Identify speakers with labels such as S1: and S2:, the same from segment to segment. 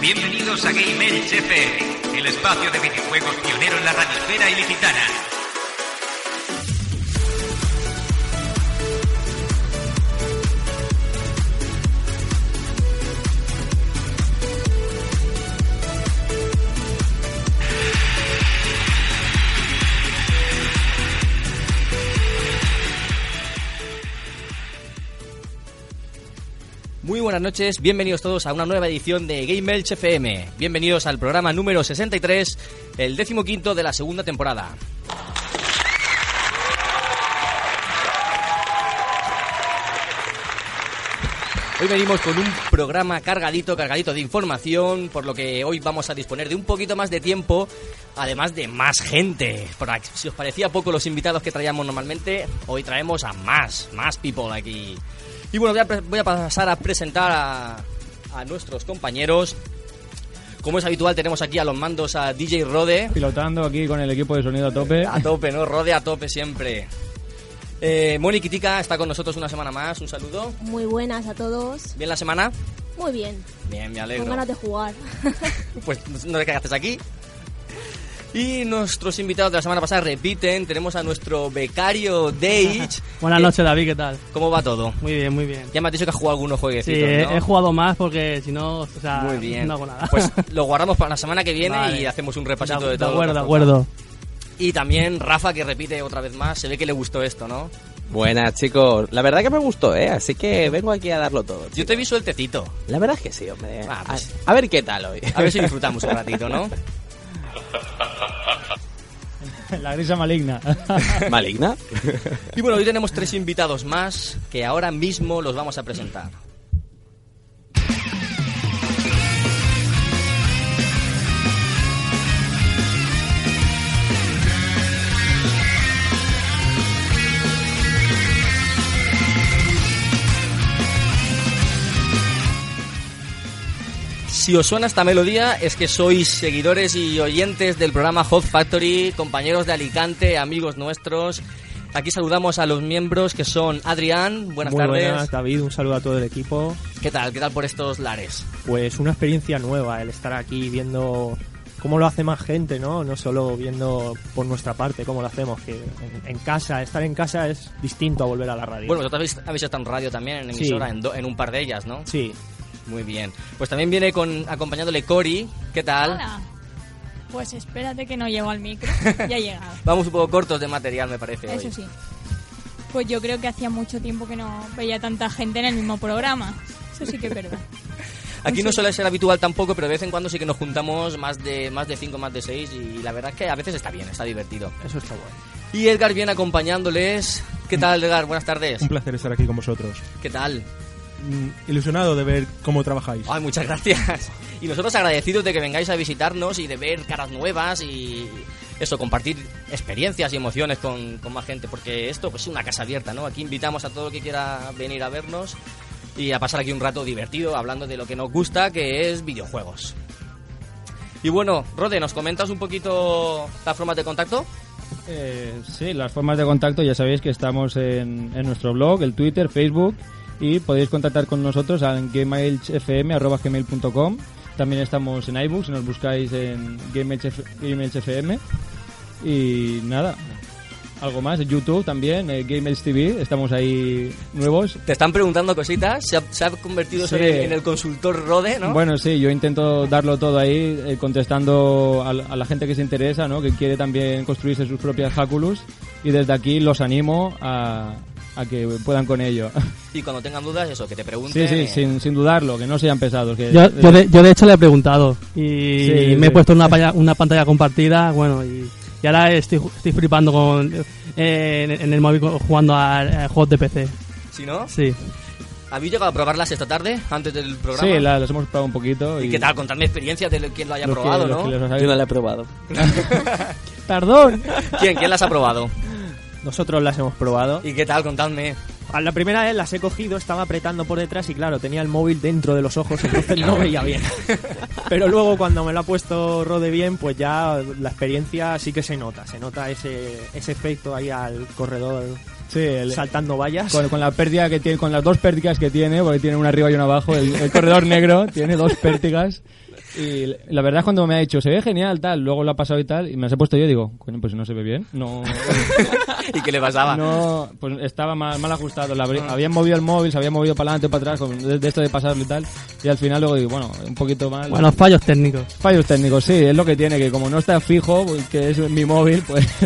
S1: Bienvenidos a Game Edge FM, el espacio de videojuegos pionero en la radiosfera ilicitana.
S2: Muy buenas noches, bienvenidos todos a una nueva edición de Game Elch FM. Bienvenidos al programa número 63, el decimoquinto de la segunda temporada. Hoy venimos con un programa cargadito, cargadito de información, por lo que hoy vamos a disponer de un poquito más de tiempo, además de más gente. Por aquí, si os parecía poco los invitados que traíamos normalmente, hoy traemos a más, más people aquí. Y bueno, voy a, pre- voy a pasar a presentar a, a nuestros compañeros. Como es habitual, tenemos aquí a los mandos a DJ Rode.
S3: Pilotando aquí con el equipo de sonido a tope.
S2: A tope, ¿no? Rode a tope siempre. Eh, Moni Kitika está con nosotros una semana más. Un saludo.
S4: Muy buenas a todos.
S2: ¿Bien la semana?
S4: Muy bien.
S2: Bien, me
S4: Con
S2: alegro.
S4: ganas de jugar.
S2: Pues no te quedaste aquí. Y nuestros invitados de la semana pasada repiten. Tenemos a nuestro becario Deitch.
S5: Buenas noches, David, ¿qué tal?
S2: ¿Cómo va todo?
S5: Muy bien, muy bien.
S2: Ya me has dicho que has jugado algunos
S5: Sí,
S2: jueguecitos,
S5: he,
S2: ¿no?
S5: he jugado más porque si no, o sea,
S2: Muy bien.
S5: no hago nada.
S2: Pues lo guardamos para la semana que viene
S5: Vale.
S2: y hacemos un
S5: de,
S2: repasito de,
S5: de
S2: todo. lo que
S5: acuerdo, de
S2: has
S5: acuerdo.
S2: jugado. Y también Rafa, que repite otra vez más. Se ve que le gustó esto, ¿no?
S6: Buenas chicos, la verdad que me gustó, ¿eh? así que vengo aquí a darlo todo.
S2: Yo te vi sueltecito.
S6: La verdad es que sí, hombre.
S2: Ah,
S6: A-
S2: pues.
S6: a, ver qué tal hoy.
S2: A ver si disfrutamos un ratito, ¿no?
S3: La grisa maligna.
S6: Maligna.
S2: Y bueno, hoy tenemos tres invitados más que ahora mismo los vamos a presentar. Si os suena esta melodía es que sois seguidores y oyentes del programa Hot Factory, compañeros de Alicante, amigos nuestros. Aquí saludamos a los miembros que son Adrián, buenas
S3: Muy
S2: tardes.
S3: buenas, David. Un saludo a todo el equipo.
S2: ¿Qué tal? ¿Qué tal por estos lares?
S3: Pues una experiencia nueva el estar aquí viendo cómo lo hace más gente, ¿no? No solo viendo por nuestra parte cómo lo hacemos, que en, en casa, estar en casa es distinto a volver a la radio.
S2: Bueno, vosotros habéis, habéis estado en radio también, en
S3: Sí.
S2: emisora, en, do- en un par de ellas, ¿no?
S3: sí.
S2: Muy bien. Pues también viene con acompañándole Cori. ¿Qué tal?
S7: Hola. Pues espérate que no llego al micro. Ya he llegado.
S2: Vamos un poco cortos de material, me parece. hoy.
S7: Eso sí. Pues yo creo que hacía mucho tiempo que no veía tanta gente en el mismo programa. Eso sí que es verdad.
S2: Aquí no suele ser habitual tampoco, pero de vez en cuando sí que nos juntamos más de más de cinco, más de seis y la verdad es que a veces está bien, está divertido.
S3: Eso está bueno.
S2: Y Edgar viene acompañándoles. ¿Qué tal, Edgar? Buenas tardes.
S8: Un placer estar aquí con vosotros.
S2: ¿Qué tal?
S8: Mm, Ilusionado de ver cómo
S3: Ah,
S8: trabajáis.
S2: Ay, muchas gracias. Y nosotros agradecidos de que vengáis a visitarnos y de ver caras nuevas y eso, compartir experiencias y emociones con, con más gente, porque esto pues, es una casa abierta, ¿no? Aquí invitamos a todo el que quiera venir a vernos y a pasar aquí un rato divertido hablando de lo que nos gusta, que es videojuegos. Y bueno, Rode, ¿nos comentas un poquito las formas de contacto?
S9: Eh, sí, las formas de contacto ya sabéis que estamos en, en nuestro blog, el Twitter, Facebook y podéis contactar con nosotros en gmailfm.com. También estamos en iBooks, nos buscáis en gmailfm. Y nada, algo más, YouTube también, eh, Gmails TV, estamos ahí nuevos.
S2: Te están preguntando cositas, se ha, se ha convertido eso
S9: Sí.
S2: en, el, en el consultor Rode, ¿no?
S9: Bueno, sí, yo intento darlo todo ahí, eh, contestando a, la- a la gente que se interesa, ¿no? que quiere también construirse sus propias Haculus. Y desde aquí los animo a, a que puedan con ello.
S2: Y cuando tengan dudas, eso, que te
S9: sí,
S2: pregunten.
S9: sí,
S2: eh,
S9: sin, sin dudarlo, que no sean pesados. Que,
S5: Yo,
S9: eh,
S5: yo, de, yo de hecho le he preguntado y
S9: Sí,
S5: me he
S9: sí.
S5: puesto una, paya- una pantalla compartida, bueno, y, y ahora estoy, ju- estoy flipando con, eh, en, en el móvil co- jugando a, a juegos de PC.
S2: Si no,
S5: Sí.
S2: ¿habéis llegado a probarlas esta tarde, antes del programa?
S9: sí, la- los hemos probado un poquito.
S2: ¿Y
S9: Y
S2: qué tal? Contadme experiencias de lo- quien lo haya
S9: los que-
S2: probado,
S9: los
S2: ¿no?
S9: que los
S6: Yo no
S9: hayáis-
S6: la he probado.
S9: tardón.
S2: ¿Quién? ¿Quién las ha probado?
S3: Nosotros las hemos probado.
S2: ¿Y qué tal? Contadme.
S3: A la primera vez las he cogido, estaba apretando por detrás y claro, tenía el móvil dentro de los ojos, entonces no veía bien. Pero luego cuando me lo ha puesto Rode bien, pues ya la experiencia sí que se nota, se nota ese, ese efecto ahí al corredor
S9: Sí, el-
S3: saltando vallas.
S9: con, con la pérdida que tiene, con las dos pértigas que tiene, porque tiene una arriba y una abajo, el, el corredor negro tiene dos pértigas. Y la verdad es cuando me ha dicho, se ve genial, tal, luego lo ha pasado y tal, y me las he puesto yo y digo, coño, pues no se ve bien. No,
S2: ¿Y qué le pasaba?
S9: no pues estaba mal, mal ajustado. la abri- habían movido el móvil, se había movido para adelante, para atrás, con- de, de esto de pasarlo y tal. Y al final luego digo, bueno, un poquito mal.
S5: Bueno, fallos técnicos.
S9: Fallos técnicos, sí, es lo que tiene, que como no está fijo, pues, que es mi móvil, pues...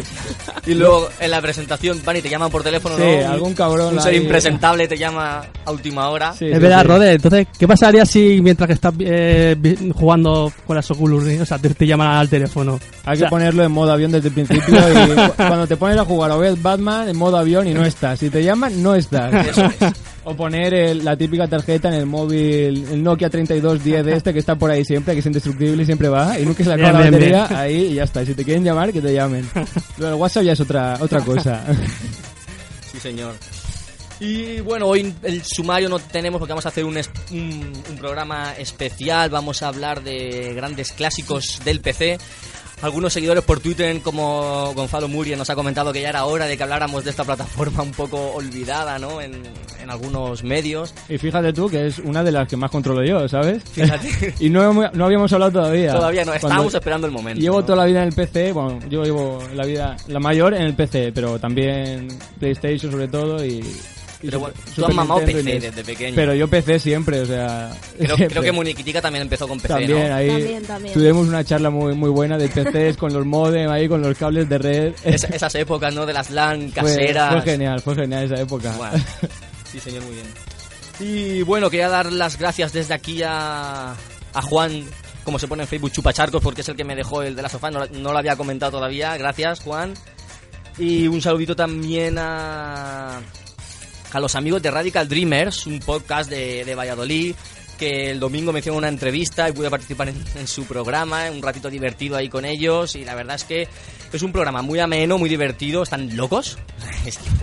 S2: Y luego en la presentación van y te llaman por teléfono,
S9: Sí,
S2: ¿no? Un-
S9: algún cabrón
S2: Un ser
S9: ahí-
S2: impresentable te llama a última hora.
S9: Sí, sí,
S5: es verdad,
S9: sí.
S5: Rode. Entonces, ¿qué pasaría si mientras que estás eh, vi- jugando con las Oculus, Ring, o sea, te, te llaman al teléfono?
S9: Hay
S5: O sea,
S9: que ponerlo en modo avión desde el principio y cu- cuando te pones a jugar o ves Batman en modo avión y no estás. Si te llaman, no estás.
S2: Eso es.
S9: O poner el- la típica tarjeta en el móvil, el Nokia 3210 de este que está por ahí siempre, que es indestructible y siempre va y nunca se le acaba
S5: Bien,
S9: la
S5: bien,
S9: batería, ahí y ya está. Y Si te quieren llamar, que te llamen. Pero el WhatsApp ya es otra, otra cosa.
S2: Sí, señor. Y bueno, hoy el sumario no tenemos porque vamos a hacer un, es- un- un programa especial. Vamos a hablar de grandes clásicos del PC. Algunos seguidores por Twitter, como Gonzalo Muria, nos ha comentado que ya era hora de que habláramos de esta plataforma un poco olvidada, ¿no? En, en algunos medios.
S9: Y fíjate tú que es una de las que más controlo yo, ¿sabes?
S2: Fíjate.
S9: Y no, hemos- no habíamos hablado todavía.
S2: Todavía no,
S9: Cuando-
S2: estábamos esperando el momento.
S9: Llevo
S2: ¿no?
S9: toda la vida en el PC, bueno, yo llevo la vida, la mayor en el PC, pero también PlayStation sobre todo y... y
S2: Pero bueno,
S9: Super-
S2: tú
S9: Super
S2: has mamado
S9: Nintendo
S2: PC
S9: y NES.
S2: desde pequeño.
S9: Pero yo PC siempre, o sea...
S2: creo,
S9: siempre.
S2: creo que Muniquitica también empezó con PC,
S9: También,
S2: ¿no?
S9: ahí
S4: También, también.
S9: tuvimos una charla muy muy buena de PCs con los modem ahí, con los cables de red.
S2: Es- esas épocas, ¿no? De las LAN
S9: Fue-
S2: caseras.
S9: Fue, genial, fue genial esa época.
S2: Guau. Sí, señor, muy bien. Y bueno, quería dar las gracias desde aquí a, a Juan, como se pone en Facebook, Chupacharcos, porque es el que me dejó el de la sofá, no, no lo había comentado todavía. Gracias, Juan. Y un saludito también a, a los amigos de Radical Dreamers, un podcast de, de Valladolid, que el domingo me hicieron una entrevista y pude participar en, en su programa, un ratito divertido ahí con ellos, y la verdad es que es un programa muy ameno, muy divertido, están locos.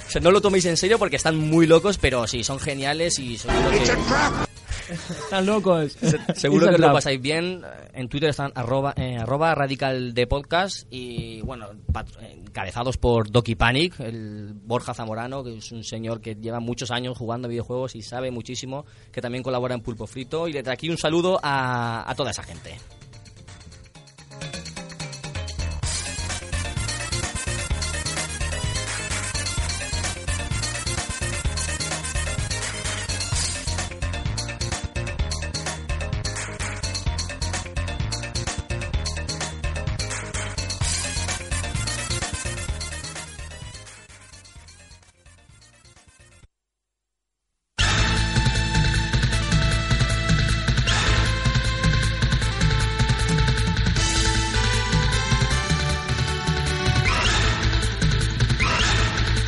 S2: O sea, no lo toméis en serio porque están muy locos, pero sí, son geniales y seguro que,
S9: Están locos.
S2: seguro
S9: It's
S2: que
S9: a
S2: os lo
S9: trap.
S2: pasáis bien. En Twitter están arroba, eh, arroba radical de podcast y, bueno, pat- encabezados por Doki Panic, el Borja Zamorano, que es un señor que lleva muchos años jugando a videojuegos y sabe muchísimo, que también colabora en Pulpo Frito. Y desde aquí un saludo a, a toda esa gente.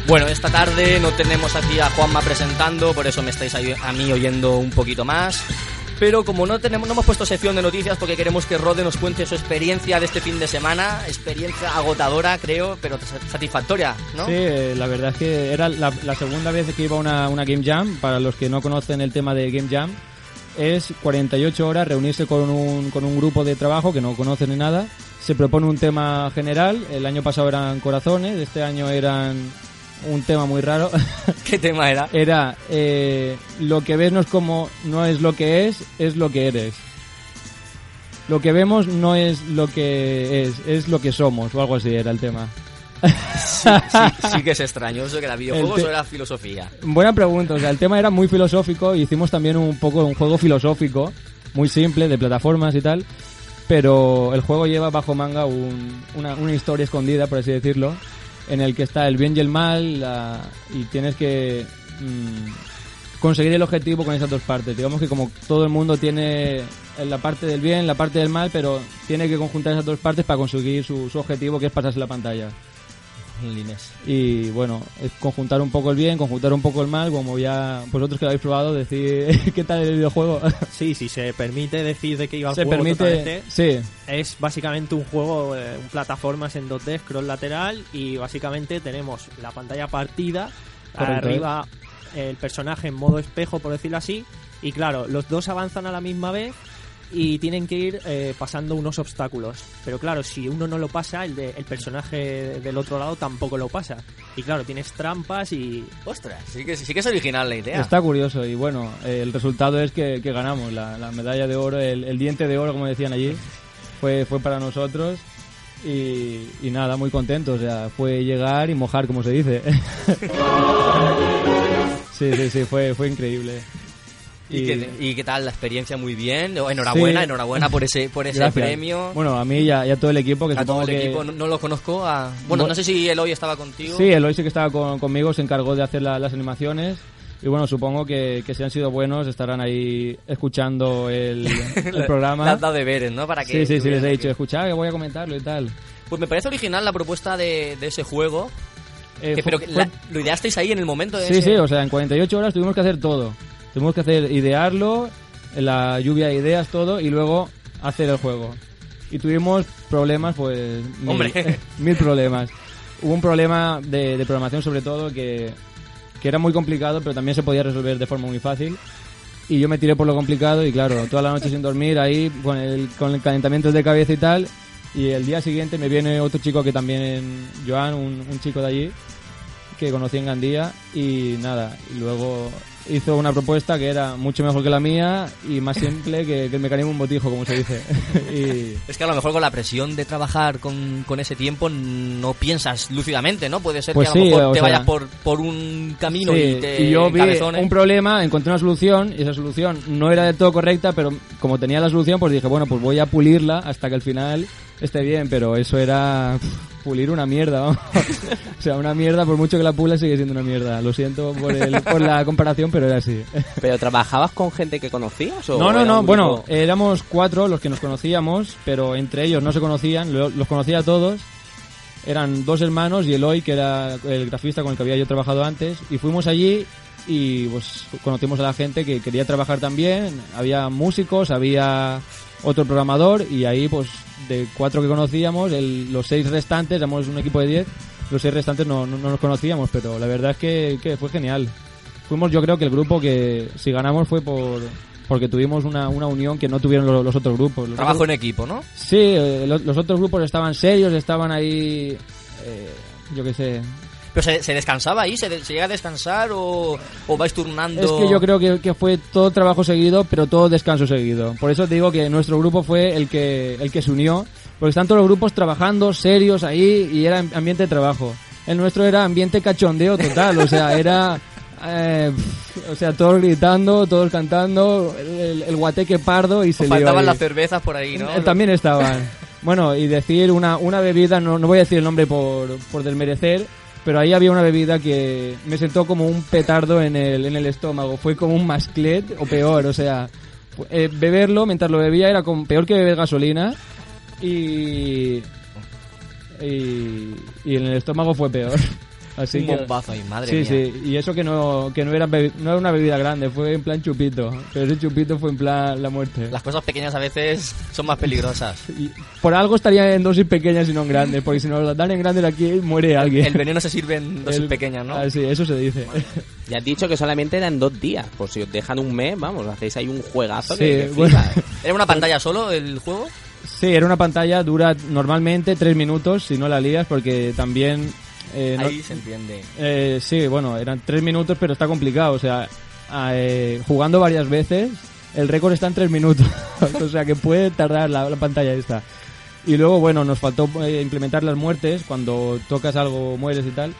S2: Bueno, esta tarde no tenemos aquí a Juanma presentando, por eso me estáis ahí- a mí oyendo un poquito más. Pero como no tenemos, no hemos puesto sección de noticias porque queremos que Rode nos cuente su experiencia de este fin de semana, experiencia agotadora, creo, pero sa- satisfactoria, ¿no?
S9: Sí, eh, la verdad es que era la, la segunda vez que iba a una, una Game Jam. Para los que no conocen el tema de Game Jam, es 48 horas reunirse con un, con un grupo de trabajo que no conocen ni nada. Se propone un tema general. El año pasado eran corazones, este año eran un tema muy raro.
S2: ¿Qué tema era?
S9: era eh, lo que ves no es como no es lo que es, es lo que eres. Lo que vemos no es lo que es, es lo que somos, o algo así era el tema.
S2: Sí, sí que es extraño, eso que era videojuegos
S9: El te-
S2: o era filosofía.
S9: Buena pregunta, o sea, el tema era muy filosófico y hicimos también un poco un juego filosófico, muy simple, de plataformas y tal, pero el juego lleva bajo manga un- una, una historia escondida, por así decirlo, en el que está el bien y el mal la- y tienes que mm, conseguir el objetivo con esas dos partes. Digamos que como todo el mundo tiene la parte del bien, la parte del mal, pero tiene que conjuntar esas dos partes para conseguir su, su objetivo, que es pasarse la pantalla.
S3: en líneas.
S9: Y bueno, es conjuntar un poco el bien, conjuntar un poco el mal, como ya vosotros que lo habéis probado, decir qué tal el videojuego.
S3: Sí, si se permite decir de qué iba el
S9: Se
S3: juego
S9: permite.
S3: totalmente,
S9: Sí,
S3: Es básicamente un juego, eh, un plataformas en 2D, scroll lateral, y básicamente tenemos la pantalla partida,
S9: Correcto.
S3: arriba
S5: eh.
S3: el personaje en modo espejo, por decirlo así, y claro, los dos avanzan a la misma vez y tienen que ir eh, pasando unos obstáculos. Pero claro, si uno no lo pasa, el, de- el personaje del otro lado tampoco lo pasa. Y claro, tienes trampas y...
S2: Ostras, sí que, sí que es original la idea.
S9: está curioso. Y bueno, eh, el resultado es que, que ganamos la, la medalla de oro, el, el diente de oro, como decían allí, fue, fue para nosotros. Y, y nada, muy contentos. O sea, fue llegar y mojar, como se dice. sí, sí, sí, fue, fue increíble.
S2: ¿Y, qué, y qué tal la experiencia? Muy bien. Oh, Enhorabuena,
S9: Sí.
S2: enhorabuena por ese, por ese
S9: Gracias.
S2: premio.
S9: Bueno, a mí y a, y a todo el equipo que
S2: a todo
S9: supongo
S2: el
S9: que-
S2: equipo, no, no lo conozco. a- Bueno,
S9: Bu-
S2: no sé si Eloy estaba contigo.
S9: Sí, Eloy sí que estaba con- conmigo, se encargó de hacer la- las animaciones. Y bueno, supongo que, que si han sido buenos estarán ahí escuchando el, el
S2: Le- Le
S9: programa.
S2: has dado deberes, ¿no? Para que
S9: Sí, sí, sí, les
S2: tuvieran
S9: he
S2: aquí.
S9: dicho, escuchad que voy a comentarlo y tal.
S2: Pues me parece original la propuesta de, de ese juego.
S9: Eh,
S2: que-
S9: fue-
S2: pero que
S9: fue-
S2: la- lo ideasteis ahí en el momento de
S9: Sí,
S2: ese-
S9: sí, o sea, en 48 horas tuvimos que hacer todo. Tuvimos que hacer idearlo, la lluvia de ideas, todo, y luego hacer el juego. Y tuvimos problemas, pues... mil-
S2: Hombre.
S9: mil problemas. Hubo un problema de, de programación sobre todo que, que era muy complicado, pero también se podía resolver de forma muy fácil. Y yo me tiré por lo complicado y claro, toda la noche sin dormir ahí con el, con el calentamiento de cabeza y tal. Y el día siguiente me viene otro chico que también, Joan, un, un chico de allí, que conocí en Gandía y nada, y luego hizo una propuesta que era mucho mejor que la mía y más simple que, que el mecanismo de un botijo, como se dice. y,
S2: Es que a lo mejor con la presión de trabajar con, con ese tiempo no piensas lúcidamente, ¿no? Puede ser
S9: Pues
S2: que a lo
S9: sí,
S2: mejor
S9: o
S2: te
S9: sea-
S2: vayas por, por un camino
S9: Sí,
S2: y te
S9: yo vi
S2: encabezones.
S9: un problema, encontré una solución y esa solución no era del todo correcta, pero como tenía la solución, pues dije, bueno, pues voy a pulirla hasta que al final esté bien, pero eso era pf, pulir una mierda, vamos. o sea, una mierda, por mucho que la pula sigue siendo una mierda. Lo siento por, el- por la comparación, pero era así.
S6: ¿Pero trabajabas con gente que conocías? O
S9: No, no,
S6: era
S9: no,
S6: un
S9: bueno, eh.
S6: grupo?
S9: éramos cuatro los que nos conocíamos, pero entre ellos no se conocían, lo- los conocía a todos. Eran dos hermanos y Eloy, que era el grafista con el que había yo trabajado antes, y fuimos allí y pues conocimos a la gente que quería trabajar también, había músicos, había otro programador y ahí pues de cuatro que conocíamos, el- los seis restantes, éramos un equipo de diez, los seis restantes no, no- no nos conocíamos, pero la verdad es que, que fue genial. Fuimos yo creo que el grupo que si ganamos fue por porque tuvimos una, una unión que no tuvieron lo- los, otros grupos. Los
S2: Trabajo
S9: otros-
S2: en equipo, ¿no?
S9: Sí, eh, lo- los, otros grupos estaban serios, estaban ahí, eh, yo qué sé.
S2: Pero se, se descansaba ahí, se, de- se llega a descansar o, o vais turnando.
S9: Es que yo creo que, que fue todo trabajo seguido, pero todo descanso seguido. Por eso te digo que nuestro grupo fue el que, el que se unió, porque están todos los grupos trabajando serios ahí y era ambiente de trabajo. El nuestro era ambiente cachondeo total, o sea, era... eh, pf, o sea, todos gritando, todos cantando, el, el- el guateque pardo y se
S2: Os
S9: lió
S2: faltaban
S9: ahí.
S2: las cervezas por ahí, ¿no?
S9: Eh, También estaban. Bueno, y decir una, una bebida, no, no voy a decir el nombre por, por desmerecer, pero ahí había una bebida que me sentó como un petardo en el, en el estómago. Fue como un masclet o peor, o sea, fu- eh, beberlo mientras lo bebía era como, peor que beber gasolina y, y, y en el estómago fue peor. Así
S2: Un
S9: que-
S2: bombazo ahí, madre
S9: sí,
S2: mía.
S9: sí, y eso que no, que no era, bebi- no era una bebida grande, fue en plan chupito, pero ese chupito fue en plan la muerte.
S2: Las cosas pequeñas a veces son más peligrosas.
S9: Y por algo estaría en dosis pequeñas y no en grandes, porque si nos lo dan en grandes aquí muere alguien.
S2: El veneno se sirve en dosis
S9: El-
S2: pequeñas, ¿no?
S9: Ah, sí, eso se dice.
S6: Ya has dicho que solamente eran dos días. Por si os dejan un mes, vamos, hacéis ahí un juegazo
S9: Sí,
S6: que, que
S9: bueno.
S6: flipas.
S2: ¿Era una pantalla solo el juego?
S9: Sí, era una pantalla, dura normalmente tres minutos si no la lías, porque también... eh, no-
S2: Ahí se entiende.
S9: eh, sí, bueno, eran tres minutos, pero está complicado. O sea, a, eh, jugando varias veces, el récord está en tres minutos. o sea, que puede tardar la, la pantalla esta. Y luego, bueno, nos faltó eh, implementar las muertes, cuando tocas algo mueres y tal.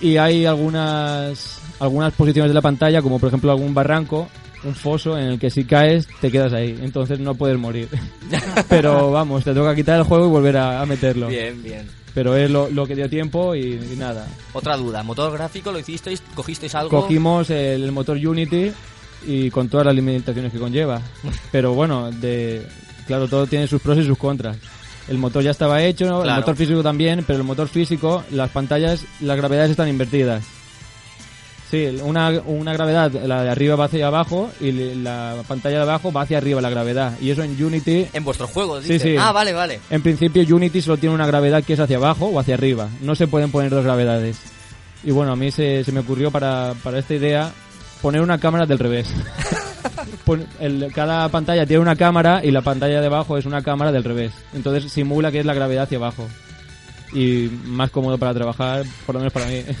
S9: Y hay algunas, algunas posiciones de la pantalla, como por ejemplo algún barranco, un foso, en el que si caes te quedas ahí. Entonces no puedes morir. Pero vamos, te toca quitar el juego y volver a, a meterlo.
S2: Bien, bien.
S9: Pero es lo, lo que dio tiempo y- y nada.
S2: Otra duda, motor gráfico lo hicisteis, cogisteis algo.
S9: Cogimos el, el motor Unity y con todas las limitaciones que conlleva. Pero bueno, de, claro, todo tiene sus pros y sus contras. el motor ya estaba hecho, el
S2: Claro.
S9: motor físico también, pero el motor físico, las pantallas, las gravedades están invertidas. Sí, una, una gravedad, la de arriba va hacia abajo y le- la pantalla de abajo va hacia arriba la gravedad. Y eso en Unity,
S2: En vuestros juegos,
S9: Sí,
S2: dice.
S9: sí.
S2: Ah, vale, vale.
S9: en principio Unity solo tiene una gravedad que es hacia abajo o hacia arriba. No se pueden poner dos gravedades. Y bueno, a mí se, se me ocurrió para, para esta idea poner una cámara del revés. Pon- el- cada pantalla tiene una cámara y la pantalla de abajo es una cámara del revés. Entonces simula que es la gravedad hacia abajo. Y más cómodo para trabajar, por lo menos para mí.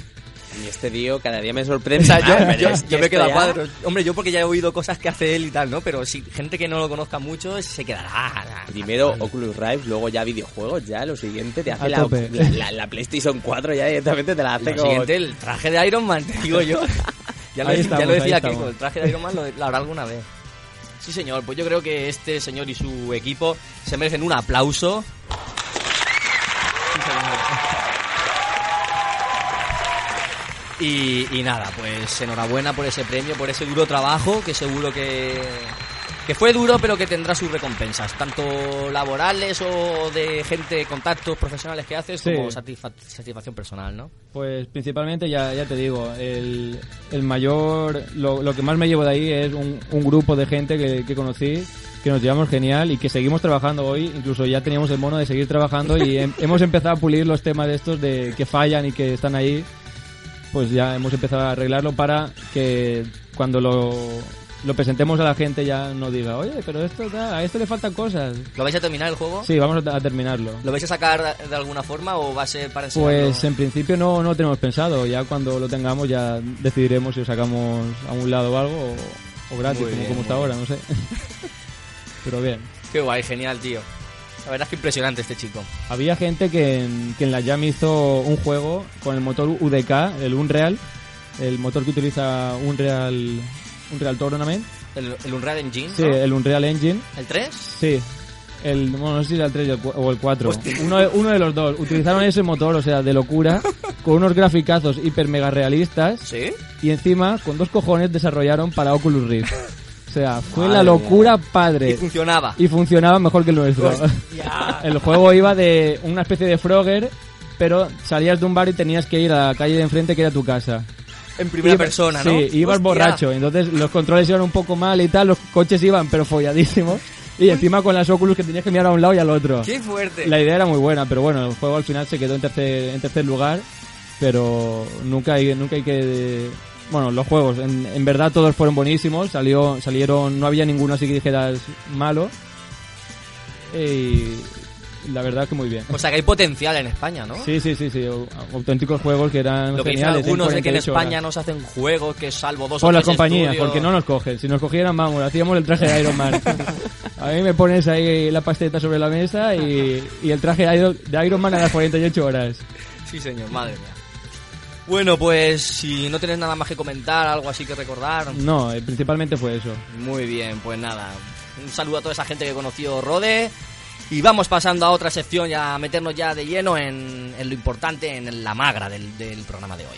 S6: Y este tío cada día me sorprende. O sea, yo,
S2: Yo, yo
S6: yo-
S2: me
S6: esto
S2: he quedado
S6: ya-
S2: cuadro. Hombre, yo porque ya he oído cosas que hace él y tal, ¿no? Pero si gente que no lo conozca mucho se quedará.
S6: Primero Oculus Rift, luego ya videojuegos, ya lo siguiente te hace
S9: A
S6: la,
S9: tope.
S6: la- la- la PlayStation 4, ya directamente te la hace
S2: Lo
S6: con-
S2: siguiente, el traje de Iron Man, te digo yo. Ya lo,
S9: Ahí
S2: ya
S9: estamos,
S2: lo decía
S9: ahí estamos.
S2: Kiko, el traje de Iron Man lo, lo habrá alguna vez. Sí, señor, pues yo creo que este señor y su equipo se merecen un aplauso. Sí, señor. Y, y nada, pues enhorabuena por ese premio, por ese duro trabajo, que seguro que, que fue duro, pero que tendrá sus recompensas, tanto laborales o de gente, contactos profesionales que haces,
S9: Sí.
S2: como satisfa- satisfacción personal, ¿no?
S9: Pues principalmente, ya, ya te digo, el, el mayor, lo, lo que más me llevo de ahí es un, un grupo de gente que, que conocí, que nos llevamos genial y que seguimos trabajando hoy, incluso ya teníamos el mono de seguir trabajando y hem- hemos empezado a pulir los temas de estos de que fallan y que están ahí, pues ya hemos empezado a arreglarlo para que cuando lo, lo presentemos a la gente ya no diga, oye, pero esto da- a esto le faltan cosas.
S2: ¿Lo vais a terminar el juego?
S9: Sí, vamos a, a terminarlo.
S2: ¿Lo vais a sacar de alguna forma o va a ser para enseñarlo?
S9: Pues en principio no, no lo tenemos pensado. Ya cuando lo tengamos ya decidiremos si lo sacamos a un lado o algo o, o gratis,
S2: Muy
S9: como,
S2: bien,
S9: como está ahora, no sé. Pero bien.
S2: Qué guay, genial, tío. La verdad es que impresionante este chico.
S9: Había gente que en, que en la Jam hizo un juego con el motor UDK, el Unreal, el motor que utiliza Unreal, Unreal Tournament.
S2: El, el Unreal Engine,
S9: Sí, eh.
S2: ¿no?
S9: el Unreal Engine.
S2: ¿El 3?
S9: Sí. El, bueno, no sé si era el 3 y el cu- o el 4. Uno de, uno de los dos. Utilizaron ese motor, o sea, de locura, con unos graficazos hiper mega realistas.
S2: ¿Sí?
S9: y encima con dos cojones desarrollaron para Oculus Rift. O sea, fue la locura
S2: Y
S9: padre.
S2: funcionaba.
S9: Y funcionaba mejor que el nuestro. El juego iba de una especie de Frogger, pero salías de un bar y tenías que ir a la calle de enfrente que era tu casa.
S2: En primera
S9: Iba-
S2: persona,
S9: sí,
S2: ¿no?
S9: ibas
S2: Hostia.
S9: borracho, entonces los controles iban un poco mal y tal, los coches iban pero folladísimos. Y encima con las Oculus que tenías que mirar a un lado y al otro.
S2: ¡Qué fuerte!
S9: La idea era muy buena, pero bueno, el juego al final se quedó en tercer, en tercer lugar. Pero nunca hay, nunca hay que. Bueno, los juegos, en, en verdad todos fueron buenísimos. Salió, salieron, no había ninguno así que dijeras malo. Y la verdad que muy bien.
S2: O sea que hay potencial en España, Pues, ¿no?
S9: Sí, sí, sí, sí. au- Auténticos juegos que eran
S2: Lo que dicen
S9: geniales.
S2: algunos de que en
S9: 48 horas.
S2: España no se hacen juegos, que salvo dos o
S9: Por las
S2: tres
S9: compañías,
S2: estudios-
S9: porque no nos cogen. Si nos cogieran, vamos, hacíamos el traje de Iron Man. A mí me pones ahí la pasteta sobre la mesa y, y el traje de Iron- de Iron Man a las 48 horas.
S2: Sí, señor, madre mía. Bueno, pues si no tenéis nada más que comentar, algo así que recordar,
S9: No, eh, principalmente fue eso.
S2: Muy bien, pues nada. Un saludo a toda esa gente que conoció Rode. Y vamos pasando a otra sección y a meternos ya de lleno en, en lo importante, en la magra del, del programa de hoy.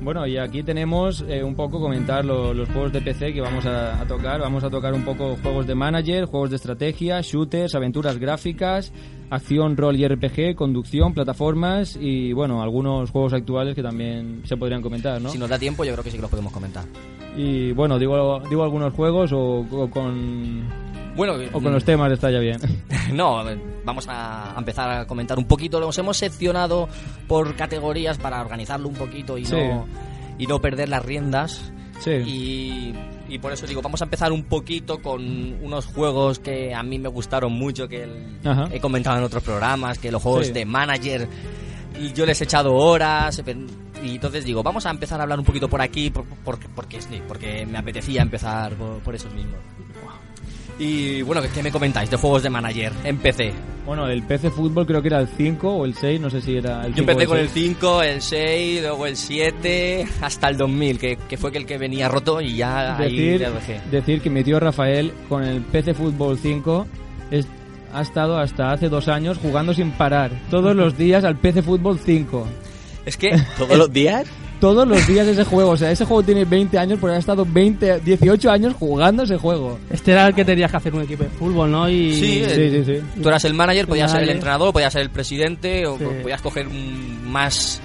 S9: Bueno, y aquí tenemos eh, un poco comentar lo- los juegos de PC que vamos a, a tocar. Vamos a tocar un poco juegos de manager, juegos de estrategia, shooters, aventuras gráficas, acción, rol y RPG, conducción, plataformas y, bueno, algunos juegos actuales que también se podrían comentar, ¿no?
S2: Si nos da tiempo, yo creo que sí que los podemos comentar.
S9: Y bueno, digo, digo algunos juegos o, o con,
S2: Bueno,
S9: o con los temas está ya bien.
S2: No, vamos a empezar a comentar un poquito. Los hemos seccionado por categorías para organizarlo un poquito y,
S9: Sí.
S2: no, y no perder las riendas.
S9: Sí.
S2: Y, y por eso digo, vamos a empezar un poquito con unos juegos que a mí me gustaron mucho, que el-
S9: Ajá.
S2: he comentado en otros programas, que los juegos
S9: Sí.
S2: de manager, y yo les he echado horas. Y entonces digo, vamos a empezar a hablar un poquito por aquí, por- por- porque, sí, porque me apetecía empezar por, por esos mismos. Y bueno, ¿qué me comentáis de juegos de manager? Empecé.
S9: Bueno, el PC Fútbol creo que era el 5 o el 6, no sé si era el
S2: Yo
S9: 5 o
S2: empecé con el
S9: el 6.
S2: 5, el 6, luego el 7, hasta el 2000, que, que fue el que venía roto y ya ahí
S9: decir,
S2: le dejé.
S9: decir que mi tío Rafael con el PC Fútbol 5 es- ha estado hasta hace dos años jugando sin parar. Todos los días al PC Fútbol 5.
S2: Es que
S6: ¿Todos los días?
S9: Todos los días ese juego. O sea, ese juego tiene 20 años porque ha estado 20, 18 años jugando ese juego.
S5: Este era el que tenías que hacer un equipo de fútbol, ¿no? Y
S2: Sí, eh.
S9: Sí, sí, sí.
S2: tú eras el manager, podías ser el
S5: Manager.
S2: entrenador, podías ser el presidente, o
S5: Sí.
S2: podías coger mm, más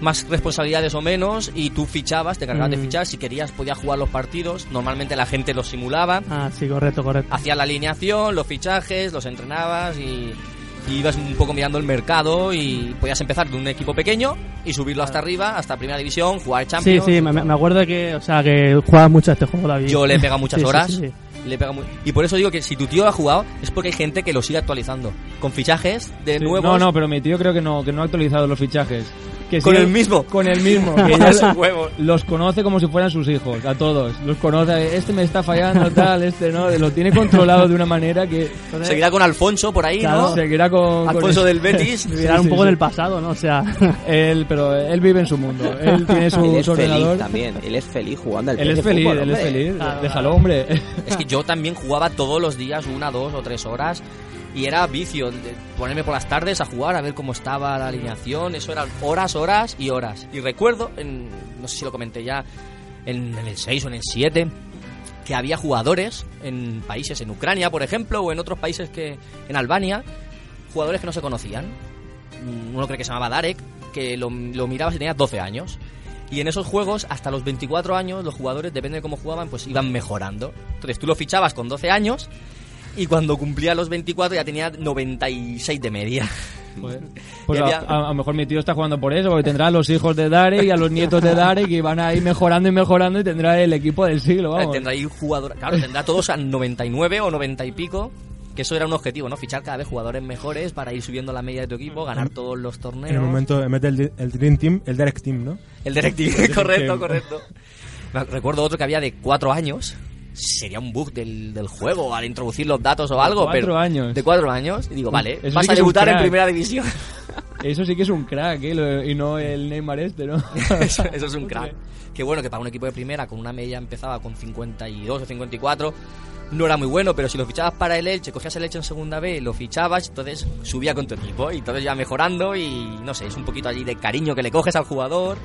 S2: más responsabilidades o menos y tú fichabas, te encargabas de
S5: Mm.
S2: fichar, si querías podías jugar los partidos, normalmente la gente los simulaba,
S5: Ah, sí, correcto, correcto.
S2: hacías la alineación, los fichajes, los entrenabas y, y ibas un poco mirando el mercado y podías empezar de un equipo pequeño y subirlo hasta arriba, hasta primera división, jugar
S5: Sí,
S2: Champions.
S5: sí, me, me acuerdo que, o sea, que jugabas mucho a este juego, David.
S2: Yo le he pegado muchas
S5: Sí, sí,
S2: horas.
S5: sí, sí.
S2: Le he pegado mu- Y por eso digo que si tu tío ha jugado es porque hay gente que lo sigue actualizando. Con fichajes de
S9: Sí.
S2: nuevos.
S9: No, no, pero mi tío creo que no, que no ha actualizado los fichajes. Que
S2: Con
S9: sí,
S2: el mismo.
S9: Con el mismo. que ya lo- los conoce como si fueran sus hijos, a todos. Los conoce, este me está fallando, tal, este no. Lo tiene controlado de una manera que
S2: Seguirá con Alfonso por ahí,
S5: Claro,
S2: ¿no?
S9: seguirá con... con
S2: Alfonso
S9: el-
S2: del Betis.
S5: Mirar
S9: Sí,
S5: un
S9: sí, sí.
S5: poco en el pasado, ¿no? O sea,
S9: Él, pero él vive en su mundo. Él tiene su,
S6: Él es
S9: su ordenador.
S6: feliz también. Él es feliz jugando al
S9: Él es
S6: PC
S9: feliz,
S6: fútbol,
S9: él es
S6: hombre.
S9: feliz.
S5: Claro,
S9: Déjalo, hombre.
S2: Es que yo también jugaba todos los días, una, dos o tres horas. Y era vicio, de ponerme por las tardes a jugar, a ver cómo estaba la alineación. Eso eran horas, horas y horas. Y recuerdo, en- no sé si lo comenté ya, en, en el 6 o en el 7, que había jugadores en países, en Ucrania, por ejemplo, o en otros países que. en Albania, jugadores que no se conocían. Uno cree que se llamaba Darek, que lo, lo mirabas y tenías 12 años. Y en esos juegos, hasta los 24 años, los jugadores, depende de cómo jugaban, pues iban mejorando. Entonces tú lo fichabas con 12 años y cuando cumplía los 24 ya tenía 96 de media.
S9: Pues
S2: Y
S9: a,
S2: había-
S9: a- a lo mejor mi tío está jugando por eso, porque tendrá a los hijos de Dare y a los nietos de Dare que van a ir mejorando y mejorando y tendrá el equipo del siglo, vamos.
S2: Tendrá ahí jugadores, claro, tendrá todos a 99 o 90 y pico. Que eso era un objetivo, ¿no? Fichar cada vez jugadores mejores para ir subiendo la media de tu equipo, ganar todos los torneos.
S8: Mm. En un momento eh, mete el, el Dream Team, el Direct Team, ¿no?
S2: El detective, correcto,
S8: Detective.
S2: correcto. Me ac- Recuerdo otro que había de cuatro años. Sería un bug del, del juego al introducir los datos o algo.
S9: cuatro
S2: pero
S9: años.
S2: De cuatro años. Y
S8: Mm,
S2: digo, vale,
S9: Eso sí
S2: vas
S9: que
S2: a
S9: es un
S2: debutar en
S9: crack.
S2: primera división.
S9: Eso sí que es un crack, ¿eh? Lo- y no el Neymar este, ¿no?
S2: eso, eso es un crack. Que bueno, que para un equipo de primera con una media empezaba con 52 o 54. No era muy bueno, pero si lo fichabas para el Elche, cogías el Elche en segunda B, lo fichabas, entonces subía con tu equipo y entonces ya mejorando y no sé, es un poquito allí de cariño que le coges al jugador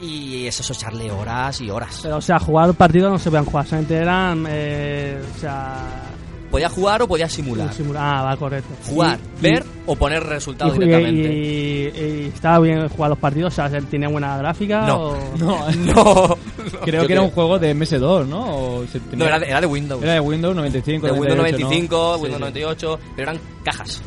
S2: y es eso, echarle horas y horas.
S5: pero, o sea, jugar partidos no se podían jugar, solamente eran, eh, o sea,
S2: Podía jugar o podía simular.
S5: simula- Ah, va, correcto.
S2: Jugar,
S5: Y-
S2: ver o poner
S5: y,
S2: resultados
S5: y,
S2: directamente.
S5: y- y- y estaba bien jugar los partidos, o sea, tenía buena gráfica
S2: No.
S5: o...
S9: No,
S2: No,
S9: creo que era un juego de MS2, ¿no? O se
S2: no
S9: tenía-
S2: era, de, era de Windows.
S9: era de Windows 95,
S2: de Windows
S9: 98, ¿no?
S2: 95,
S9: Sí,
S2: Windows
S9: sí.
S2: 98, pero eran cajas.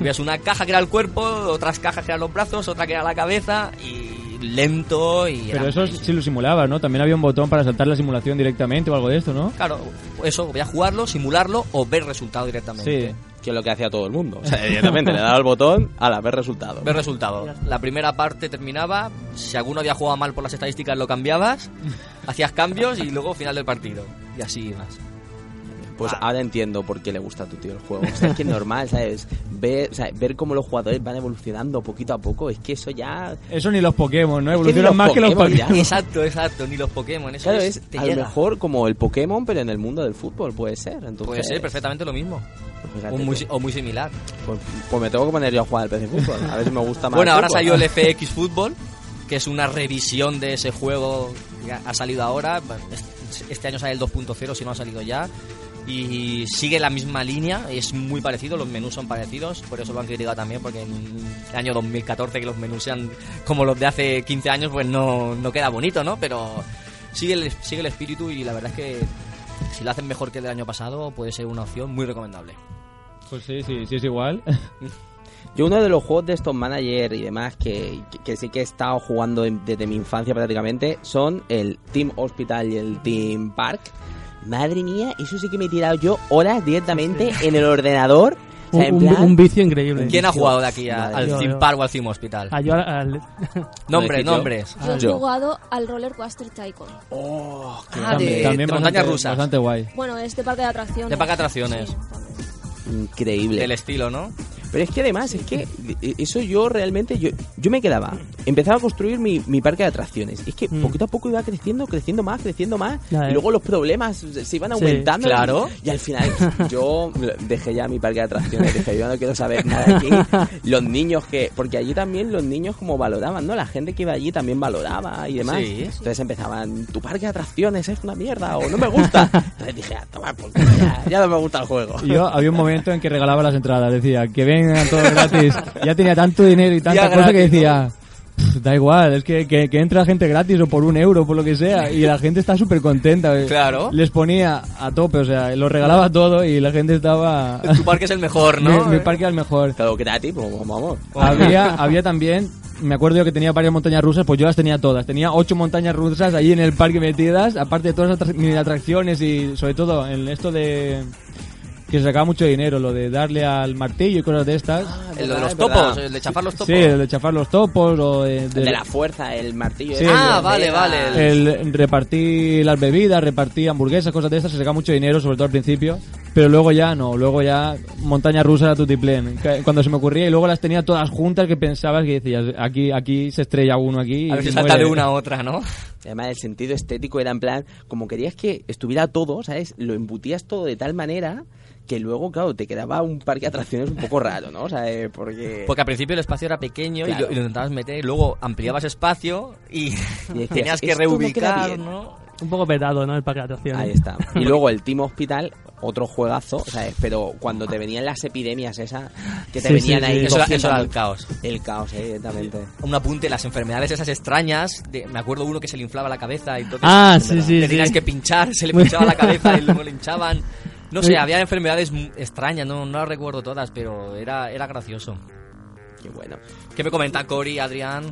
S2: Veas una caja que era el cuerpo, otras cajas que eran los brazos, otra que era la cabeza y lento y
S9: Pero
S2: era-
S9: eso sí lo simulaba, ¿no? También había un botón para saltar la simulación directamente o algo de esto, ¿no?
S2: claro, eso voy a jugarlo, simularlo o ver resultado directamente.
S9: Sí.
S6: Que es lo que hacía todo el mundo. O sea, evidentemente, le daba al botón al haber resultado.
S2: Ver resultado. La primera parte terminaba, si alguno había jugado mal por las estadísticas lo cambiabas, hacías cambios y luego final del partido y así más.
S6: Pues
S2: Ah.
S6: ahora entiendo por qué le gusta a tu tío el juego. O sea, es que es normal, ¿sabes? Ver, o sea, ver cómo los jugadores van evolucionando poquito a poco, es que eso ya...
S9: Eso ni los Pokémon, ¿no?
S6: que ni
S9: Evolucionan
S6: los
S9: más que los
S6: Pokémon
S9: Pokémon.
S2: Exacto, exacto, ni los Pokémon. Eso
S6: Claro,
S2: es,
S6: es
S2: te
S6: a lo
S2: llega.
S6: mejor como el Pokémon, pero en el mundo del fútbol, puede ser. Entonces, pues
S2: Puede ser perfectamente lo mismo.
S6: fíjate
S2: O muy,
S6: tú.
S2: o muy similar.
S6: Pues, pues me tengo que poner yo a jugar al PC Fútbol, a ver si me gusta más.
S2: Bueno,
S6: el
S2: ahora
S6: fútbol.
S2: salió el FX Fútbol, que es una revisión de ese juego que ha salido ahora. Este- Este año sale el 2.0, si no ha salido ya. Y sigue la misma línea, es muy parecido, los menús son parecidos, por eso lo han criticado también, porque en el año 2014 que los menús sean como los de hace 15 años, pues no, no queda bonito, ¿no? Pero sigue el, sigue el espíritu y la verdad es que si lo hacen mejor que el del año pasado, puede ser una opción muy recomendable.
S9: Pues sí, sí, sí es igual.
S6: Yo uno de los juegos de estos manager y demás que, que- que sí que he estado jugando en- desde mi infancia prácticamente son el Team Hospital y el Team Park. Madre mía, eso sí que me he tirado yo horas directamente en el ordenador. O sea,
S5: Un,
S6: en
S5: un-
S6: plan-
S5: un vicio increíble.
S2: ¿Quién ha jugado de aquí a-
S6: Madre
S5: mía.
S2: al Team Park o al Team Hospital?
S5: Ah, yo al- al-
S2: Nombres,
S6: Lo he dicho.
S2: nombres.
S4: Yo he
S6: Ah, Yo.
S4: jugado al Roller Coaster Tycoon.
S2: Ah, de, de
S9: bastante-
S2: montañas rusas.
S9: Bastante guay.
S4: Bueno, este parque de atracciones.
S2: De parque de atracciones.
S4: Sí.
S6: Increíble.
S2: Del estilo, ¿no?
S6: Pero es que además, es que eh, eso yo realmente, yo, yo me quedaba, empezaba a construir mi, mi parque de atracciones. Y es que
S5: Mm.
S6: poquito a poco iba creciendo, creciendo más, creciendo más.
S5: Ya, eh.
S6: Y luego los problemas se se iban
S5: Sí,
S6: aumentando.
S2: claro.
S6: Y al final yo dejé ya mi parque de atracciones. Dije, yo no quiero saber nada de aquí. Los niños que... Porque allí también los niños como valoraban, ¿no? La gente que iba allí también valoraba y demás.
S2: Sí.
S6: Entonces empezaban, tu parque de atracciones es una mierda o no me gusta. Entonces dije, "Ah, toma, por culo, ya, ya no me gusta el juego.
S9: Y yo había un momento en que regalaba las entradas, decía que vengan todos gratis. Ya tenía tanto dinero y
S2: Ya
S9: tanta cosa que
S2: gratis,
S9: decía, "Pff, da igual, es que, que, que entra gente gratis o por un euro, por lo que sea. Y la gente está súper contenta. eh.
S2: Claro.
S9: Les ponía a tope, o sea, lo regalaba todo y la gente estaba.
S2: Tu parque es el mejor, ¿no?
S9: mi, mi parque al mejor.
S6: Claro, gratis, pues vamos.
S9: Había, había también, me acuerdo yo que tenía varias montañas rusas, pues yo las tenía todas. Tenía ocho montañas rusas ahí en el parque metidas, aparte de todas las atrac- mini atracciones y sobre todo en esto de que se sacaba mucho dinero, lo de darle al martillo y cosas de estas.
S2: el de los
S6: Es verdad.
S2: topos, el de chafar los topos.
S9: Sí, el de chafar los topos o de, de-
S6: El de la fuerza, el martillo.
S9: Sí,
S6: ese,
S2: Ah,
S6: el-
S2: vale, vale.
S9: el repartir las bebidas, repartir hamburguesas, cosas de estas, se sacaba mucho dinero, sobre todo al principio. Pero luego ya no, luego ya montaña rusa a tutiplén, que- cuando se me ocurría y luego las tenía todas juntas que pensabas que decías, aquí, aquí se estrella uno aquí. y
S2: A ver si
S9: se
S2: salta de
S9: muere.
S2: una a otra, ¿no?
S6: Además, el sentido estético era en plan, como querías que estuviera todo, ¿sabes? Lo embutías todo de tal manera que luego, claro, te quedaba un parque de atracciones un poco raro, ¿no? O sea, eh, porque...
S2: Porque al principio el espacio era pequeño y,
S6: Claro.
S2: lo, y lo intentabas meter, y luego ampliabas espacio y,
S6: decías,
S2: tenías que
S6: "Esto no queda
S2: reubicar,
S6: bien".
S2: ¿no?
S5: un poco petado, ¿no? El parque de atracciones.
S6: Ahí está. Y luego el Team Hospital, otro juegazo, ¿sabes? Pero cuando te venían las epidemias esas, que te
S5: Sí,
S6: venían
S5: sí,
S6: ahí...
S5: sí.
S2: Eso, era- eso era
S6: cogiendo
S2: el caos.
S6: El caos, eh, directamente.
S2: Un apunte, las enfermedades esas extrañas, de- me acuerdo uno que se le inflaba la cabeza y entonces
S5: Ah, sí, sí,
S2: le tenías
S5: sí.
S2: que pinchar, se le pinchaba la cabeza y luego le hinchaban. No sé, había enfermedades mu- extrañas, no, no las recuerdo todas, pero era, era gracioso.
S6: Qué bueno.
S2: ¿Qué me comenta Cory, Adrián?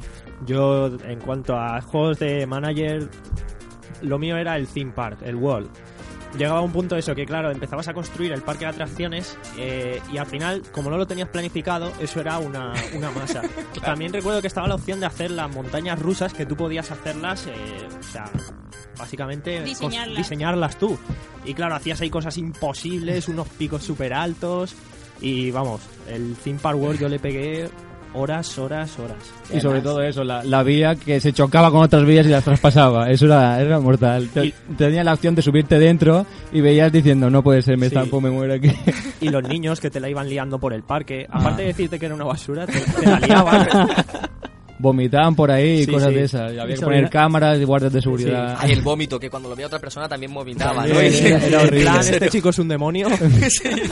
S3: Yo, en cuanto a juegos de manager, lo mío era el theme park, el wall. Llegaba un punto eso, que claro, empezabas a construir el parque de atracciones eh, y al final, como no lo tenías planificado, eso era una, una masa. También recuerdo que estaba la opción de hacer las montañas rusas, que tú podías hacerlas, eh, o sea, básicamente cos-
S7: Diseñarlas.
S3: diseñarlas tú. Y claro, hacías ahí cosas imposibles, unos picos súper altos y vamos, el theme park world yo le pegué horas, horas, horas.
S9: Y sobre todo eso, la, la vía que se chocaba con otras vías y las traspasaba. Eso era, era mortal. Te-
S3: Y-
S9: tenía la opción de subirte dentro y veías diciendo, no puede ser, me
S3: Sí.
S9: estampo, me muero aquí. Ah.
S3: y los niños que te la iban liando por el parque. Aparte de decirte que era una basura, te, te la liaban.
S9: Vomitaban por ahí y
S3: Sí,
S9: cosas
S3: sí.
S9: de esas. Y había
S3: Y
S9: que poner
S3: sabía-
S9: cámaras y guardas de seguridad.
S2: Hay el vómito, que cuando lo veía otra persona también vomitaba, ¿no?
S9: También,
S2: Sí,
S9: Ah. era- era
S3: En plan,
S9: horrible.
S3: este chico es un demonio.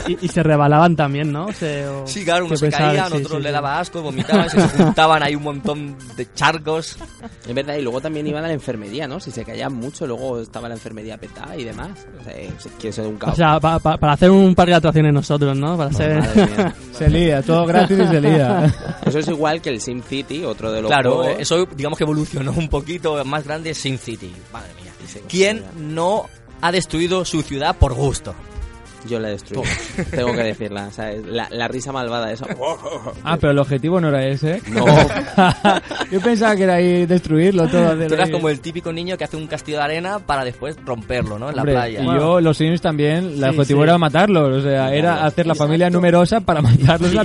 S5: Y, y se rebalaban también, ¿no? Se, o-
S2: Sí, claro, unos
S5: se
S2: se
S5: pesaban,
S2: caían,
S5: sí,
S2: otros
S5: sí,
S2: le
S5: sí.
S2: daba asco, vomitaban, se juntaban ahí un montón de charcos.
S6: Es verdad, y luego también iban a la enfermería, ¿no? Si se caían mucho, luego estaba la enfermería petada y demás. O sea, es que eso es un caos.
S5: O sea, pa- pa- para hacer un parque de atracciones nosotros, ¿no? Para ser...
S6: Madre mía.
S9: Se lía, todo gratis y se lía.
S6: Eso es igual que el SimCity, otro de los
S2: Claro,
S6: juegos.
S2: eso digamos que evolucionó un poquito más grande Sin City. Madre mía.
S6: Sí,
S2: ¿Quién
S6: sí,
S2: no ha destruido su ciudad por gusto?
S6: Yo la destruí. Tengo que decirla, ¿sabes? La, la risa malvada de eso.
S9: Ah, pero el objetivo no era ese.
S6: No.
S9: Yo pensaba que era ahí destruirlo todo. hacer
S2: Tú eras
S9: ahí-
S2: como el típico niño que hace un castillo de arena para después romperlo, ¿no? En la
S9: Hombre,
S2: playa.
S9: Y yo, los Sims también, el objetivo
S5: sí.
S9: era matarlos. O sea, era hacer la familia numerosa para matarlos en la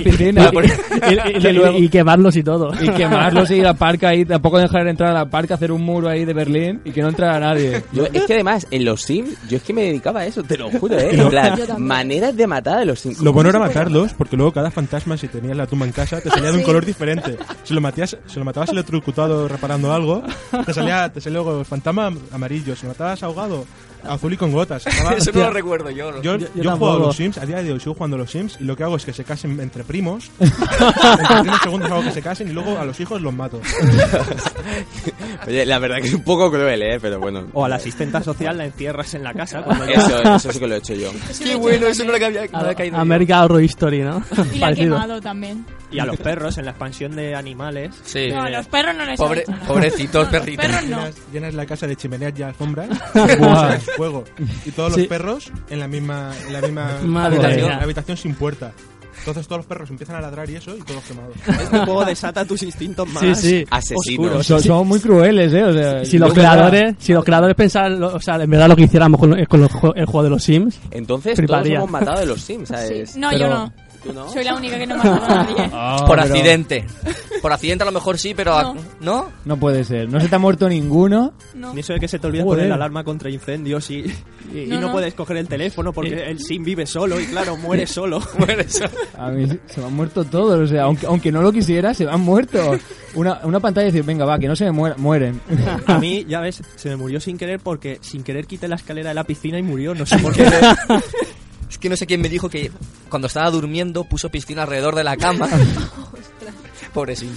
S2: Para
S9: piscina.
S2: poner-
S5: Y, y- y quemarlos y todo.
S9: y quemarlos y ir al parque ahí, tampoco dejar entrar a la parque, hacer un muro ahí de Berlín y que no entrara nadie.
S6: Yo- es que además, en los Sims, yo es que me dedicaba a eso, te lo juro, ¿eh? En plan,
S4: Yo también.
S6: Maneras de matar a los Simpsons.
S8: Lo bueno era matarlos, porque luego cada fantasma, si tenías la tumba en casa, te salía de un color diferente. Si lo, matías, si lo matabas electrocutado reparando algo, te salía, te salía luego el fantasma amarillo. Si lo matabas ahogado, azul y con gotas. Estaba-
S2: Eso no lo recuerdo yo.
S8: Yo,
S5: Yo-
S8: yo,
S5: yo
S8: he jugado a
S5: tampoco.
S8: los Sims, a día de hoy sigo jugando a los Sims y lo que hago es que se casen entre primos, entre primos segundos hago que se casen y luego a los hijos los mato.
S6: Oye, la verdad que es un poco cruel, ¿eh? Pero bueno.
S8: Oh,
S3: O a la asistenta social la encierras en la casa. Cuando ya-
S6: Eso, eso sí que lo he hecho yo.
S2: Qué bueno, eso no lo que había, no había caído. yo.
S5: America Horror Story, ¿no?
S7: Y la he quemado también.
S3: Y a los perros en la expansión de animales.
S2: Sí.
S7: No, a los perros no les he
S2: Eh, Pobre-
S7: hecho nada.
S2: pobrecitos
S7: No,
S2: perritos.
S7: Los perros no.
S8: Llenas, llenas la casa de chimeneas y alfombras, y pones fuego y todos
S5: Sí.
S8: los perros en la misma, en la misma
S5: Madre
S8: habitación,
S5: mía.
S8: la habitación sin puerta. Entonces todos los perros empiezan a ladrar y eso y todos quemados.
S3: Este juego desata tus instintos más.
S5: Sí, sí.
S6: Asesinos.
S9: Son, son muy crueles, ¿eh? O sea,
S5: Si los
S9: yo pensaba-
S5: creadores, si los creadores pensaran, lo- o sea, en verdad lo que hiciéramos con, lo- con los jue- el juego de los Sims,
S6: Entonces
S5: Fliparía.
S6: todos hemos matado de los Sims, ¿sabes?
S7: No,
S5: Pero-
S7: yo no.
S6: ¿Tú no?
S7: Soy la única que no me ha matado a nadie.
S9: Ah,
S2: Por accidente. Por accidente a lo mejor sí, pero... a-
S7: No.
S2: ¿No?
S9: No puede ser. No se te ha muerto ninguno.
S7: No.
S3: Ni eso de que se te
S8: Uh.
S3: olvida
S9: Joder.
S3: poner la alarma contra incendios y, y- y no,
S7: No, no.
S3: puedes coger el teléfono porque
S8: Eh.
S3: el sim vive solo y claro, muere solo.
S2: Bueno, eso-
S9: A mí se me han muerto todos. O sea, aunque, aunque no lo quisiera, se me han muerto. Una, una pantalla y decir, venga, va, que no se me muera- mueren.
S3: A mí, ya ves, se me murió sin querer porque sin querer quité la escalera de la piscina y murió, no sé por qué.
S2: Es que no sé quién me dijo que cuando estaba durmiendo puso piscina alrededor de la cama. Pobrecito.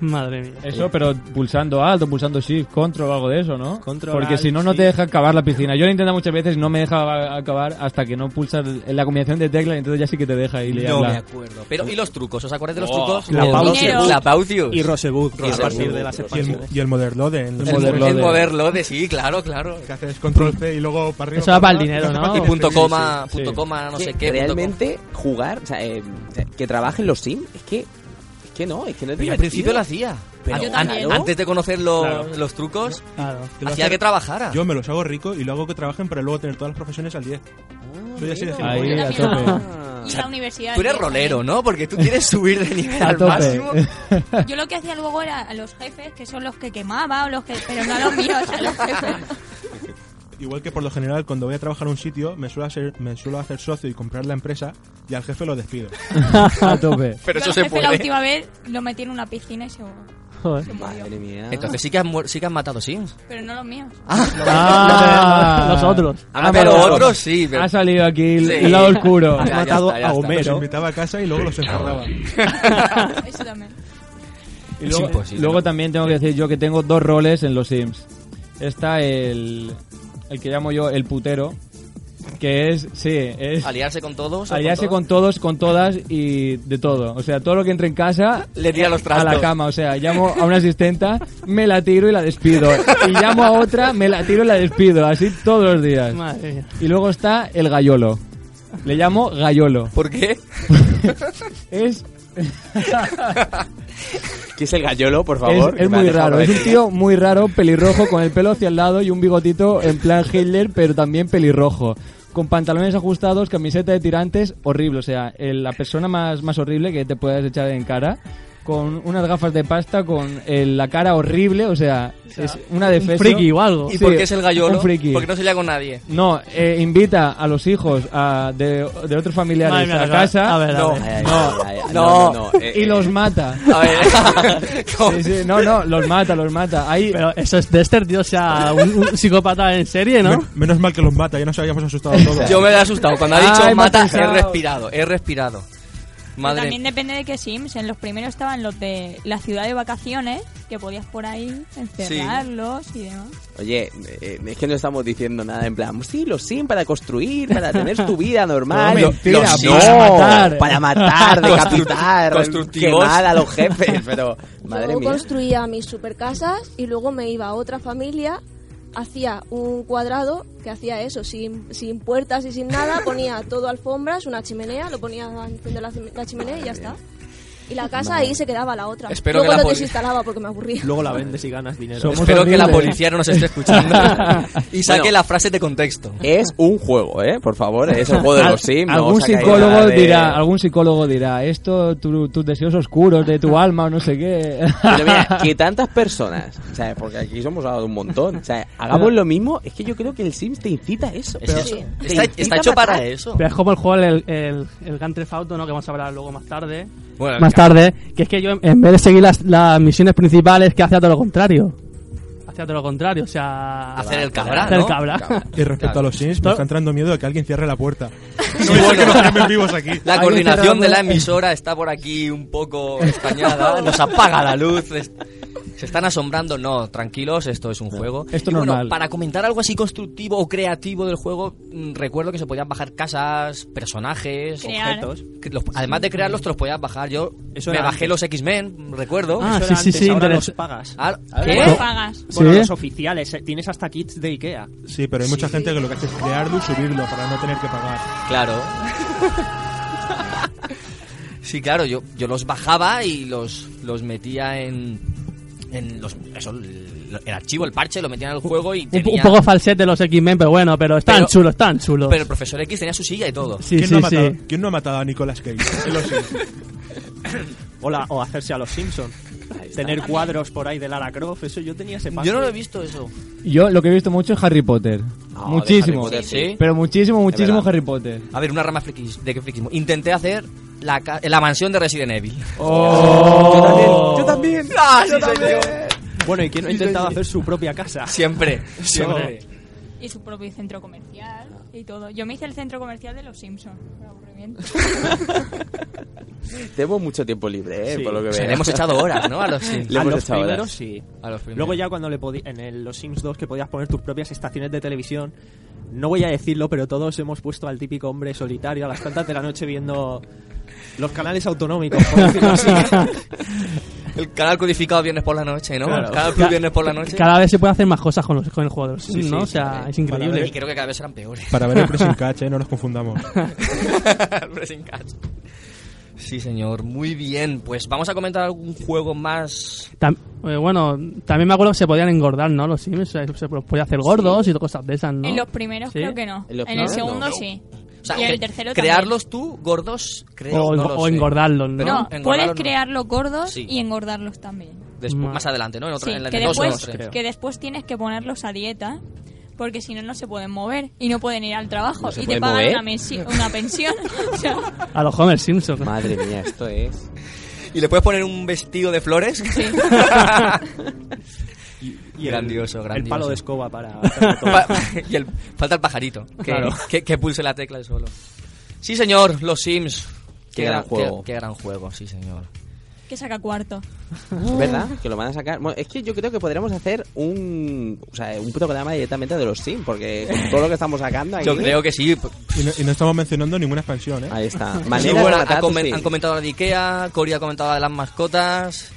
S5: madre mía.
S9: Eso, pero pulsando alto, pulsando shift, control o algo de eso, ¿no?
S3: Control,
S9: Porque si no, no
S3: alt,
S9: te
S3: shift.
S9: deja acabar la piscina. Yo lo he intentado muchas veces y no me deja acabar hasta que no pulsas el- la combinación de teclas y entonces ya sí que te deja y le
S2: No me acuerdo. Pero, ¿y los trucos? ¿Os acordáis de los trucos?
S3: la
S2: Los-
S7: Pausius.
S2: La Pausius.
S3: Y Rosebud,
S2: Y
S3: a partir
S2: Rosebud,
S3: de las
S8: Y el,
S3: expansiones.
S8: y el Motherlode en los
S2: El,
S9: Motherlode.
S2: el moverlo de sí, claro, claro.
S8: que haces control C y luego para arriba.
S5: Eso va para el
S8: abajo,
S5: dinero,
S8: y
S5: ¿no?
S8: haces
S2: Y
S8: páginas
S2: punto
S8: felices.
S2: coma,
S9: sí.
S2: punto coma, no
S6: Que
S2: sé qué. punto coma.
S6: Realmente, jugar, o sea, eh, o sea, que trabajen los Sims, es que, es que no, es que no es
S2: Pero yo al
S6: divertido.
S2: principio lo hacía.
S6: Pero-
S2: An-
S6: Yo
S2: an-
S6: también.
S2: antes de conocer lo- los trucos,
S5: Claro.
S8: Te lo
S2: hacía
S8: hace-
S2: que trabajara.
S8: Yo me los hago rico y lo hago que trabajen para luego tener todas las profesiones al 10. Soy así de
S7: Yo
S9: Ahí,
S7: también Ah.
S9: a
S7: lo
S9: tope.
S7: hago. Y la universidad.
S2: Tú eres rolero, ¿no? Porque tú quieres subir de nivel
S9: A
S2: al
S9: tope.
S2: máximo.
S7: Yo lo que hacía luego era a los jefes, que son los que quemaba, o los que, pero no a los míos, a los jefes.
S8: Igual que por lo general cuando voy a trabajar a un sitio me suelo hacer, me suelo hacer socio y comprar la empresa y al jefe lo despido.
S9: A tope.
S2: Pero
S7: Yo
S2: eso
S7: al
S2: se
S7: jefe La
S2: puede.
S7: última vez lo metí en una piscina y se,
S5: Joder.
S7: se murió.
S6: Madre mía.
S2: Entonces sí que han, muer- sí que han matado Sims.
S7: Pero no los míos.
S9: Ah,
S5: los otros.
S6: Ah,
S9: Ha
S2: Pero
S9: matado-
S2: otros sí. pero-
S9: Ha salido aquí el,
S2: Sí.
S9: el lado oscuro.
S2: Ya, ya
S3: matado
S2: está, Pues ya
S3: a
S2: está.
S8: Los
S3: Homero. Pero-
S8: invitaba a casa y luego los encerraba.
S7: Eso también.
S9: Y
S2: Es
S9: luego,
S2: imposible.
S9: luego también tengo que decir yo que tengo dos roles en los Sims. Está el, el que llamo yo el putero, que es, sí, es
S2: Aliarse con todos. o
S9: aliarse
S2: todos.
S9: con todos, con todas y de todo. O sea, todo lo que entre en casa
S2: Le tira los
S9: a
S2: trastos.
S9: la cama. O sea, llamo a una asistenta, me la tiro y la despido. Y llamo a otra, me la tiro y la despido. Así todos los días.
S5: Madre mía.
S9: Y luego está el gallolo. Le llamo gallolo.
S2: ¿Por qué?
S9: Es
S6: ¿Qué es el gallolo, por
S9: Es,
S6: favor?
S9: es
S6: Que me ha
S9: muy
S6: dejado
S9: raro, es un
S6: parecido.
S9: tío muy raro, pelirrojo, con el pelo hacia el lado y un bigotito en plan Hitler, pero también pelirrojo. Con pantalones ajustados, camiseta de tirantes, horrible. O sea, el- la persona más, más horrible que te puedas echar en cara. Con unas gafas de pasta, con el- la cara horrible, o sea, es una defensa.
S5: friki o algo.
S2: ¿Y
S9: Sí,
S2: por qué es el gallolo?
S9: un friki.
S2: Porque no se lía con nadie.
S9: No, eh, invita a los hijos a- de, de otros familiares
S5: Madre mía,
S9: a
S5: la-
S9: casa
S5: A ver, a
S2: No.
S5: ver.
S6: Ay, ay, ay, ay,
S2: No.
S6: no, no, no, eh,
S9: y
S6: eh,
S9: los mata.
S2: A ver. ¿cómo?
S9: Sí, sí, no, no, los mata, los mata. Hay,
S5: Pero eso es Dexter, tío, o sea, un, un psicópata en serie, ¿no?
S8: Men- menos mal que los mata, ya nos habíamos asustado todos.
S2: Yo me he asustado. Cuando ha dicho
S9: Ay, me ha
S2: mata, he
S9: asustado.
S2: respirado. He respirado. Madre
S7: También depende de qué Sims. En los primeros estaban los de la ciudad de vacaciones, que podías por ahí encerrarlos y demás.
S6: Oye, eh, es que no estamos diciendo nada en plan, sí, los sim para construir, para tener tu vida normal.
S9: No, mentira,
S6: los Sims
S9: para matar.
S6: para matar, decapitar,
S2: constructivos.
S6: quemar a los jefes, pero madre
S4: yo
S6: mía.
S4: construía mis supercasas y luego me iba a otra familia, hacía un cuadrado que hacía eso, sin, sin puertas y sin nada, ponía todo alfombras, una chimenea, lo ponía a encender la, chim- la chimenea y ya está. Y la casa ahí se quedaba la otra.
S2: Espero
S4: Luego
S2: que la
S4: lo
S2: poli-
S4: desinstalaba porque me aburría.
S3: Luego la vendes y ganas dinero.
S9: Somos
S2: Espero que la
S9: horribles.
S2: policía no nos esté escuchando y saque
S6: Bueno.
S2: la frase de contexto.
S6: Es un juego, ¿eh? Por favor, es el juego de
S9: Al-
S6: los Sims. no
S9: algún
S6: os hagáis
S9: psicólogo
S6: nada de-
S9: dirá, algún psicólogo dirá, esto tu- tus deseos oscuros de tu alma o no sé qué.
S6: Pero mira, que tantas personas, o sea, porque aquí somos hablado de un montón, o sea, hagamos lo mismo, es que yo creo que el Sims te incita a eso.
S2: Es
S6: Pero-
S2: eso.
S4: Sí.
S6: te
S2: Está,
S6: incita
S2: está
S6: a
S2: hecho para
S6: matar.
S2: eso.
S5: Pero es como el juego, el, el, el Grand Theft Auto, ¿no? Que vamos a hablar luego más tarde.
S2: Bueno,
S5: Más tarde. Que es que yo, en- en vez de seguir las, las misiones principales, que hacía todo lo contrario. Hacía todo lo contrario, o sea...
S2: Hacer el cabra,
S5: Hacer
S2: ¿no?
S5: el cabra.
S8: Y respecto a los Sims, me está entrando miedo de que alguien cierre la puerta.
S2: Sí,
S8: No me
S2: bueno.
S8: que nos quedemos vivos aquí.
S2: La
S9: Ahí
S2: coordinación
S9: está la
S2: de la
S9: buena.
S2: emisora está por aquí un poco española, nos apaga la luz. es- Se están asombrando, no, tranquilos, esto es un juego.
S9: esto
S2: Y Bueno,
S9: normal.
S2: para comentar algo así constructivo o creativo del juego, mm, recuerdo que se podían bajar casas, personajes,
S7: Crear.
S2: objetos. que los- además de crearlos, te los podías bajar. Yo
S3: Eso
S2: me
S3: era
S2: bajé
S3: antes.
S2: los X-Men, recuerdo.
S5: Ah,
S3: Eso
S5: sí,
S3: era
S5: sí,
S3: antes,
S5: sí,
S3: ahora los
S5: interesa-
S3: pagas.
S2: Ah,
S7: ¿Qué?
S2: ¿Qué?
S7: pagas?
S3: Bueno,
S5: Sí.
S3: los oficiales. eh, Tienes hasta kits de Ikea.
S8: Sí, pero hay mucha gente que lo que hace es crearlo y subirlo para no tener que pagar.
S2: Claro. Sí, claro, yo, yo los bajaba y los, los metía en, en los, eso, el, el archivo, el parche, lo metía en el juego y
S5: Un,
S2: tenía...
S5: po- un poco falsete los X-Men, pero bueno, pero están
S2: Pero-
S5: chulos, están chulos.
S2: Pero el profesor X tenía su silla y todo.
S5: sí,
S8: ¿Quién,
S5: sí,
S8: no ha matado,
S5: sí.
S8: ¿Quién no ha matado a Nicolas Cage? En los Sims.
S3: O, la- o hacerse a los Simpsons. Tener cuadros por ahí de Lara Croft. Eso yo tenía ese pack.
S2: Yo no lo he visto eso.
S9: Yo lo que he visto mucho es Harry Potter.
S6: No, de
S9: muchísimo.
S6: Harry Potter,
S2: Sí.
S9: Pero muchísimo, muchísimo
S6: verdad.
S9: Harry Potter.
S2: A ver, una rama frikis- de frikismo. Intenté hacer la, ca- la mansión de Resident Evil.
S9: Yo también.
S2: ¡Ah, sí, soy yo!
S3: Bueno, ¿y quién no ha intentado hacer su propia casa?
S2: Siempre, siempre.
S7: Y su propio centro comercial y todo. Yo me hice el centro comercial de los Simpsons. Por aburrimiento.
S6: Tenemos mucho tiempo libre, ¿eh?
S3: Sí.
S6: por lo que
S2: O
S6: veo.
S2: sea, le hemos echado horas, ¿no? A los Sims.
S6: Le
S3: a
S6: hemos
S3: los
S6: echado
S3: primeros
S6: horas.
S3: sí.
S2: A los primeros.
S3: Luego ya cuando le podi- en el- los Sims 2 que podías poner tus propias estaciones de televisión, no voy a decirlo, pero todos hemos puesto al típico hombre solitario a las tantas de la noche viendo los canales autonómicos, por decirlo así.
S2: El canal codificado viernes por la noche, ¿no? El Canal Plus viernes por la noche.
S5: Cada vez se puede hacer más cosas con, los, con el juego de los Sims,
S2: Sí, eh,
S5: ¿no?
S2: sí,
S5: o sea,
S2: sí.
S5: es increíble.
S2: Y creo que cada vez serán peores.
S8: Para ver el pressing catch, ¿eh? No nos confundamos.
S2: Pressing catch. Sí, señor. Muy bien. Pues vamos a comentar algún juego más.
S5: Tam- eh, bueno, también me acuerdo que se podían engordar, ¿no? Los Sims, se, se los podía hacer gordos y cosas de esas, ¿no?
S7: En los primeros
S5: Sí.
S7: creo que no.
S6: En
S7: En,
S6: los
S7: el
S6: primeros
S7: segundo
S6: no.
S7: sí.
S2: O sea,
S7: y en
S2: que-
S7: el tercero
S2: crearlos tú, gordos, creo.
S5: O-
S2: no lo
S5: o
S2: sé.
S5: engordarlos, ¿no?
S2: Pero
S7: también. No, puedes
S2: engordarlos no.
S7: crearlos gordos
S2: Sí.
S7: y engordarlos también.
S2: Después,
S5: Ma-
S2: más adelante, ¿no? En otro,
S7: Sí,
S2: en la
S7: que
S2: de dos o
S7: después,
S2: tres.
S7: que después tienes que ponerlos a dieta porque si no, no se pueden mover y no pueden ir al trabajo
S6: ¿No se
S7: y te
S6: pueden
S7: pagan
S6: mover?
S7: una, mensi- una pensión. O sea,
S5: A los Homer Simpson.
S6: Madre mía, esto es.
S2: ¿Y le puedes poner un vestido de flores?
S7: sí.
S3: Y el-
S2: Grandioso,
S3: El
S2: grandioso.
S3: palo de escoba para...
S2: Pa- y el- falta el pajarito que, que- que pulse la tecla de solo. Sí, señor, los Sims.
S6: Qué gran juego.
S2: Qué, gran juego, sí, señor.
S7: que saca cuarto.
S6: Es verdad que lo van a sacar. Bueno, es que yo creo que podríamos hacer un, o sea, un programa directamente de los Sims, porque con todo lo que estamos sacando aquí.
S2: Yo creo que sí.
S8: Y no, y no estamos mencionando ninguna expansión, ¿eh?
S6: Ahí está.
S2: Sí,
S6: Manera
S2: bueno,
S6: de
S2: ha
S6: matar a tus
S2: comen-
S6: Sims.
S2: han comentado la de Ikea, Cory ha comentado la de las mascotas,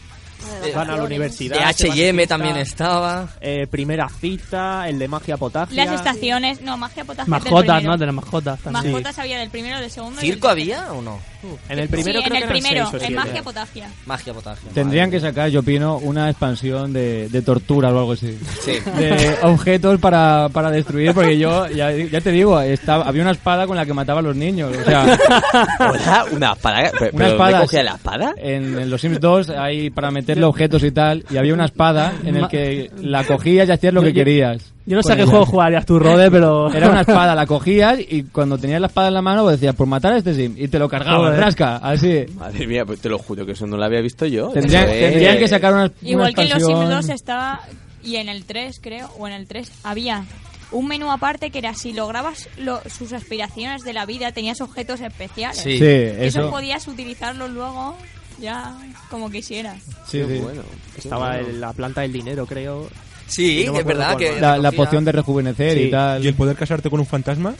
S3: Van a la universidad.
S2: de
S3: se van de
S2: H&M
S3: fiesta,
S2: también estaba.
S3: eh, primera cita, el de magia potagia.
S9: ah,
S7: Las estaciones, no, magia potaje del
S5: Mascotas, ¿no?
S7: primero.
S5: De las mascotas también.
S7: Mascotas había del primero, del segundo. y del
S2: ¿Circo
S7: tercero.
S2: había o no?
S3: En el primero creo
S7: sí, en el
S3: que eran
S7: primero,
S3: seis o
S7: en
S3: siete.
S7: magia potagia.
S2: Magia potagia.
S9: Tendrían que sacar, yo opino, una expansión de, de tortura o algo así.
S6: Sí.
S9: De objetos para, para destruir, porque yo, ya, ya te digo, estaba, había una espada con la que mataba a los niños. O sea,
S6: Hola, una espada. Pero,
S9: una espada.
S6: ¿dónde cogía la espada?
S9: En, en los Sims 2 hay para meterle objetos y tal, y había una espada en el que la cogías y hacías lo
S5: Yo-
S9: que
S5: yo-
S9: querías.
S5: Yo no
S9: con
S5: sé
S3: Pues
S5: a qué
S9: ella.
S5: juego jugarías tú, Rode, pero...
S9: Era una espada, la cogías y cuando tenías la espada en la mano pues decías, por matar a este sim, y te lo cargabas,
S5: Joder.
S9: rasca, así.
S6: Madre mía, pues te lo juro que eso no lo había visto yo.
S9: Tendrían,
S6: Eso es-
S9: tendrían que sacar una, una
S7: Igual que en los Sims
S9: expansión.
S7: 2 estaba, y en el 3 creo, o en el 3 había un menú aparte que era si lograbas lo- sus aspiraciones de la vida, tenías objetos especiales.
S2: Sí.
S9: Sí,
S7: Que Eso
S9: eso.
S7: podías utilizarlos luego ya como quisieras.
S9: Sí,
S6: Qué
S9: sí.
S6: bueno.
S3: Estaba en la planta del dinero, creo.
S2: Sí,
S3: No me
S2: es
S3: acuerdo
S2: verdad
S3: cuál
S2: que...
S3: más.
S9: La, la
S2: recogía-
S9: poción de rejuvenecer
S3: Sí.
S9: y tal.
S8: ¿Y el poder casarte con un fantasma?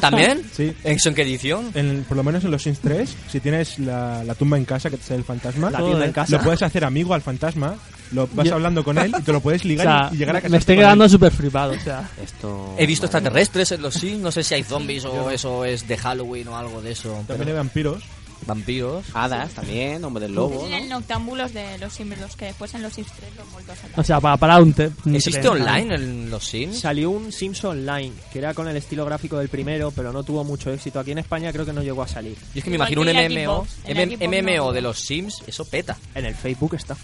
S2: ¿También?
S8: Sí.
S2: ¿Eso en qué edición?
S8: En- por lo menos en los Sims 3, si tienes la, la tumba en casa, que te sale el fantasma,
S3: La tienda en casa.
S8: lo puedes hacer amigo al fantasma, lo vas hablando con él y te lo puedes
S5: O
S8: ligar
S5: sea,
S8: y llegar a casa.
S5: me estoy quedando súper flipado, o sea...
S6: Esto...
S2: He visto extraterrestres en los Sims, no sé si hay zombies o eso es de Halloween o algo de eso. pero-
S8: También hay vampiros.
S2: Vampiros.
S6: Hadas también, hombre del
S2: Oh,
S7: Es
S6: lobo.
S7: en el Noctámbulos de los Sims 2, que después en los Sims 3 los vuelto a sacar.
S5: O sea, para parar un... te-
S9: Mm,
S5: un
S2: ¿Existe
S5: tren.
S2: online en los Sims?
S3: Salió un Sims Online, que era con el estilo gráfico del primero, pero no tuvo mucho éxito. Aquí en España creo que no llegó a salir.
S2: Yo es que me
S7: Igual
S2: imagino un
S7: que la
S2: MMO,
S7: Xbox, en la
S2: MM-
S7: Xbox no.
S2: MMO de los Sims, eso peta.
S3: En el Facebook está.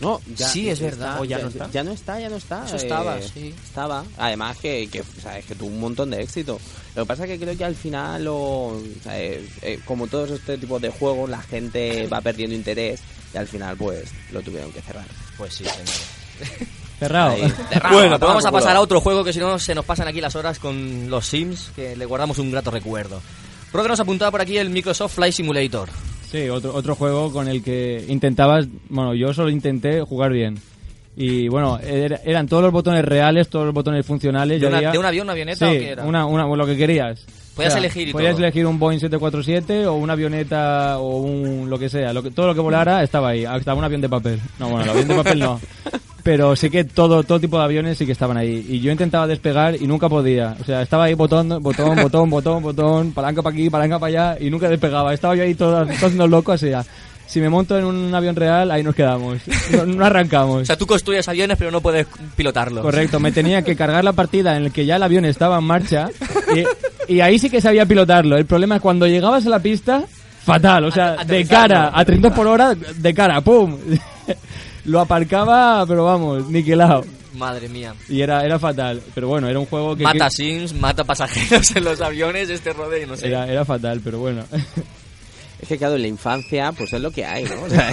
S6: No, ya,
S2: Sí, es verdad.
S3: O ya no está.
S6: Ya no está, ya no está. eh,
S2: Eso estaba, sí.
S6: Estaba. Además que, que, sabes que tuvo un montón de éxito. Lo que pasa es que creo que al final, o, ¿sabes? Eh, como todos este tipos de juegos, la gente va perdiendo interés y al final pues lo tuvieron que cerrar.
S2: Pues sí, señor.
S9: Cerrado.
S6: Ahí, cerrado,
S2: bueno,
S6: toma
S2: pues vamos a
S6: por culo.
S2: pasar a otro juego que si no se nos pasan aquí las horas con los Sims, que le guardamos un grato recuerdo. Roque nos apuntaba por aquí el Microsoft Flight Simulator.
S9: Sí, otro, otro juego con el que intentabas, bueno, yo solo intenté jugar bien. Y bueno, era- eran todos los botones reales, todos los botones funcionales.
S2: ¿De,
S9: yo
S2: una-
S9: había-
S2: de un avión, una avioneta
S9: sí,
S2: o qué era?
S9: Una, una, lo que querías.
S2: Podías elegir y
S9: Podías
S2: todo.
S9: elegir un Boeing 747 o una avioneta o un lo que sea. Lo que, todo lo que volara estaba ahí. Estaba un avión de papel. No, bueno, el avión de papel no. Pero sí que todo, todo tipo de aviones sí que estaban ahí. Y yo intentaba despegar y nunca podía. O sea, estaba ahí botón, botón, botón, botón, botón, palanca para aquí, palanca para allá y nunca despegaba. Estaba yo ahí todo, todo haciendo loco, así ya. Si me monto en un avión real, ahí nos quedamos. No, no arrancamos.
S2: O sea, tú construyes aviones pero no puedes pilotarlos.
S9: Correcto, me tenía que cargar la partida en la que ya el avión estaba en marcha y, y ahí sí que sabía pilotarlo. El problema es cuando llegabas a la pista, fatal, o sea, de cara, a 300 por hora, de cara, ¡pum! Lo aparcaba, pero vamos, niquelado.
S2: Madre mía.
S9: Y era, era fatal, pero bueno, era un juego que...
S2: Mata Sims, mata pasajeros en los aviones, este rodeo, no sé.
S9: era, era fatal, pero bueno.
S6: Es que claro, en la infancia, pues es lo que hay, ¿no? O sea,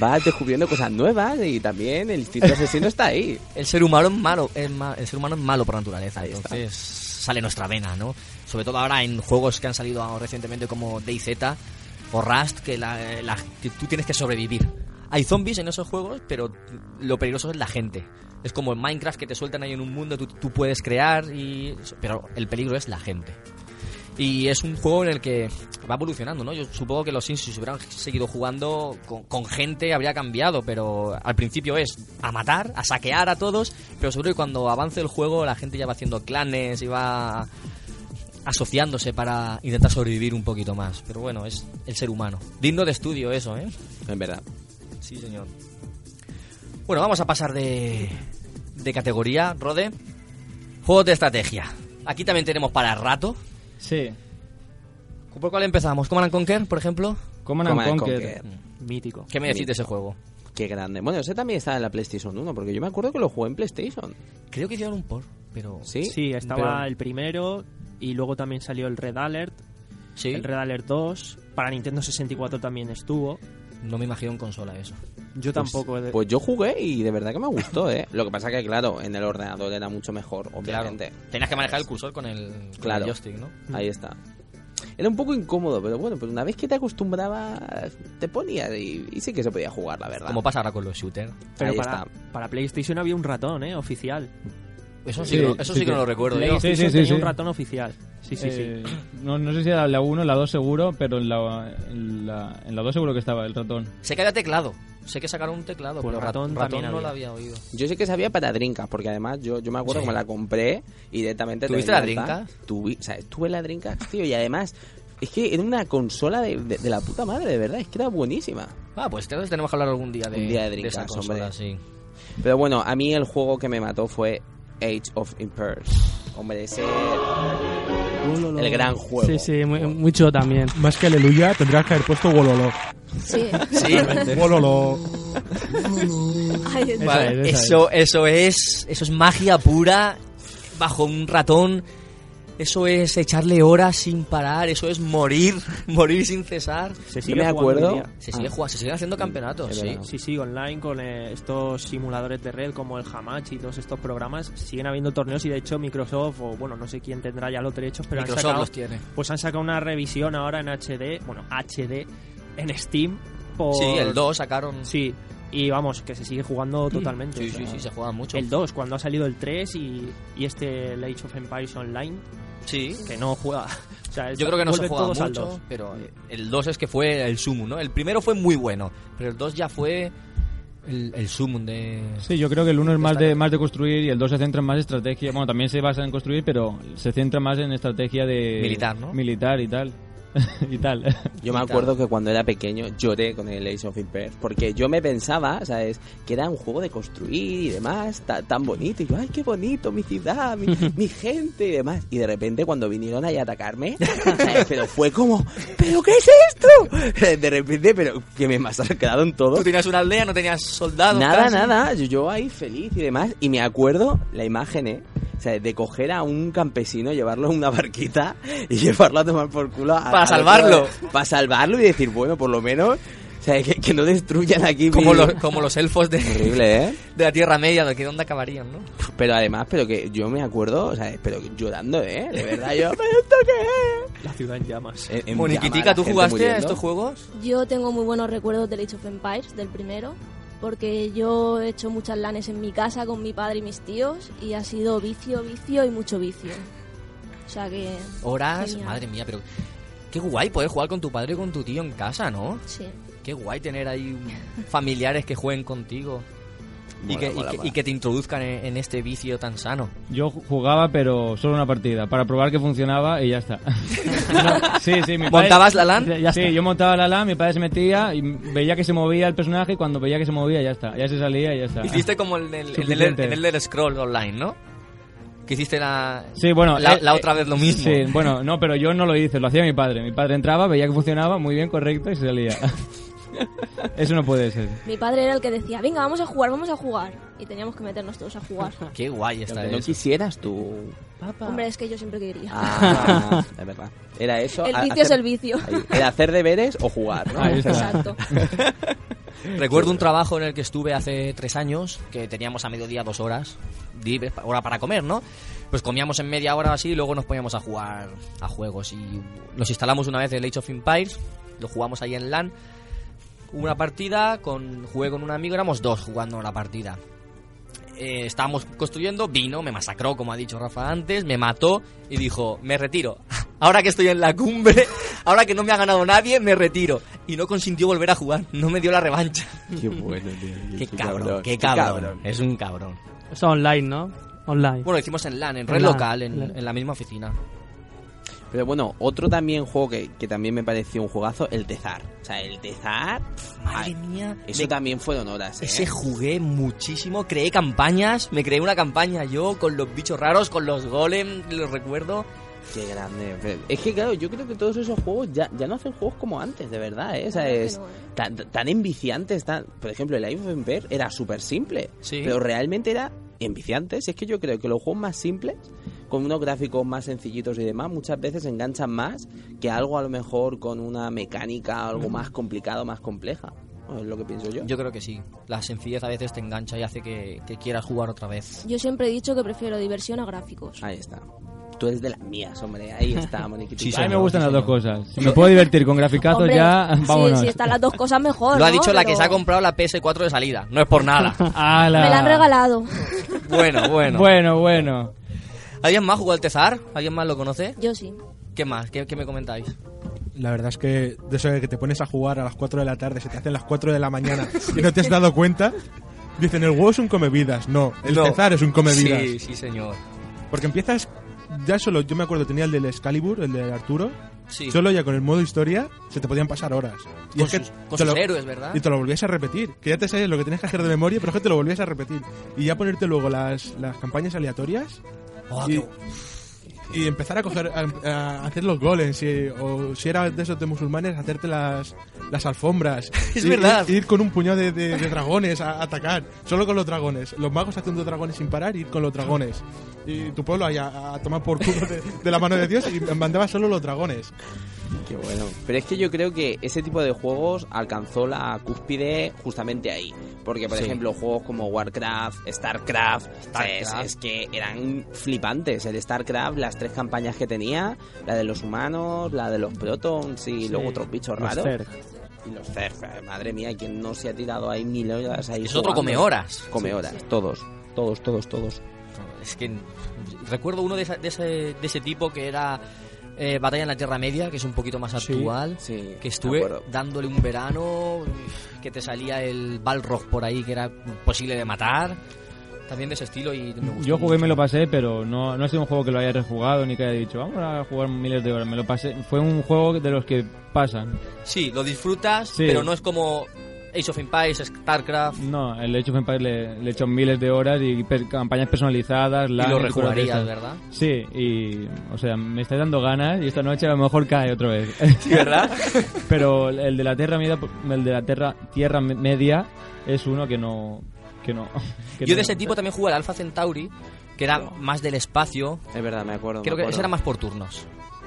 S6: vas descubriendo cosas nuevas y también el instinto asesino está ahí.
S2: El ser humano es malo, es ma- el ser humano es malo por naturaleza,
S6: Ahí está.
S2: entonces sale nuestra vena, ¿no? Sobre todo ahora en juegos que han salido ahora recientemente como DayZ o Rust, que, la- la- que tú tienes que sobrevivir. Hay zombies en esos juegos, pero lo peligroso es la gente. Es como en Minecraft que te sueltan ahí en un mundo, tú, tú puedes crear, y, pero el peligro es la gente. Y es un juego en el que va evolucionando, ¿no? Yo supongo que los Sims, si se hubieran seguido jugando con, con gente, habría cambiado, pero al principio es a matar, a saquear a todos, pero seguro que cuando avance el juego la gente ya va haciendo clanes y va asociándose para intentar sobrevivir un poquito más. Pero bueno, es el ser humano. Digno de estudio eso, ¿eh?
S6: En verdad.
S2: Sí, señor. Bueno, vamos a pasar de, de categoría, Rode. Juegos de estrategia. Aquí también tenemos para rato.
S9: Sí,
S2: ¿Por cuál empezamos? ¿Command and Conquer, por ejemplo?
S9: Command and
S6: Command and
S9: Conquer.
S6: Conquer.
S3: Mítico.
S2: ¿Qué me decís de ese juego?
S6: Qué grande. Bueno, ese también está en la PlayStation 1, porque yo me acuerdo que lo jugué en PlayStation.
S2: Creo que hicieron un por, pero...
S6: ¿Sí?
S3: Sí, estaba
S2: Pero-
S3: el primero y luego también salió el Red Alert,
S2: Sí,
S3: el Red Alert 2, para Nintendo 64 también estuvo.
S2: no me imagino en consola eso.
S3: Yo tampoco he de-
S6: Pues yo jugué y de verdad que me gustó, ¿eh? Lo que pasa que, claro, en el ordenador era mucho mejor, obviamente.
S2: Tenías que manejar el cursor con el, con el
S6: Claro.
S2: joystick, ¿no?
S3: Mm.
S6: Ahí está. Era un poco incómodo, pero bueno, pero una vez que te acostumbraba, te ponía y, y sí que se podía jugar, la verdad.
S2: Como pasa ahora con los shooters.
S3: Pero
S6: ahí
S3: para, para PlayStation había un ratón, ¿eh? Oficial.
S2: Eso sí,
S9: Sí,
S2: que no- eso sí
S9: sí
S2: que
S9: que-
S2: no lo recuerdo ¿eh? yo.
S3: PlayStation
S9: sí, sí,
S3: este tenía
S9: sí.
S3: un ratón oficial. Sí, sí,
S9: Eh, No, no sé si era la 1, la 2 seguro, pero en la, en la, en la 2 seguro que estaba el ratón.
S2: Sé que había teclado. Sé que sacaron un teclado,
S3: Pues
S2: pero ratón,
S3: ratón
S2: ratón
S3: también
S2: no lo
S3: había.
S2: había oído.
S6: Yo sé que sabía para drinkas, porque además yo, yo me acuerdo
S2: Sí.
S6: que me la compré y directamente... te
S2: ¿Tuviste la
S6: venía alta.
S2: Dreamcast?
S6: Tuvi, o sea, estuve en la drinkas, tío, y además... Es que era una consola de, de- de la puta madre, de verdad, es que era buenísima.
S2: Ah, pues entonces tenemos que hablar algún día de,
S6: Un día de
S2: de esa
S6: Dreamcast,
S2: consola,
S6: hombre.
S2: sí.
S6: Pero bueno, a mí el juego que me mató fue Age of Empires. Hombre, ese... El gran juego.
S5: Sí, sí, muy, muy chulo también.
S8: Más que aleluya, tendrías que haber puesto Wololo.
S4: Sí.
S2: Sí,
S8: Wololo.
S4: Ay, es-
S2: Vale,
S5: Esa es, esa
S2: eso, eso es, eso es magia pura bajo un ratón. Eso es echarle horas sin parar. Eso es morir, morir sin cesar.
S3: sí. Se
S6: Yo
S3: sigue
S6: me
S3: jugando hoy
S6: acuerdo...
S3: día.
S2: Se sigue
S6: Ah,
S2: jugando, se siguen haciendo campeonatos,
S6: Es
S2: sí.
S6: verdad.
S3: Sí, sí, online con eh, estos simuladores de red como el Hamachi y todos estos programas siguen habiendo torneos y de hecho Microsoft o bueno, no sé quién tendrá ya los derechos, pero
S2: Microsoft
S3: han sacado
S2: los tiene.
S3: pues han sacado una revisión ahora en HD, bueno, HD en Steam por
S2: Sí, el 2 sacaron. Sí,
S3: Sí, y vamos, que se sigue jugando totalmente.
S2: sí,
S3: o
S2: sí,
S3: sea,
S2: se juega mucho.
S3: El 2, cuando ha salido el 3 y, y este el Age of Empires Online,
S2: Sí.
S3: que no juega. O sea,
S2: Yo creo que no se
S3: vuelven
S2: juega
S3: todos al
S2: mucho,
S3: 2.
S2: pero el 2 es que fue el sumum, ¿no? El primero fue muy bueno, pero el 2 ya fue el, el sumum de...
S9: Sí, yo creo que el uno es más de, más de construir y el dos se centra en más estrategia. Bueno, también se basa en construir, pero se centra más en estrategia de...
S2: Militar, ¿no?
S9: Militar y tal. y tal.
S6: Yo me acuerdo que cuando era pequeño lloré con el Age of Empires porque yo me pensaba, ¿sabes? Que era un juego de construir y demás, ta- tan bonito. Y yo, ay, qué bonito, mi ciudad, mi, mi gente y demás. Y de repente cuando vinieron ahí a atacarme, ¿sabes? pero fue como, ¿pero qué es esto? De repente, pero que me masacraron todo.
S2: Tú tenías una aldea, no tenías soldados.
S6: Nada,
S2: casi.
S6: nada. Yo, yo ahí feliz y demás. Y me acuerdo la imagen, ¿eh? O sea, de coger a un campesino, llevarlo a una barquita y llevarlo a tomar por culo. a-
S2: Para
S6: al otro
S2: salvarlo.
S6: lado. Para salvarlo y decir, bueno, por lo menos, o sea, que, que no destruyan aquí. mi-
S2: Como los, como los elfos de,
S6: Horrible, ¿eh?
S2: de la Tierra Media, ¿de qué dónde acabarían, no?
S6: Pero además, pero que yo me acuerdo, o sea, pero llorando, ¿eh? De verdad, yo, ¿pero esto qué
S3: La ciudad en llamas.
S6: es? En- en llama,
S2: Moniquitica,
S6: la
S2: ¿tú
S6: gente
S2: jugaste a
S6: muriendo.
S2: estos juegos?
S4: Yo tengo muy buenos recuerdos del Age of Empires, del primero, porque yo he hecho muchas lanes en mi casa con mi padre y mis tíos y ha sido vicio, vicio y mucho vicio. O sea que...
S2: Horas,
S4: Genial.
S2: madre mía, pero... Qué guay poder jugar con tu padre y con tu tío en casa, ¿no?
S4: Sí.
S2: Qué guay tener ahí un- familiares que jueguen contigo y,
S6: Mola,
S2: que, y
S6: mola,
S2: que-
S6: mola.
S2: y que te introduzcan en, en este vicio tan sano.
S9: Yo jugaba, pero solo una partida, para probar que funcionaba y ya está. No, sí, sí, mi padre-
S2: ¿Montabas la LAN?
S5: Ya está.
S9: Sí, yo montaba la LAN, mi padre se metía y veía que se movía el personaje y cuando veía que se movía ya está, ya se salía y ya está.
S2: Hiciste como el del, el del-
S9: Suficiente.
S2: el del scroll online, ¿no? Que hiciste la,
S9: Sí, bueno,
S2: la,
S9: eh,
S2: la
S9: eh,
S2: otra vez lo mismo.
S9: Sí, bueno, no, pero yo no lo hice, lo hacía mi padre. Mi padre entraba, veía que funcionaba, muy bien, correcto, y se salía. Eso no puede ser.
S4: Mi padre era el que decía, venga, vamos a jugar, vamos a jugar. Y teníamos que meternos todos a jugar.
S2: Qué guay está
S6: Aunque no
S2: eso.
S6: quisieras tú.
S4: Hombre, es que yo siempre quería.
S6: Ah, es verdad. Era eso.
S4: el
S6: a-
S4: vicio es
S6: hacer-
S4: el vicio.
S6: Ahí, Era hacer deberes o jugar, ¿no?
S9: Ahí está.
S4: Exacto.
S2: Recuerdo un trabajo en el que estuve hace tres años, que teníamos a mediodía dos horas, libres, pa- hora para comer, ¿no? Pues comíamos en media hora o así y luego nos poníamos a jugar a juegos. Y nos instalamos una vez el Age of Empires, lo jugamos ahí en LAN. Una partida, con, jugué con un amigo, éramos dos jugando la partida. Eh, estábamos construyendo, vino, me masacró, como ha dicho Rafa antes, me mató y dijo, me retiro. Ahora que estoy en la cumbre, ahora que no me ha ganado nadie, me retiro. Y no consintió volver a jugar, no me dio la revancha.
S6: Qué bueno, tío.
S2: Qué cabrón, qué cabrón. Es un cabrón.
S5: Eso online, ¿no? Online.
S2: Bueno, lo hicimos en LAN, en
S5: En
S2: red
S5: LAN,
S2: local, en,
S5: LAN.
S2: en la misma oficina.
S6: Pero bueno, otro también juego que, que también me pareció un juegazo, el Tezar. O sea, el Tezar. pff, ay,
S2: mía.
S6: Eso también fueron horas, ¿eh?
S2: Ese jugué muchísimo, creé campañas, me creé una campaña yo con los bichos raros, con los golem, los recuerdo.
S6: Qué grande. Pero Es que claro, yo creo que todos esos juegos ya, ya no hacen juegos como antes, de verdad, ¿eh? O sea,
S4: Claro que
S6: es
S4: no, ¿eh?
S6: tan, tan enviciantes, tan... Por ejemplo, el Life of Empire era súper simple,
S2: Sí.
S6: pero realmente era enviciante. Si es que yo creo que los juegos más simples, con unos gráficos más sencillitos y demás, muchas veces enganchan más que algo a lo mejor con una mecánica, algo más complicado, más compleja. Bueno, Es lo que pienso yo.
S2: Yo creo que sí, la sencillez a veces te engancha y hace que, que quieras jugar otra vez.
S4: Yo siempre he dicho que prefiero diversión a gráficos.
S6: Ahí está. Tú eres de las mías, hombre. Ahí está, Moniquita.
S2: Sí,
S9: A mí me
S2: señor,
S9: gustan
S2: sí,
S9: las dos
S2: señor.
S9: cosas. Si me puedo divertir con graficazos
S4: Hombre,
S9: ya,
S4: sí,
S9: vámonos.
S4: si están las dos cosas mejor.
S2: Lo ha
S4: ¿no?
S2: dicho la que
S4: Pero
S2: se ha comprado la PS4 de salida, no es por nada.
S9: ¡Hala!
S4: Me la han regalado.
S2: bueno, bueno.
S9: Bueno, bueno.
S2: ¿Alguien más jugó al Tezar? ¿Alguien más lo conoce?
S4: Yo sí.
S2: ¿Qué más? ¿Qué, qué me comentáis?
S8: La verdad es que de eso de que te pones a jugar a las 4 de la tarde, se te hacen las 4 de la mañana y no te has dado cuenta. Dicen, el huevo es un comevidas. No, el
S2: No.
S8: Cezar es un comevidas.
S2: Sí, sí, señor.
S8: Porque empiezas ya solo, yo me acuerdo, tenía el del Excalibur, el de Arturo.
S2: Sí.
S8: Solo ya con el modo historia se te podían pasar horas. Y
S2: Con
S8: es que
S2: sus- con
S8: te
S2: sus héroes, ¿verdad?
S8: Y te lo volvías a repetir. Que ya te sabes lo que tenías que hacer de memoria, pero es que te lo volvías a repetir. Y ya ponerte luego las, las campañas aleatorias.
S2: Oh,
S8: y,
S2: qué-
S8: y empezar a coger a, a hacer los goles. y- o si era de esos de musulmanes, hacerte las, las alfombras.
S2: Es
S8: Y-
S2: verdad.
S8: y- ir con un puñado de, de- de dragones a atacar. Solo con los dragones. Los magos haciendo dragones sin parar, ir con los dragones. Y tu pueblo ahí a, a tomar por culo de, de la mano de Dios y mandaba solo los dragones.
S6: Qué bueno. Pero es que yo creo que ese tipo de juegos alcanzó la cúspide justamente ahí. Porque, por
S2: Sí.
S6: ejemplo, juegos como Warcraft, StarCraft, o sea, es,
S2: Starcraft.
S6: es que eran flipantes. El StarCraft, las tres campañas que tenía, la de los humanos, la de los Protons y luego otros bichos
S5: Pues
S3: Los
S6: raros.
S3: Zerg.
S6: Y los Zerg. Eh, Madre mía, quien no se ha tirado ahí mil horas ahí.
S2: Es otro
S6: jugando?
S2: come horas.
S6: Come horas, todos. Todos, todos, todos.
S2: Es que recuerdo uno de, esa- de ese, de ese tipo que era eh, Batalla en la Tierra Media, que es un poquito más actual.
S6: Sí,
S2: Que
S6: de
S2: estuve
S6: acuerdo.
S2: dándole un verano, que te salía el Balrog por ahí, que era imposible de matar. también de ese estilo y me gustó
S9: Yo jugué y
S2: mucho.
S9: me lo pasé, pero no, no ha sido un juego que lo haya rejugado ni que haya dicho, vamos a jugar miles de horas. Me lo pasé. Fue un juego de los que pasan.
S2: Sí, lo disfrutas,
S9: Sí.
S2: pero no es como Ace of Empires, StarCraft.
S9: No, el Age of Empires le, le he hecho miles de horas y per- campañas personalizadas.
S2: Y lo
S9: LAN cosas de
S2: rejugarías,
S9: estas.
S2: ¿verdad?
S9: Sí, y. O sea, me estáis dando ganas y esta noche a lo mejor cae otra vez.
S2: ¿Verdad?
S9: Pero el de la Tierra Media, el de la Tierra, tierra Media es uno que no. Que no que
S2: Yo
S9: no-
S2: de ese tipo también jugué al Alpha Centauri, que era más del espacio.
S6: Es verdad, me acuerdo. me
S2: Creo que
S6: acuerdo.
S2: ese era más por turnos,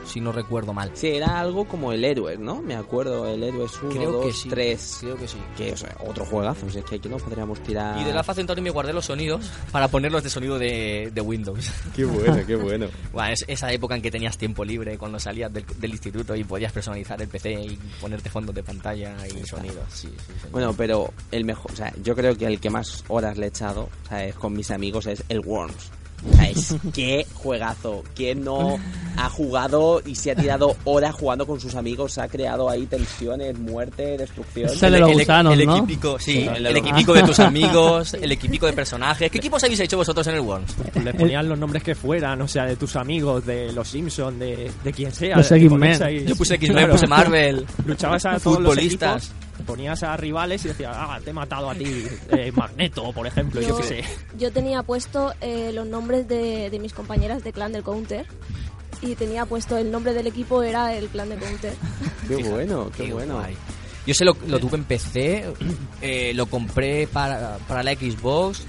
S2: si no recuerdo mal.
S6: Sí, era algo como el héroe, ¿no? Me acuerdo, el héroe es 1,
S2: Creo que
S6: 2,
S2: sí.
S6: 3.
S2: Creo que sí.
S6: Que o sea, otro juegazo, si es que aquí no podríamos tirar.
S2: Y del Alpha Centauri me guardé los sonidos para ponerlos de sonido de, de Windows.
S6: Qué bueno, qué bueno.
S2: Bueno, es esa época en que tenías tiempo libre cuando salías del, del instituto y podías personalizar el PC y ponerte fondos de pantalla y sonidos. Sí, sí, sí.
S6: Bueno, pero el mejor, o sea, yo creo que el que más horas le he echado, o sea, es con mis amigos es el Worms. O sea, es qué juegazo, que no ha jugado y se ha tirado horas jugando con sus amigos, se ha creado ahí tensiones, muerte, destrucción.
S5: Ese de los
S2: el,
S5: gusanos,
S2: el
S5: ¿no?
S2: equipico, sí,
S6: el de
S2: el
S6: los-
S2: equipico de tus amigos, el equipico de personajes. ¿Qué equipos habéis hecho vosotros en el Worms?
S3: Le ponían los nombres que fueran, o sea, de tus amigos, de los Simpsons, de, de quien sea.
S5: Los
S3: le
S5: X-Men.
S3: ponías ahí.
S2: Yo puse X-Men,
S3: Claro.
S2: puse Marvel.
S3: Luchabas a todos los
S2: Futbolistas.
S3: equipos, ponías a rivales y decías, ah, te he matado a ti, eh, Magneto, por ejemplo, yo, qué sé.
S4: yo tenía puesto eh, los nombres de, de mis compañeras de clan del counter y tenía puesto el nombre del equipo era el clan del counter.
S6: Qué bueno, qué,
S2: Qué
S6: bueno.
S2: guay. Yo se lo, lo tuve en PC, eh, lo compré para, para la Xbox,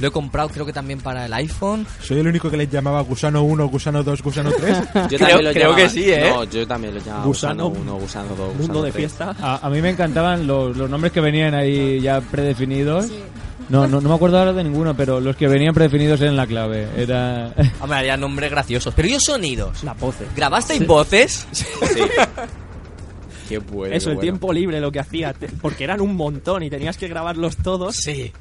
S2: lo he comprado creo que también para el iPhone.
S8: Soy el único que les llamaba Gusano 1, Gusano 2, Gusano 3.
S6: Yo
S2: Creo-
S6: también lo
S2: creo
S6: llamaba-
S2: que sí, ¿eh?
S6: No, yo también lo llamaba Gusano
S3: Gusano,
S6: 1, Gusano 2,
S2: Pues
S6: Gusano
S3: Mundo de
S6: 3.
S3: fiesta.
S9: A, a mí me encantaban los, los nombres que venían ahí ya predefinidos.
S4: Sí.
S9: No, no, no me acuerdo ahora de ninguno, pero los que venían predefinidos eran la clave. Era.
S2: Hombre, había nombres graciosos. Pero yo sonidos.
S3: La pose.
S2: ¿Grabasteis voces?
S6: Qué bueno.
S3: Eso, el
S6: bueno.
S3: tiempo libre lo que hacía, te- porque eran un montón y tenías que grabarlos todos.
S2: Sí.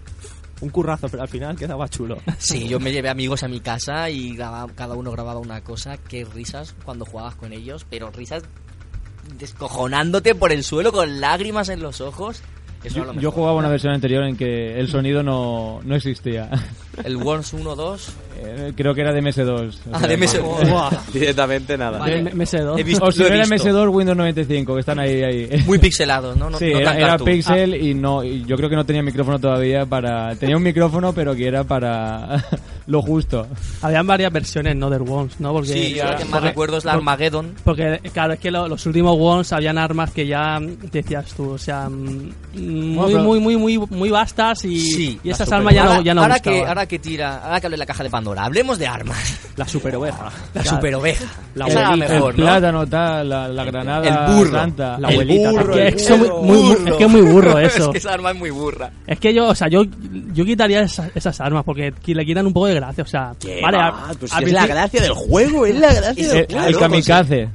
S3: Un currazo, pero al final quedaba chulo.
S2: Sí, yo me llevé amigos a mi casa y graba- cada uno grababa una cosa. Qué risas cuando jugabas con ellos, pero risas descojonándote por el suelo con lágrimas en los ojos. Eso era lo
S9: Yo, yo
S2: mejor.
S9: jugaba una versión anterior en que el sonido no, no existía.
S2: El Worms 1, 2.
S9: Eh, Creo que era de MS2. o
S2: Ah,
S9: sea,
S2: de MS.
S3: Buah.
S6: Directamente nada.
S2: Vale.
S5: M- MS2.
S2: He visto-
S9: O si
S2: lo
S9: no
S2: he
S9: era
S2: visto.
S9: MS2, Windows 95, que están ahí. ahí.
S2: Muy pixelados, ¿no? no
S9: sí,
S2: no Ah,
S9: era,
S2: tan
S9: era
S2: cartoon.
S9: Pixel y no y yo creo que no tenía micrófono todavía para... Tenía un micrófono, pero que era para lo justo.
S5: Habían varias versiones, ¿no? Del Worms, ¿no? Porque,
S2: Sí, yo la que más
S5: porque-
S2: recuerdo es la Armageddon.
S5: Porque, claro, es que lo- los últimos Worms habían armas que ya mm, decías tú, o sea, mm, muy,
S9: pero-
S5: muy, muy, muy, muy vastas y,
S2: Sí,
S5: y
S2: la
S5: esas
S2: super-
S5: armas ya
S2: ahora,
S5: no, ya no
S2: ahora
S5: gustaban.
S2: que ahora que tira, ahora que hable la caja de Pandora, hablemos de armas.
S3: La super oveja.
S2: La super oveja.
S3: La
S2: Esa era la
S3: abuelita.
S2: mejor,
S9: el
S2: ¿no?
S9: plátano, tal, la, la granada...
S2: el burro.
S9: tanta.
S3: La
S2: El
S3: abuelita.
S2: burro,
S3: también.
S5: el Es que muy- muy-
S2: burro.
S5: es que muy burro eso.
S2: es que esa arma es muy burra.
S5: Es que yo, o sea, yo, yo quitaría esas, esas armas porque qui- le quitan un poco de gracia, o sea,
S6: Qué
S5: vale,
S6: va,
S5: a-
S6: pues
S5: a
S6: si es la
S5: principi-
S6: gracia del juego, es la gracia
S9: El,
S6: del
S9: el
S6: juego.
S9: kamikaze.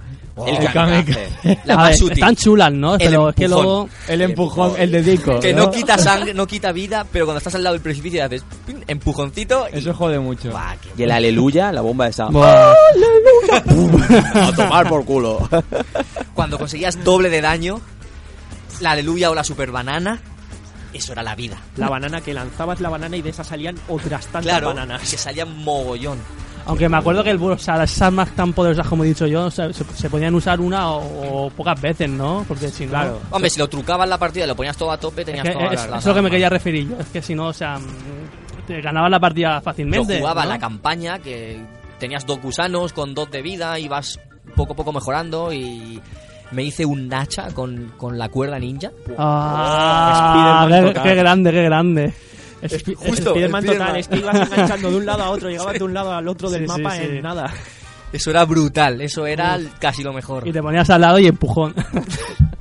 S6: El
S9: el
S6: kamikaze.
S2: La
S5: a
S2: más
S5: ver,
S2: útil.
S5: están chulas, ¿no?
S2: El
S5: Pero es que
S2: empujón.
S5: luego
S9: El empujón, el dedico.
S2: Que no quita sangre, no quita vida, pero cuando estás al lado del precipicio haces pin, empujoncito y...
S9: Eso jode mucho.
S2: Buah, qué-
S6: Y el aleluya, la bomba esa.
S9: Buah.
S5: pues,
S6: A tomar por culo.
S2: Cuando conseguías doble de daño, la aleluya o la super banana, eso era la vida.
S3: La banana que lanzabas la banana y de esa salían otras tantas
S2: Claro,
S3: bananas.
S2: que salía mogollón.
S5: Aunque me acuerdo que el burro, o sea, las armas tan poderosas como he dicho yo, o sea, se, se podían usar una o, o pocas veces, ¿no? Porque si no,
S3: Claro.
S2: Hombre, si lo trucabas la partida y lo ponías todo a tope,
S5: es,
S2: tenías
S5: que,
S2: todas
S5: es,
S2: las- las
S5: es lo que me
S2: armas.
S5: quería referir yo, es que si no, o sea, mm, te ganabas la partida
S2: Yo
S5: fácilmente.
S2: jugaba
S5: ¿no?
S2: la campaña, que tenías dos gusanos con dos de vida y vas poco a poco mejorando y... Me hice un hacha con, con la cuerda ninja.
S5: Ah,
S3: Spiderman
S5: qué,
S3: total.
S5: qué grande, qué grande.
S3: Spi-
S2: Justo,
S3: Spiderman
S2: el
S3: total,
S2: Spiderman.
S3: es que ibas enganchando de un lado a otro, llegabas de un lado al otro del
S5: Sí, sí,
S3: mapa
S5: sí.
S3: en nada.
S2: Eso era brutal, eso era casi lo mejor.
S5: Y te ponías al lado y empujón.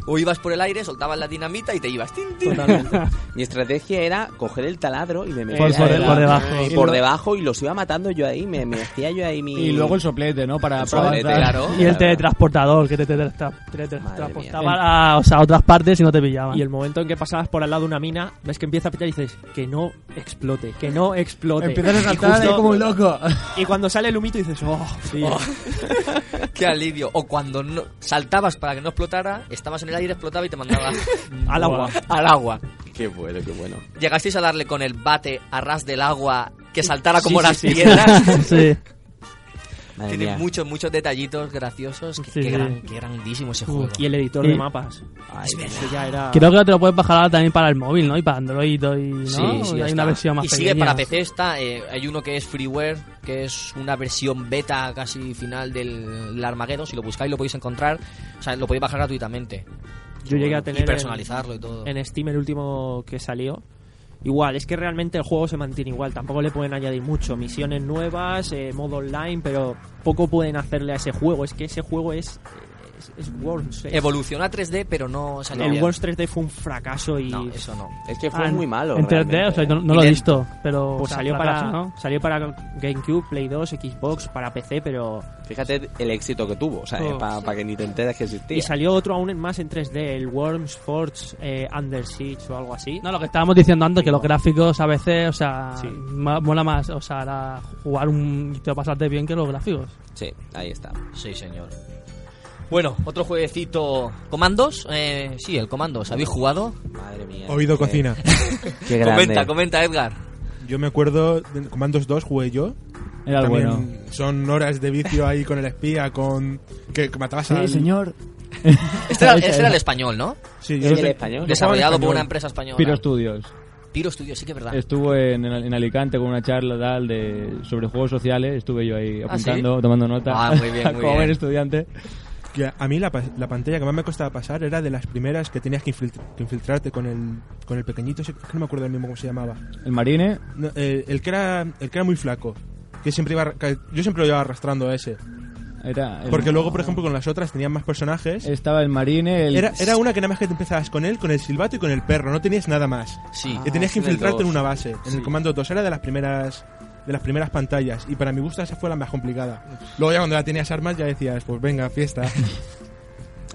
S2: O ibas por el aire, soltabas la dinamita y te ibas. Tin, tin.
S6: Mi estrategia era coger el taladro y me metía
S5: Por- por-
S6: en la-
S5: por debajo.
S6: Y por debajo y los iba matando yo ahí, me, me hacía yo ahí mi...
S9: Y luego el soplete, ¿no? Para,
S6: El
S9: para
S6: soplete,
S9: avanzar.
S2: claro.
S5: y el teletransportador, que te, te- tra- te- te-
S6: Ah. Madre
S5: transportaba a, o sea, a otras partes y no te pillaban.
S3: Y el momento en que pasabas por al lado de una mina, ves que empieza a pitar y dices, que no explote, que no explote.
S9: Empiezas a
S3: Y
S9: saltar ahí
S3: justo-
S9: como un loco.
S3: Y cuando sale el humito dices, oh, sí.
S2: Qué alivio. O cuando no, saltabas para que no explotara, estabas en el aire, explotaba y te mandaba
S3: al agua.
S2: al agua.
S6: Qué bueno, qué bueno.
S2: Llegasteis a darle con el bate a ras del agua que saltara Ah, como
S5: Sí,
S2: las
S5: sí, sí.
S2: piedras.
S5: sí.
S6: Madre
S2: Tiene
S6: mía.
S2: muchos, muchos detallitos graciosos. Qué,
S5: Sí,
S2: qué
S5: sí.
S2: gran- qué grandísimo ese juego.
S7: Y el editor
S5: Y-
S7: de mapas.
S6: Ay,
S7: Eso ya era...
S5: Creo que te lo puedes bajar también para el móvil, ¿no? Y para Android y, ¿no?
S2: Sí, sí,
S5: Hay
S2: está.
S5: una versión más
S2: Y
S5: pequeña.
S2: sigue para PC, está, eh, hay uno que es freeware, que es una versión beta casi final del Armageddon. Si lo buscáis lo podéis encontrar, o sea, lo podéis bajar gratuitamente.
S7: Yo llegué a tener
S2: Y
S7: en-
S2: personalizarlo y todo.
S7: en Steam el último que salió. Igual, es que realmente el juego se mantiene igual, tampoco le pueden añadir mucho. Misiones nuevas, eh, modo online, pero poco pueden hacerle a ese juego. Es que ese juego es. Es, es Worms. es-
S2: Evolucionó a 3D, pero no salió
S7: el
S2: bien.
S7: Worms 3D fue un fracaso y.
S2: No, eso no.
S6: Es que fue
S5: Ah,
S6: muy malo.
S5: En 3D, o sea,
S6: realmente.
S5: no, no lo
S2: Y
S5: he
S2: de-
S5: visto, pero...
S7: pues
S5: o sea,
S7: salió,
S5: fracaso,
S7: para,
S5: ¿no?
S7: salió para GameCube, Play 2, Xbox, para PC, pero.
S6: Fíjate el éxito que tuvo, o sea,
S7: Oh.
S6: para que ni te enteras que existía.
S7: Y salió otro aún en- más en 3D, el Worms Forge eh, Under Siege o algo así.
S5: No, lo que estábamos diciendo antes, que los gráficos a veces, o sea,
S7: Sí.
S5: ma- mola más, o sea, la- jugar un... y te lo pasarte bien que los gráficos.
S6: Sí, ahí está.
S2: Sí, señor. Bueno, otro jueguecito. ¿Comandos? Eh, sí, el Comandos. ¿Habéis jugado?
S6: Madre mía.
S3: Oído
S6: qué-
S3: cocina.
S6: Qué grande.
S2: Comenta, comenta, Edgar.
S3: Yo me acuerdo, de Comandos 2 jugué yo.
S9: Era el
S3: También
S9: bueno.
S3: Son horas de vicio ahí con el espía, con. que, que matabas al.
S2: Este era, este era el español, ¿no?
S3: Sí,
S6: Sí,
S3: yo
S6: el
S3: te-
S6: español.
S2: Desarrollado por
S3: español.
S2: una empresa española.
S9: Piro Studios.
S2: Piro Studio, sí que es verdad.
S9: Estuvo en, en Alicante con una charla tal de sobre juegos sociales. Estuve yo ahí
S2: ¿Ah, sí?
S9: apuntando, tomando nota.
S2: Ah, muy bien, muy
S9: como buen
S2: bien.
S9: estudiante.
S3: Que a mí la, pa- la pantalla que más me costaba pasar era de las primeras que tenías que, infiltr- que infiltrarte con el, con el pequeñito, ese- que no me acuerdo el mismo cómo se llamaba.
S9: El Marine.
S3: No, el, el que era, el que era muy flaco. Que siempre iba, arra- que yo siempre lo iba arrastrando a ese.
S9: Era el-
S3: Porque luego, por ejemplo, con las otras tenían más personajes.
S9: Estaba el Marine. El...
S3: Era, era una que nada más que te empezabas con él, con el silbato y con el perro, no tenías nada más.
S2: Sí.
S3: y tenías que
S6: es en el
S3: infiltrarte en
S6: Ah, dos.
S3: una base. En el comando 2 era de las primeras de las primeras pantallas y para mi gusto esa fue la más complicada. Luego ya cuando ya tenías armas ya decías, pues venga, fiesta.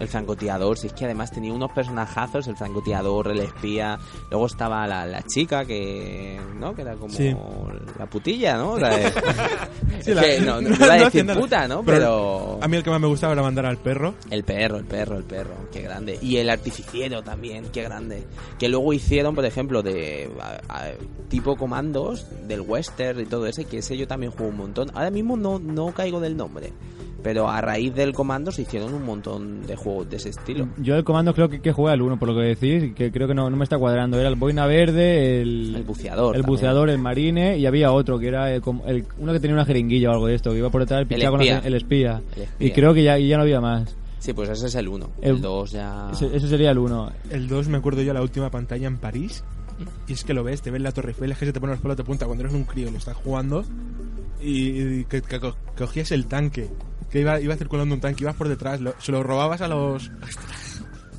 S6: El francotirador, si es que además tenía unos personajazos, el francotirador, el espía, luego estaba la, la chica que, ¿no? Que era como
S3: Sí.
S6: la putilla, ¿no? La de-
S3: Sí,
S6: Es
S3: la-
S6: que no, no
S3: no
S6: iba a decir
S3: haciéndola.
S6: puta, ¿no? Pero...
S3: Pero A mí el que más me gustaba era mandar al perro.
S6: El perro, el perro, el perro, qué grande. Y el artificiero también, qué grande. Que luego hicieron, por ejemplo, de a- a- tipo comandos, del western y todo ese, que ese yo también jugué un montón. Ahora mismo no, no caigo del nombre, pero a raíz del comando se hicieron un montón de juegos de ese estilo.
S9: Yo el comando creo que, que jugué al 1, por lo que decís, que creo que no, no me está cuadrando. Era el Boina Verde, el,
S6: El buceador.
S9: el
S6: también.
S9: buceador, el marine, y había otro que era el com- el- uno que tenía una jeringuilla o algo de esto, que iba por detrás, pinchaba con la
S6: espía.
S9: jer- el espía.
S6: El espía.
S9: Y creo que ya, y ya no había más.
S6: Sí, pues ese es el uno.
S9: El-
S6: El 2 ya...
S9: Ese, ese sería el 1.
S3: El 2 me acuerdo yo la última pantalla en París. Y es que lo ves, te ves la Torre Eiffel, es que se te ponen los pelos de punta cuando eres un crío y lo estás jugando. Y, y que, que co- cogías el tanque, que iba, iba circulando un tanque, ibas por detrás, lo- se lo robabas a los...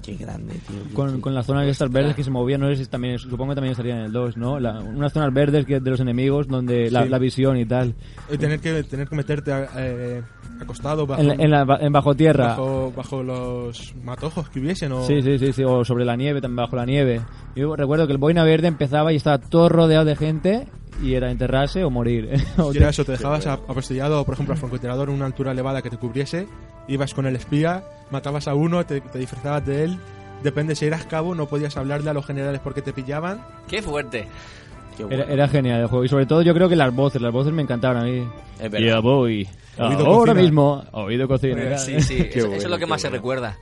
S6: Qué grande, tío.
S9: Con, con las zonas estas verdes que se movían, no sé si también, supongo que también estaría en el 2, ¿no? La- unas zonas verdes que, de los enemigos donde la,
S3: Sí.
S9: la visión y tal.
S3: eh, Tener que, tener que meterte a- eh, acostado bajo,
S9: En, la- en la- en bajo tierra.
S3: bajo, bajo los matojos que hubiesen o...
S9: Sí, sí, sí, sí, o sobre la nieve, también bajo la nieve. Yo recuerdo que el boina verde empezaba y estaba todo rodeado de gente y era enterrarse o morir. O
S3: Y
S9: te-
S3: era eso, te dejabas a- apostillado, por ejemplo, al francotirador en una altura elevada que te cubriese, ibas con el espía, matabas a uno, te, te disfrazabas de él. Depende, si eras cabo, no podías hablarle a los generales porque te pillaban.
S7: Ah.
S2: Qué fuerte.
S6: Qué bueno.
S9: Era, era genial el juego. Y sobre todo yo creo que las voces, las voces me encantaron a mí.
S6: Es verdad.
S9: voy.
S3: Oído cocina.
S9: Ahora mismo. Oído cocina.
S2: Sí, sí.
S9: Qué
S2: eso, eso es
S9: bueno,
S2: lo que
S9: qué
S2: más se
S9: bueno.
S2: recuerda.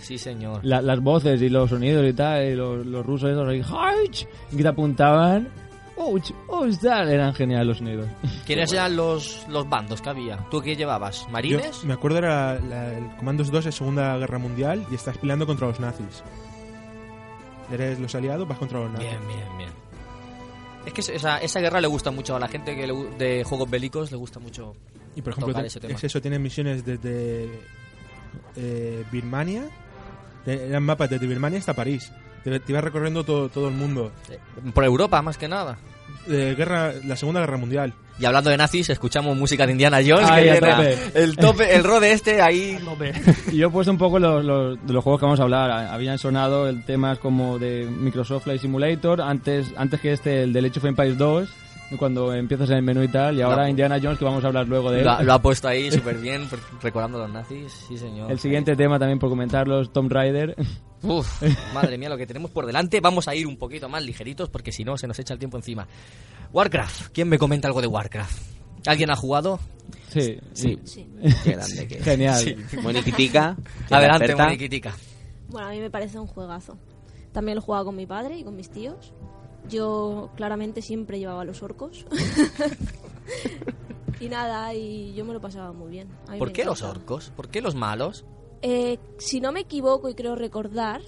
S2: Sí, señor.
S9: La- las voces y los sonidos y tal, y los, los rusos esos ahí, "Ouch", y que te apuntaban. "Ouch, ouch", tal, Eran geniales los sonidos.
S2: ¿Quiénes eran los, los bandos que había? ¿Tú qué llevabas?
S3: Yo
S2: ¿Marines?
S3: me acuerdo era la- la- el Comandos 2 de Segunda Guerra Mundial y estás peleando contra los nazis. Eres los aliados, vas contra los nazis.
S2: Bien, bien, bien. Es que esa, esa guerra le gusta mucho a la gente que le gu- de juegos bélicos, le gusta mucho.
S3: Y por ejemplo,
S2: Tocar
S3: te-
S2: ese tema.
S3: es eso, tienen misiones desde eh, Birmania. Te- Eran mapas desde Birmania hasta París. Te, te ibas recorriendo todo, todo el mundo.
S2: eh, Por Europa, más que nada.
S3: Eh, guerra, la Segunda Guerra Mundial.
S2: Y hablando de nazis, escuchamos música de Indiana Jones.
S9: Ahí,
S2: que
S9: a
S2: viene
S9: tope.
S2: el tope, el rode este, ahí.
S9: Y yo he puesto un poco los, los- de los juegos que vamos a hablar. Ha- Habían sonado el temas como de Microsoft Flight Simulator, antes, antes que este, el de Age of Empires 2, cuando empiezas en el menú y tal, y ahora
S2: No.
S9: Indiana Jones, que vamos a hablar luego de él.
S2: Lo, ha- lo ha puesto ahí súper bien, por- recordando a los nazis. Sí, señor.
S9: El siguiente tema también por comentarlos, Tomb Raider.
S2: Uf, madre mía, lo que tenemos por delante. Vamos a ir un poquito más ligeritos porque si no se nos echa el tiempo encima. Warcraft. ¿Quién me comenta algo de Warcraft? ¿Alguien ha jugado?
S9: Sí,
S6: Sí.
S4: Sí.
S6: Qué grande que es.
S9: genial.
S6: Moniquitica. que
S2: Adelante,
S6: experta.
S2: Moniquitica.
S4: Bueno, a mí me parece un juegazo. También lo jugaba con mi padre y con mis tíos. Yo claramente siempre llevaba los orcos. y nada, y yo me lo pasaba muy bien. A mí
S2: ¿Por
S4: me
S2: qué los
S4: encanta.
S2: orcos? ¿Por qué los malos?
S4: Eh, si no me equivoco y creo recordar,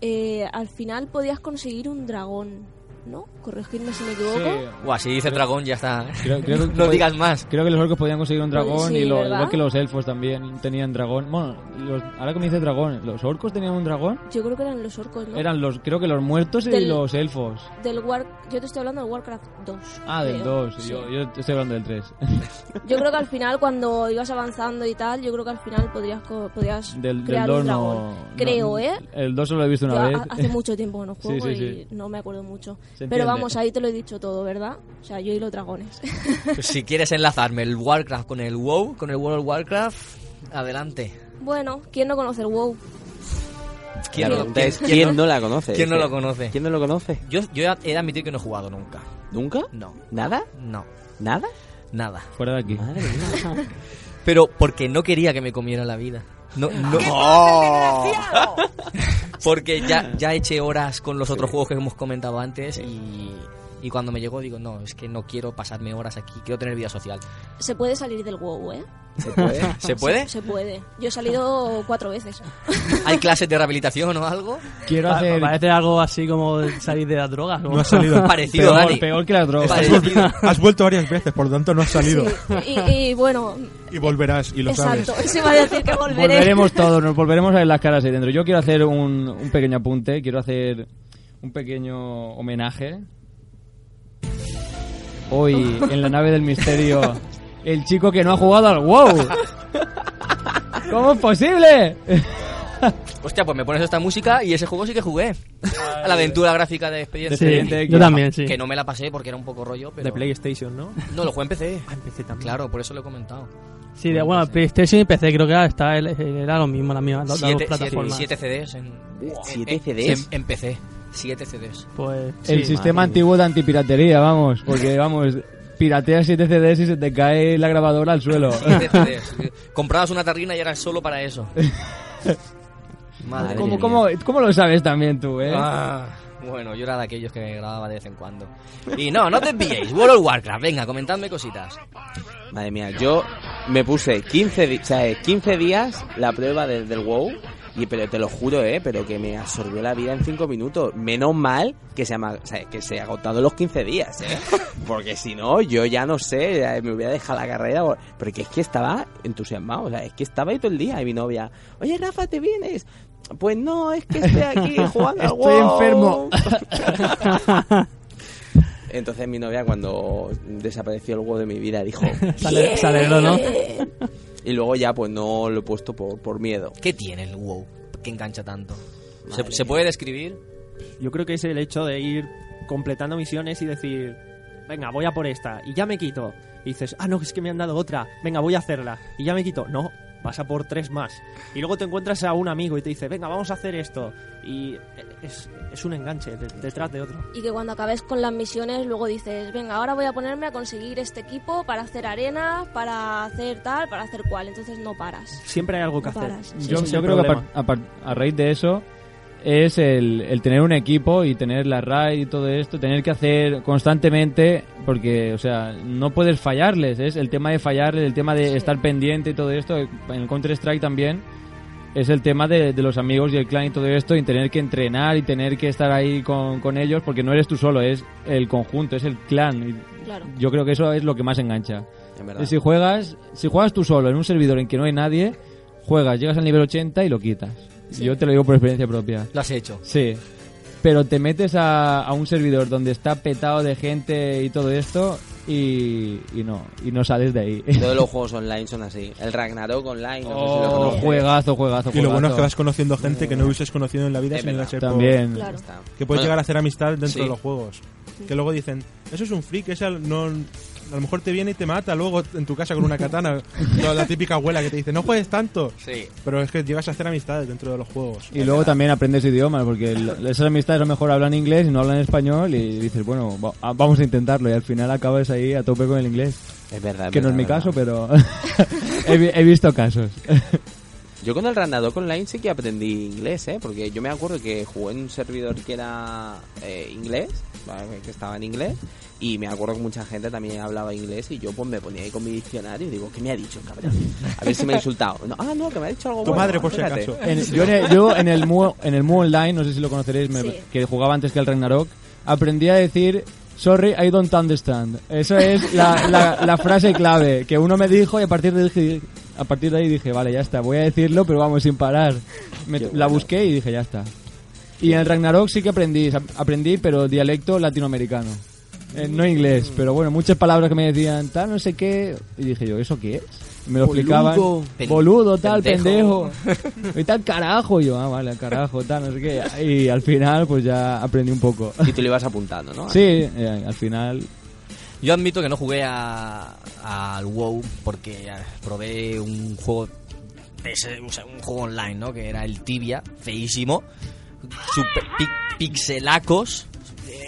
S4: eh, al final podías conseguir un dragón, ¿no? Corregirme si me equivoco.
S2: Buah, si dice dragón ya está. ¿eh?
S9: Creo- creo que-
S2: no digas más.
S9: Creo que los orcos podían conseguir un dragón
S4: Pues Sí,
S9: y lo,
S4: ¿verdad?
S9: igual que los elfos también tenían dragón. Bueno, los- ahora que me dice dragón, ¿los orcos tenían un dragón?
S4: Yo creo que eran los orcos, ¿no?
S9: Eran los, creo que los muertos y
S4: Del-
S9: los elfos.
S4: Del War... Yo te estoy hablando del Warcraft 2.
S9: Ah, del
S4: creo.
S9: 2.
S4: Sí.
S9: Yo, yo estoy hablando del 3.
S4: Yo creo que al final, cuando ibas avanzando y tal, yo creo que al final podrías, co- podías
S9: Del, del
S4: crear
S9: 2
S4: un dragón.
S9: no,
S4: creo,
S9: no-
S4: ¿eh?
S9: El 2 solo lo he visto
S4: Yo ah,
S9: una
S4: ha-
S9: vez.
S4: hace mucho tiempo que no juego
S9: Sí, sí, sí.
S4: y no me acuerdo mucho.
S9: Se entiende.
S4: Pero vamos, ahí te lo he dicho todo, ¿verdad? O sea, yo y los dragones.
S2: Pues si quieres enlazarme el Warcraft con el WoW, con el World of Warcraft, adelante.
S4: bueno, ¿quién no conoce el WoW?
S6: La
S2: no-
S6: pregunta es,
S2: quién- quién
S6: ¿quién
S2: no-
S6: no la conoce?
S2: quién no
S6: Dice,
S2: lo conoce?
S6: ¿Quién no lo conoce?
S2: Yo, yo he de admitir que no he jugado nunca.
S6: ¿Nunca?
S2: No,
S6: ¿Nada?
S2: no,
S6: ¿Nada?
S2: nada.
S9: Fuera de aquí.
S6: Madre mía.
S2: Pero porque no quería que me comiera la vida. No, no. Porque ya, ya eché horas con los otros juegos que hemos comentado antes y, y cuando me llegó digo, no, es que no quiero pasarme horas aquí, quiero tener vida social.
S4: Se puede salir del WoW, ¿eh?
S6: ¿Se puede?
S2: ¿Se puede?
S4: Se puede. Yo he salido cuatro veces.
S2: ¿Hay clases de rehabilitación o algo?
S9: Quiero
S5: Pa-
S9: hacer.
S5: Parece algo así como salir de las drogas. ¿no?
S8: No has salido.
S2: Parecido, Dani.
S9: Peor, peor que las drogas.
S8: Has,
S2: Parecido.
S8: volvi- has vuelto varias veces, por lo tanto no has salido.
S4: Sí. Y, y bueno,
S8: Y volverás, y lo sabes.
S4: exacto. Se va a decir que volveré.
S9: Volveremos todos, nos volveremos a ver las caras ahí dentro. Yo quiero hacer un, un pequeño apunte, quiero hacer un pequeño homenaje. Hoy, en la nave del misterio, el chico que no ha jugado al WoW. ¿Cómo es posible?
S2: Hostia, pues me pones esta música y ese juego sí que jugué. A la aventura gráfica de Expediente
S9: Sí,
S2: X. Ah,
S9: Expediente
S5: Yo también, sí.
S2: Que no me la pasé porque era un poco rollo, pero...
S3: De PlayStation, ¿no?
S2: No, lo jugué en PC.
S3: Ah, empecé también.
S2: Claro, por eso lo he comentado.
S5: Sí, de, bueno, PlayStation y PC creo que era, está, el- era lo mismo, la misma, las dos
S2: Siete, siete,
S5: plataformas.
S2: siete CDs en...
S6: ¿Siete
S2: en-
S6: CDs?
S2: En, en PC. Siete CDs.
S5: Pues,
S9: El
S5: sí.
S9: sistema antiguo de antipiratería, vamos, porque vamos, pirateas 7 CDs y se te cae la grabadora al suelo.
S2: Siete CDs. Comprabas una tarrina y era solo para eso. Madre
S6: Madre
S9: ¿Cómo,
S6: mía.
S9: cómo, cómo lo sabes también tú, eh?
S2: Ah, bueno, yo era de aquellos que grababa de vez en cuando. Y no, no te envíéis. World of Warcraft, venga, comentadme cositas.
S6: Madre mía, yo me puse 15, di- o sea, eh, 15 días la prueba de- del WoW. Y pero te lo juro, eh, pero que me absorbió la vida en 5 minutos. Menos mal que se, ama- o sea, que se ha agotado los 15 días, eh. Porque si no, yo ya no sé, ya me hubiera dejado la carrera. o- Porque es que estaba entusiasmado, o sea, es que estaba ahí todo el día. Y mi novia, oye Rafa, ¿te vienes? Pues no, es que estoy aquí jugando. al
S9: Estoy
S6: WoW".
S9: enfermo.
S6: Entonces mi novia cuando desapareció el WoW de mi vida dijo,
S5: Se ale- se alegró, ¿no?
S6: Y luego ya, pues no lo he puesto por, por miedo.
S2: ¿Qué tiene el WoW que engancha tanto? ¿Se,
S6: Madre
S2: se
S6: mía.
S2: puede describir?
S3: Yo creo que es el hecho de ir completando misiones y decir, venga, voy a por esta, y ya me quito. Y dices, ah, no, es que me han dado otra, venga, voy a hacerla, y ya me quito. No, vas a por tres más. Y luego te encuentras a un amigo y te dice, venga, vamos a hacer esto. Y es, es un enganche de- detrás de otro.
S4: Y que cuando acabes con las misiones, luego dices, venga, ahora voy a ponerme a conseguir este equipo para hacer arena, para hacer tal, para hacer cual. Entonces no paras.
S3: Siempre hay algo que
S4: No
S3: hacer.
S4: paras.
S3: Ese
S9: yo,
S3: es
S9: yo
S3: el
S9: creo que a,
S3: problema.
S9: par- a par- a raíz de eso es el, el tener un equipo y tener la raid y todo esto, tener que hacer constantemente, porque, o sea, no puedes fallarles, es el tema de fallarles, el tema de
S4: Sí.
S9: estar pendiente y todo esto, en el Counter-Strike también, es el tema de, de los amigos y el clan y todo esto, y tener que entrenar y tener que estar ahí con, con ellos, porque no eres tú solo, es el conjunto, es el clan, y
S4: Claro.
S9: yo creo que eso es lo que más engancha.
S6: En verdad.
S9: Si juegas, si juegas tú solo en un servidor en que no hay nadie, juegas, llegas al nivel 80 y lo quitas. Yo te lo digo por experiencia propia.
S2: Lo has hecho.
S9: Sí. Pero te metes a, a un servidor donde está petado de gente y todo esto y, y no, y no sales de ahí.
S6: Todos los juegos online son así. El Ragnarok online. No sé si lo
S9: Oh,
S6: conoces.
S9: juegazo, juegazo, juegazo.
S8: Y lo bueno es que vas conociendo gente que no hubieses conocido en la vida
S6: Es
S8: si no iba a
S6: verdad.
S8: ser por-
S9: También.
S4: Claro.
S6: Está.
S8: Que puedes
S6: Bueno,
S8: llegar a hacer amistad dentro
S6: Sí.
S8: de los juegos. Que luego dicen, eso es un freak, ese no, a lo mejor te viene y te mata luego en tu casa con una katana. la, la típica abuela que te dice, no juegues tanto.
S2: Sí.
S8: Pero es que llegas a hacer amistades dentro de los juegos.
S9: Y luego también aprendes idiomas, porque el- esas amistades a lo mejor hablan inglés y no hablan español y dices, bueno, va- ah, vamos a intentarlo y al final acabas ahí a tope con el inglés.
S6: Es verdad. es
S9: Que no es
S6: verdad,
S9: mi caso,
S6: verdad.
S9: pero he, vi- he visto casos.
S6: Yo con el Randadoc Online sí que aprendí inglés, ¿eh? Porque yo me acuerdo que jugué en un servidor que era eh, inglés, ¿vale? que estaba en inglés, y me acuerdo que mucha gente también hablaba inglés y yo pues me ponía ahí con mi diccionario y digo, ¿qué me ha dicho, cabrón? A ver si me ha insultado. No, ah, no, que me ha dicho algo
S8: Tu
S6: bueno,
S8: madre, por si
S6: fíjate.
S8: acaso.
S9: En- yo, en el, yo en el Mu, en el Mu Online, no sé si lo conoceréis, me-
S4: Sí.
S9: que jugaba antes que el Ragnarok, aprendí a decir Sorry, I don't understand. Esa es la, la- la frase clave que uno me dijo y a partir de dije- a partir de ahí dije, vale, ya está, voy a decirlo, pero vamos sin parar. Me-
S6: Qué
S9: La
S6: bueno.
S9: busqué y dije, ya está. Y en el Ragnarok sí que aprendí, ap- aprendí, pero dialecto latinoamericano. Eh, no inglés, pero bueno, muchas palabras que me decían, tal, no sé qué. Y dije yo, ¿eso qué es? Y me lo explicaban.
S2: Pen-
S9: Boludo, tal,
S2: pendejo.
S9: pendejo. Y tal, carajo. Y yo, ah, vale, carajo, tal, no sé qué. Y al final, pues ya aprendí un poco.
S6: Y tú le ibas apuntando, ¿no?
S9: Sí, eh, al final.
S2: Yo admito que no jugué a- al WoW porque eh, probé un juego ese, o sea, un juego online, ¿no? Que era el Tibia, feísimo, super pi- pixelacos.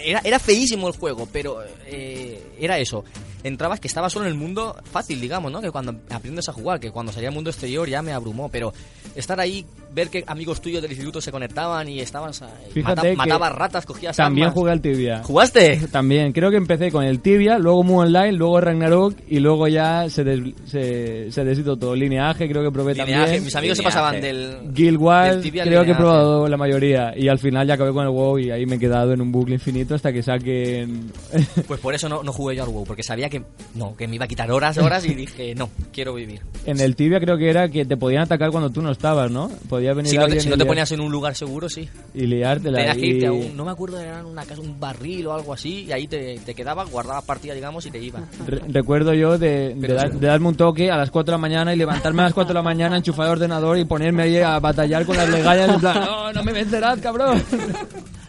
S2: Era, era feísimo el juego, pero eh, era eso. Entrabas que estaba solo en el mundo fácil, digamos, ¿no? Que cuando aprendes a jugar, que cuando salía al mundo exterior ya me abrumó, pero estar ahí, ver que amigos tuyos del instituto se conectaban y estabas ahí,
S9: Fíjate
S2: mata-
S9: que
S2: matabas ratas, cogías
S9: También
S2: armas.
S9: jugué al Tibia.
S2: ¿Jugaste?
S9: También, creo que empecé con el Tibia, luego Mu Online, luego Ragnarok y luego ya se, des- se, se deshizo todo. Lineaje, creo que probé
S2: Lineaje,
S9: también.
S2: mis amigos
S6: Lineaje.
S2: se pasaban del
S9: Guild
S2: del
S9: Wars,
S2: Tibia
S9: creo
S2: al
S9: que he
S2: lineaje.
S9: probado la mayoría. Y al final ya acabé con el WoW y ahí me he quedado en un bucle infinito hasta que saquen.
S2: Pues por eso no, no jugué yo al WoW, porque sabía que no, que me iba a quitar horas, horas y dije, no, quiero vivir.
S9: En el tibia creo que era que te podían atacar cuando tú no estabas, ¿no? Podía venir
S2: Si no, te,
S9: alguien
S2: si
S9: y
S2: no te
S9: liar-
S2: ponías en un lugar seguro, sí.
S9: y liártela.
S2: Tenías que irte
S9: y-
S2: a un, no me acuerdo, era una casa, un barril o algo así, y ahí te, te quedabas, guardabas partida, digamos, y te ibas.
S9: Re- Recuerdo yo de, de
S2: Pero
S9: dar-
S2: sí.
S9: de darme un toque a las 4 de la mañana y levantarme a las 4 de la mañana, enchufar el ordenador y ponerme ahí a batallar con las legallas en plan, no, no me vencerás, cabrón.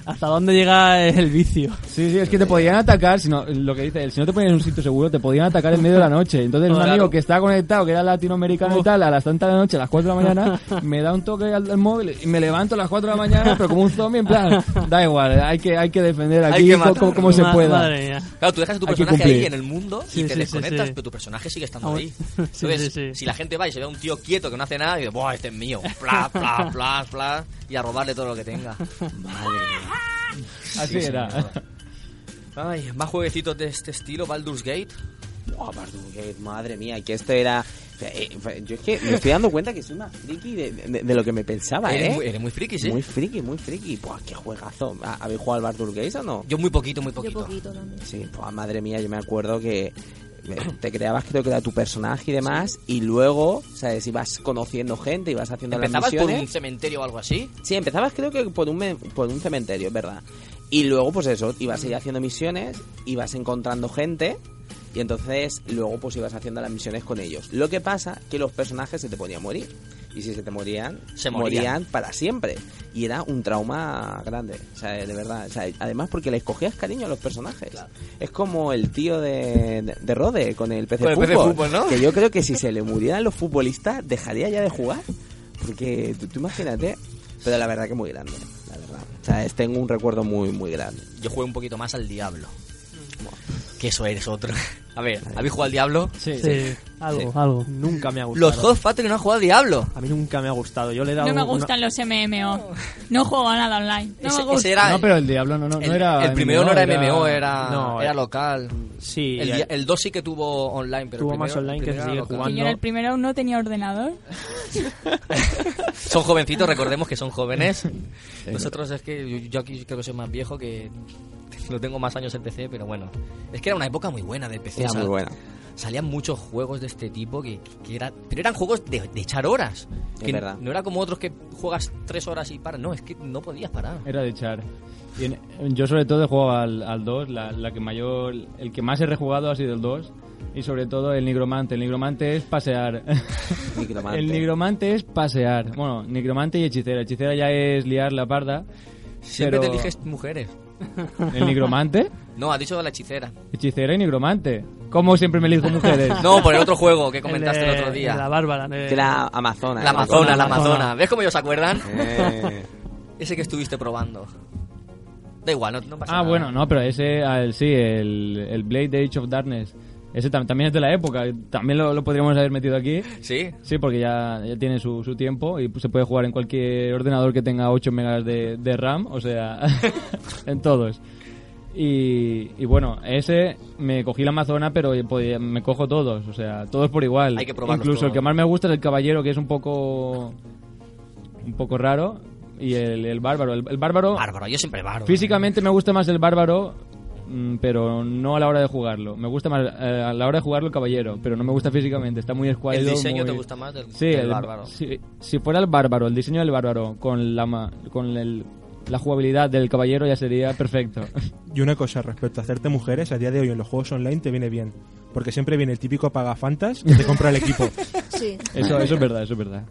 S5: ¿Hasta dónde llega el vicio?
S9: Sí, sí, es que te podían atacar, si no, lo que dice él, si no te ponías en un sitio seguro, te podían atacar en medio de la noche. Entonces un
S5: Claro.
S9: amigo que estaba conectado, que era latinoamericano y tal, a las tantas de la noche, a las 4 de la mañana, me da un toque al, al móvil y me levanto a las 4 de la mañana, pero como un zombie, en plan, da igual, hay que, hay que defender
S2: Hay
S9: aquí
S2: que
S9: co- co- como,
S2: matarlo.
S9: se
S5: Ma-
S9: pueda.
S5: Madre mía.
S2: Claro, tú dejas a tu
S9: Hay que
S2: personaje
S9: cumplir.
S2: ahí en el mundo y
S5: Sí,
S2: te
S5: sí, sí,
S2: desconectas,
S5: sí.
S2: pero tu personaje sigue estando
S5: Ah,
S2: ahí.
S5: bueno. Sí,
S2: Entonces,
S5: sí, sí.
S2: si la gente va y se ve a un tío quieto que no hace nada, y dice, ¡buah, este es mío! ¡Pla, pla, pla, pla! Y a robarle todo lo que tenga. Madre mía.
S9: Así era.
S2: Ay, más jueguecitos de este estilo, Baldur's Gate.
S6: Oh, Baldur's Gate, madre mía, que esto era... eh, eh, Yo es que me estoy dando cuenta que soy más friki de, de- de lo que me pensaba,
S2: Eres,
S6: ¿eh?
S2: muy, eres muy friki, sí.
S6: Muy friki, muy friki. Buah, qué juegazo. ¿Ha- ¿Habéis jugado al Baldur's Gate o no?
S2: Yo muy poquito, muy
S4: Yo
S2: poquito.
S4: poquito también.
S6: Sí, pues madre mía, yo me acuerdo que eh, te creabas creo que era tu personaje y demás y luego, ¿sabes? Ibas conociendo gente, ibas haciendo las
S2: ¿Empezabas por un
S6: misiones.
S2: cementerio o algo así?
S6: Sí, empezabas creo que por un, me- por un cementerio, es verdad. Y luego, pues eso, ibas a ir haciendo misiones, ibas encontrando gente y entonces luego pues ibas haciendo las misiones con ellos. Lo que pasa que los personajes se te podían morir. Y si se te morían,
S2: Se morían.
S6: para siempre. Y era un trauma grande, o sea, de verdad. O sea, además porque les cogías cariño a los personajes. Es como el tío de, de, de Rode con el PC
S2: Con el PC
S6: Fútbol.
S2: Fútbol, ¿no?
S6: Que yo creo que si se le murieran los futbolistas, dejaría ya de jugar. Porque tú, tú imagínate. Pero la verdad que muy grande, la verdad. O sea, es- tengo un recuerdo muy, muy grande.
S2: Yo jugué un poquito más al Diablo. Que eso eres otro. A ver, ¿habéis jugado al Diablo?
S3: Sí,
S5: Sí, algo,
S2: Sí.
S5: algo.
S3: Nunca me ha gustado.
S2: Los Hot Factory no han jugado al Diablo.
S3: A mí nunca me ha gustado. Yo le he dado
S7: No me
S3: una-
S7: gustan los MMO. No juego a nada online. No
S2: Ese- ese
S7: me gusta.
S2: era-
S9: No, pero el Diablo no, no, no
S2: el,
S9: era.
S2: el primero no era MMO, era,
S3: no,
S2: era
S3: eh,
S2: local.
S3: Sí,
S2: El,
S3: eh,
S2: dia- el 2 sí que tuvo online, pero el
S3: Tuvo más
S2: primero-
S3: online
S2: el
S3: que
S2: primero
S3: se
S2: era
S3: sigue
S2: local.
S7: Que
S3: jugando.
S7: yo en el primero no tenía ordenador.
S2: Son jovencitos, recordemos que son jóvenes. Nosotros es que yo, yo aquí creo que soy más viejo que lo tengo más años en PC, pero bueno. Es que era una época muy buena del PC.
S6: Era
S2: sal-
S6: muy buena.
S2: Salían muchos juegos de este tipo que, que era, pero eran juegos de, de echar horas.
S6: Es
S2: Que
S6: verdad.
S2: No era como otros que juegas tres horas y paras. No, es que no podías parar.
S9: Era de echar. Y en- yo sobre todo he jugado al, al 2, la, la que mayor, el que más he rejugado ha sido el 2. Y sobre todo el nigromante. El nigromante es pasear.
S6: Nigromante.
S9: El nigromante es pasear. Bueno, nigromante y hechicera. Hechicera ya es liar la parda.
S2: Siempre
S9: pero-
S2: te eliges mujeres.
S9: ¿El nigromante?
S2: No, ha dicho la hechicera.
S9: Hechicera y nigromante. Como siempre me elijo mujeres.
S2: No, por el otro juego que comentaste el, otro día.
S5: La
S2: La,
S5: Bárbara. de-
S6: Que la Amazona. ¿eh?
S2: Amazona, la
S5: la Amazona.
S2: Amazona. ¿Ves cómo ellos se acuerdan?
S6: Eh,
S2: Ese que estuviste probando. Da igual, no, no pasa
S9: Ah,
S2: nada.
S9: bueno, no, pero ese, al- sí, el, el Blade Age of Darkness. Ese tam- también es de la época. También lo, lo podríamos haber metido aquí.
S2: ¿Sí?
S9: Sí, porque ya, ya tiene su, su tiempo y pues, se puede jugar en cualquier ordenador que tenga 8 megas de, de RAM, o sea, en todos. Y, y bueno, ese me cogí la Amazona, pero podía- me cojo todos, o sea, todos por igual.
S2: Hay que probarlos
S9: Incluso el
S2: todos.
S9: que más me gusta es el Caballero, que es un poco. un poco raro, y el, el Bárbaro. El, el Bárbaro.
S2: Bárbaro, yo siempre bárbaro.
S9: Físicamente me gusta más el bárbaro, mm, pero no a la hora de jugarlo. Me gusta más eh, a la hora de jugarlo el caballero, pero no me gusta físicamente. Está muy escuadro.
S2: ¿El diseño
S9: muy-
S2: te gusta más del,
S9: Sí,
S2: del
S9: el-
S2: bárbaro?
S9: Si, si fuera el bárbaro, el diseño del bárbaro con la ma- con el- la jugabilidad del caballero ya sería perfecto.
S8: Y una cosa, respecto a hacerte mujeres, a día de hoy en los juegos online te viene bien. Porque siempre viene el típico pagafantas que te compra el equipo.
S4: Sí.
S9: Eso, eso es verdad, eso es verdad.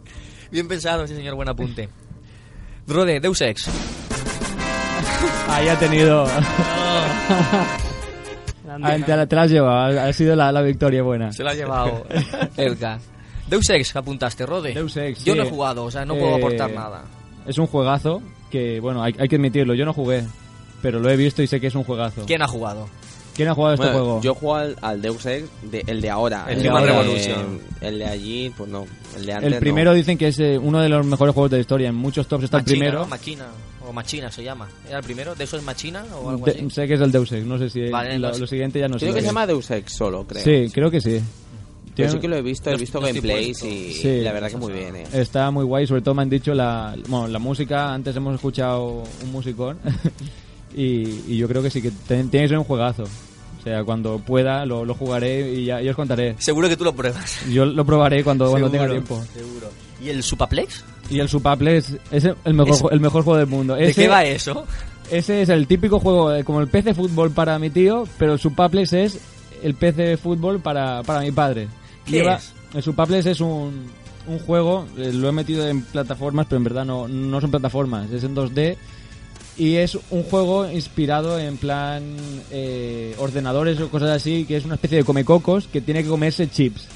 S2: Bien pensado, sí, señor, buen apunte. Drode, Deus Ex.
S9: Ahí ha tenido.
S5: Grande.
S9: Ah, te, la- te la has llevado, ha ha sido la, la victoria buena.
S2: Se lo ha llevado cerca. Deus Ex, apuntaste, Rode.
S9: Deus Ex,
S2: Yo
S9: sí.
S2: no he jugado, o sea, no puedo
S9: Eh,
S2: aportar nada.
S9: Es un juegazo que, bueno, hay, hay que admitirlo. Yo no jugué, pero lo he visto y sé que es un juegazo.
S2: ¿Quién ha jugado?
S9: ¿Quién ha jugado a este
S6: bueno,
S9: juego?
S6: yo juego al, al Deus Ex, de- el de ahora.
S2: El
S6: de
S2: Human
S6: ahora,
S2: Revolution.
S6: eh, el de allí, pues no. El de antes.
S9: el primero
S6: no.
S9: dicen que es eh, uno de los mejores juegos de la historia. En muchos tops está el
S2: Machina,
S9: primero.
S2: ¿no? Machina, o Machina se llama. ¿Era el primero? ¿De eso es Machina o algo
S9: De-
S2: así?
S9: sé que es el Deus Ex, no sé si eh,
S2: Vale,
S9: lo,
S2: no sé.
S9: lo siguiente ya no sé.
S6: Creo
S9: lo
S6: que se
S9: es.
S6: llama Deus Ex solo, creo.
S9: Sí, creo que sí.
S6: Yo
S9: Tiene-
S6: sí que lo he visto, he
S2: No-
S6: visto
S2: no estoy
S6: gameplays
S2: puesto.
S6: y
S9: Sí.
S6: la verdad que muy bien, eh.
S9: Está muy guay, sobre todo me han dicho la, bueno, la música. Antes hemos escuchado un musicón. y, y yo creo que sí, que ten- tiene que ser un juegazo. O sea, cuando pueda lo, lo jugaré y ya y os contaré.
S2: Seguro que tú lo pruebas.
S9: Yo lo probaré cuando, cuando tenga
S2: Seguro,
S9: tiempo.
S2: Seguro. ¿Y el Supaplex?
S9: Y el Supaple es, es el, mejor,
S2: Ese-
S9: ju- el mejor juego del mundo.
S2: ¿De
S9: Ese-
S2: qué va eso?
S9: Ese es el típico juego, eh, como el PC fútbol para mi tío, pero el Supaples es el PC fútbol para, para mi padre.
S2: ¿Qué es?
S9: El Supaples es un, un juego, eh, lo he metido en plataformas, pero en verdad no, no son plataformas, es en 2D. Y es un juego inspirado en plan eh, ordenadores o cosas así, que es una especie de comecocos que tiene que comerse chips.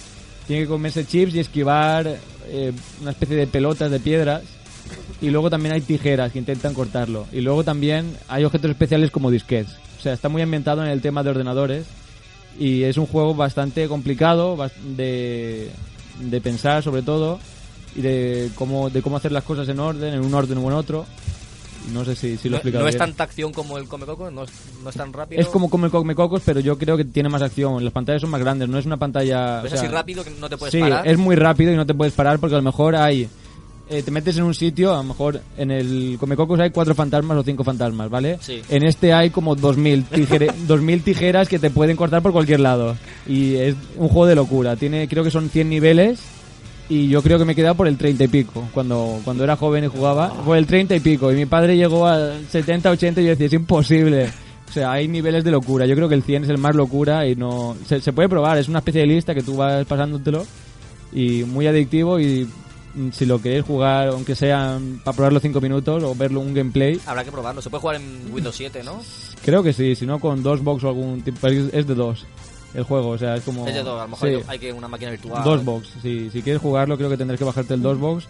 S9: Tiene que comerse chips y esquivar eh, una especie de pelotas de piedras. Y luego también hay tijeras que intentan cortarlo. Y luego también hay objetos especiales como disquets. O sea, está muy ambientado en el tema de ordenadores. Y es un juego bastante complicado bas- de, de pensar sobre todo. Y de cómo, de cómo hacer las cosas en orden, en un orden o en otro. No sé si, si
S2: no,
S9: lo he explicado
S2: no es
S9: bien.
S2: tanta acción como el Come Coco, no es, no es tan rápido.
S9: Es como come Come cocos, pero yo creo que tiene más acción. Las pantallas son más grandes, no es una pantalla.
S2: ¿Ves
S9: o sea,
S2: Pues así rápido que no te puedes
S9: sí,
S2: parar?
S9: es muy rápido y no te puedes parar porque a lo mejor hay. eh, te metes en un sitio, a lo mejor en el Comecocos hay cuatro fantasmas o cinco fantasmas, ¿vale?
S2: Sí.
S9: En este hay como 2000 tijere- 2000 tijeras que te pueden cortar por cualquier lado. Y es un juego de locura. Tiene, creo que son 100 niveles. Y yo creo que me he quedado por el 30 y pico. Cuando, cuando era joven y jugaba,
S2: Ah.
S9: por el 30 y pico. Y mi padre llegó al 70, 80 y yo decía, es imposible. O sea, hay niveles de locura. Yo creo que el 100 es el más locura y no... Se, se puede probar, es una especie de lista que tú vas pasándotelo. Y muy adictivo y mm, si lo queréis jugar, aunque sea mm, para probarlo 5 minutos o verlo un gameplay,
S2: Habrá que probarlo. Se puede jugar en Windows 7, ¿no?
S9: creo que sí. Si no, con dos box o algún tipo... Es es de dos el juego, o sea, es como...
S2: Es de todo, a lo mejor
S9: Sí.
S2: hay que una máquina virtual.
S9: Dosbox, sí. si quieres jugarlo creo que tendrás que bajarte el Dosbox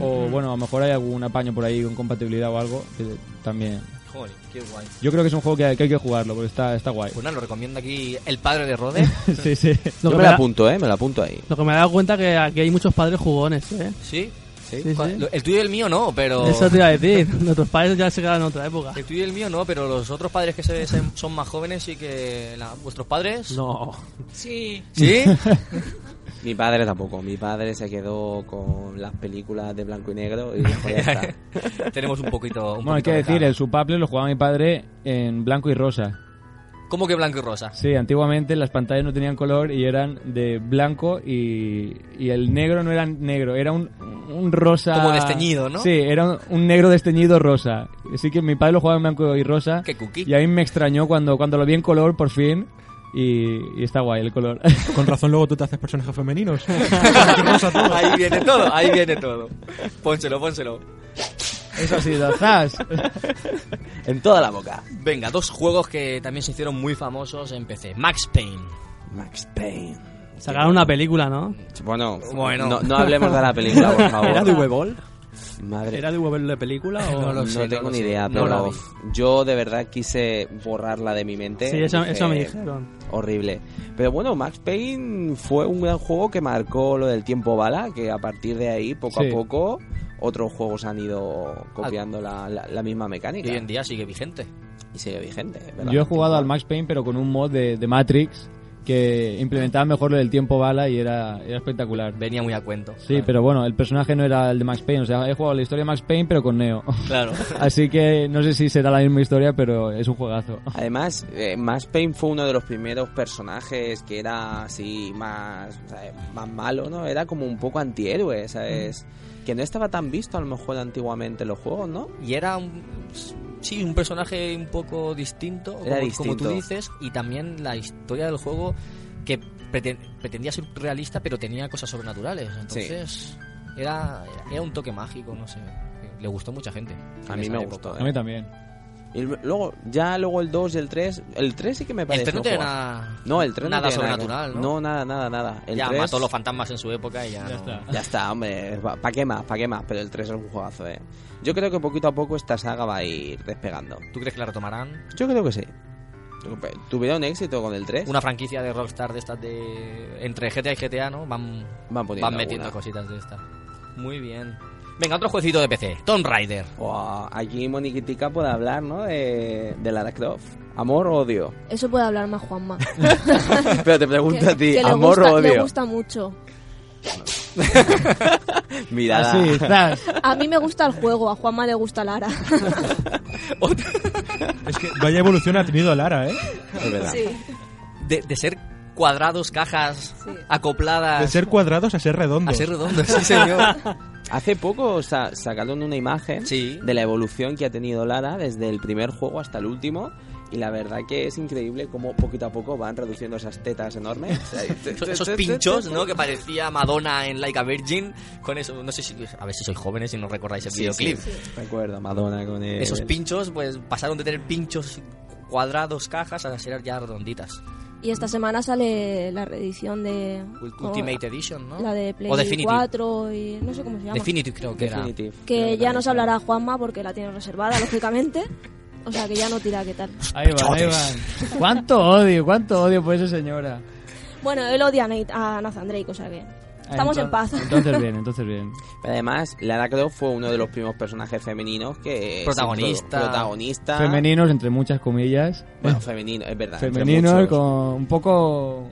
S9: o bueno, a lo mejor hay algún apaño por ahí con compatibilidad o algo que también.
S2: Joder, qué guay.
S9: Yo creo que es un juego que hay que, hay que jugarlo porque está, está guay.
S2: Pues nada, lo recomienda aquí el padre de Rode.
S9: sí, sí.
S6: Yo
S5: Lo
S6: me
S5: que
S6: lo
S5: me da-
S6: apunto, eh, me lo apunto ahí.
S5: Lo que me he dado cuenta que aquí hay muchos padres jugones, ¿eh?
S2: ¿Sí?
S5: Sí,
S2: Joder,
S5: sí.
S2: lo- El tuyo y el mío no, pero...
S5: Eso te iba a decir. Nuestros padres ya se quedaron en otra época.
S2: El tuyo y el mío no, pero los otros padres que se, se- son más jóvenes y que... la- ¿Vuestros padres?
S3: No.
S7: Sí.
S2: ¿Sí?
S6: Mi padre tampoco, mi padre se quedó con las películas de blanco y negro y dijo, ya está.
S2: Tenemos un poquito... un
S9: Bueno, hay
S2: poquito
S9: que
S2: de
S9: decir,
S2: cada.
S9: el Supaple lo jugaba mi padre en blanco y rosa.
S2: ¿Cómo que blanco y rosa?
S9: Sí, antiguamente las pantallas no tenían color y eran de blanco y, y el negro no era negro, era un, un rosa...
S2: Como desteñido, ¿no?
S9: Sí, era un, un negro desteñido rosa. Así que mi padre lo jugaba en blanco y rosa.
S2: ¿Qué cookie?
S9: Y a mí me extrañó cuando, cuando lo vi en color, por fin. Y, y está guay el color.
S8: Con razón luego tú te haces personajes femeninos.
S2: ahí viene todo, ahí viene todo. Pónselo, pónselo.
S9: Eso ha sido, ¡zas!
S6: En toda la boca.
S2: Venga, dos juegos que también se hicieron muy famosos en PC. Max Payne.
S6: Max Payne.
S5: Sacaron una película, ¿no?
S6: Bueno,
S2: Bueno.
S6: No, no hablemos de la película, por favor.
S3: ¿Era de V-Ball?
S6: Madre
S3: ¿Era de V-Ball la película? O...
S2: No lo sé,
S6: no tengo
S2: lo
S6: ni
S2: sé.
S6: idea,
S2: No la
S6: pero
S2: vi.
S6: yo de verdad quise borrarla de mi mente.
S5: Sí, eso,
S6: Dije,
S5: eso me dijeron.
S6: Horrible. Pero bueno, Max Payne fue un gran juego que marcó lo del tiempo bala, que a partir de ahí, poco
S9: Sí.
S6: a poco, otros juegos han ido copiando la, la- la misma mecánica.
S2: Ah. Y hoy en día sigue vigente.
S6: Y sigue vigente, ¿verdad?
S9: Yo he jugado al Max Payne, pero con un mod de, de Matrix que implementaba mejor lo del tiempo bala y era, era espectacular.
S2: Venía muy a cuento.
S9: Sí, pero bueno, el personaje no era el de Max Payne. O sea, he jugado la historia de Max Payne, pero con Neo.
S2: Claro.
S9: Así que no sé si será la misma historia, pero es un juegazo.
S6: Además, eh, Max Payne fue uno de los primeros personajes que era así más, ¿sabes? más malo, ¿no? Era como un poco antihéroe, ¿sabes?
S9: Mm.
S6: Que no estaba tan visto a lo mejor antiguamente en los juegos, ¿no?
S2: Y era un, sí, un personaje un poco distinto,
S6: Era
S2: como,
S6: distinto.
S2: como tú dices, y también la historia del juego que preten- pretendía ser realista, pero tenía cosas sobrenaturales. Entonces, era, era un toque mágico, no sé. Le gustó a mucha gente.
S6: A
S2: en
S6: mí
S2: esa
S6: me
S2: época.
S6: gustó. ¿eh?
S9: A mí también.
S6: Y luego, ya luego el 2 y el 3. El 3 sí que me
S2: El
S6: parece.
S2: 3 Este no
S6: un
S2: tiene
S6: juego.
S2: nada.
S6: No, el 3
S2: nada
S6: tiene que ver.
S2: sobrenatural, ¿no?
S6: No, nada, nada, nada. El
S2: ya
S6: 3
S2: mató los fantasmas en su época y ya. no-
S5: está.
S6: Ya está, hombre. ¿Para qué más? ¿Para qué más? Pero el 3 es un juegazo, eh. Yo creo que poquito a poco esta saga va a ir despegando.
S2: ¿Tú crees que la retomarán?
S6: Yo creo que sí. Tuvieron éxito con el 3.
S2: Una franquicia de Rockstar de estas de. Entre GTA y GTA, ¿no? Van,
S6: Van poniendo
S2: van metiendo
S6: alguna.
S2: cositas de estas. Muy bien. Venga, otro jueguecito de PC. Tomb Raider.
S6: Buah, aquí Moniquitica puede hablar, ¿no? De, de Lara Croft. ¿Amor o odio?
S4: Eso puede hablar más Juanma.
S6: Pero te pregunto a ti,
S4: le
S6: ¿amor
S4: gusta,
S6: o
S4: le
S6: odio?
S4: gusta mucho.
S6: Mirada.
S2: Ah,
S5: Así, ¡zas!
S4: A mí me gusta el juego, a Juanma le gusta Lara.
S8: Es que vaya evolución ha tenido Lara, ¿eh?
S6: Es verdad.
S2: de, de ser cuadrados, cajas acopladas,
S8: De ser cuadrados a ser redondos.
S2: a ser redondos, sí señor.
S6: Hace poco sa- sacaron una imagen
S2: Sí.
S6: de la evolución que ha tenido Lara desde el primer juego hasta el último. Y la verdad que es increíble cómo poquito a poco van reduciendo esas tetas enormes. O sea,
S2: Esos, esos pinchos, ¿no? Que parecía Madonna en Like a Virgin con eso, no sé si a ver si sois jóvenes y no recordáis el
S6: Sí,
S2: videoclip.
S6: sí, Recuerdo, Madonna con el-
S2: Esos pinchos pues pasaron de tener pinchos cuadrados, cajas a ser ya redonditas.
S4: Y esta semana sale la reedición de...
S2: Ult-
S4: ¿cómo?
S2: Ultimate Edition, ¿no?
S4: La de Play
S2: o Definitive.
S4: 4 y no sé cómo se llama.
S2: Definitive creo que era.
S6: Definitive.
S4: que ya nos
S6: era.
S4: hablará Juanma porque la tiene reservada, lógicamente. O sea que ya no tira qué tal.
S9: Ahí van, ahí van. ¿Cuánto odio? ¿Cuánto odio por esa señora?
S4: Bueno, él odia a, Nate- a Nathan Drake, o sea que estamos en paz.
S9: Ah, Entonces bien, entonces bien.
S6: Pero además, Lara Croft fue uno de los primeros personajes femeninos que...
S2: Protagonista.
S6: se introdu-
S2: Ah.
S6: Protagonista.
S9: Femeninos, entre muchas comillas.
S6: Bueno, femenino, es verdad. entre
S9: Femeninos,
S6: muchos.
S9: con un poco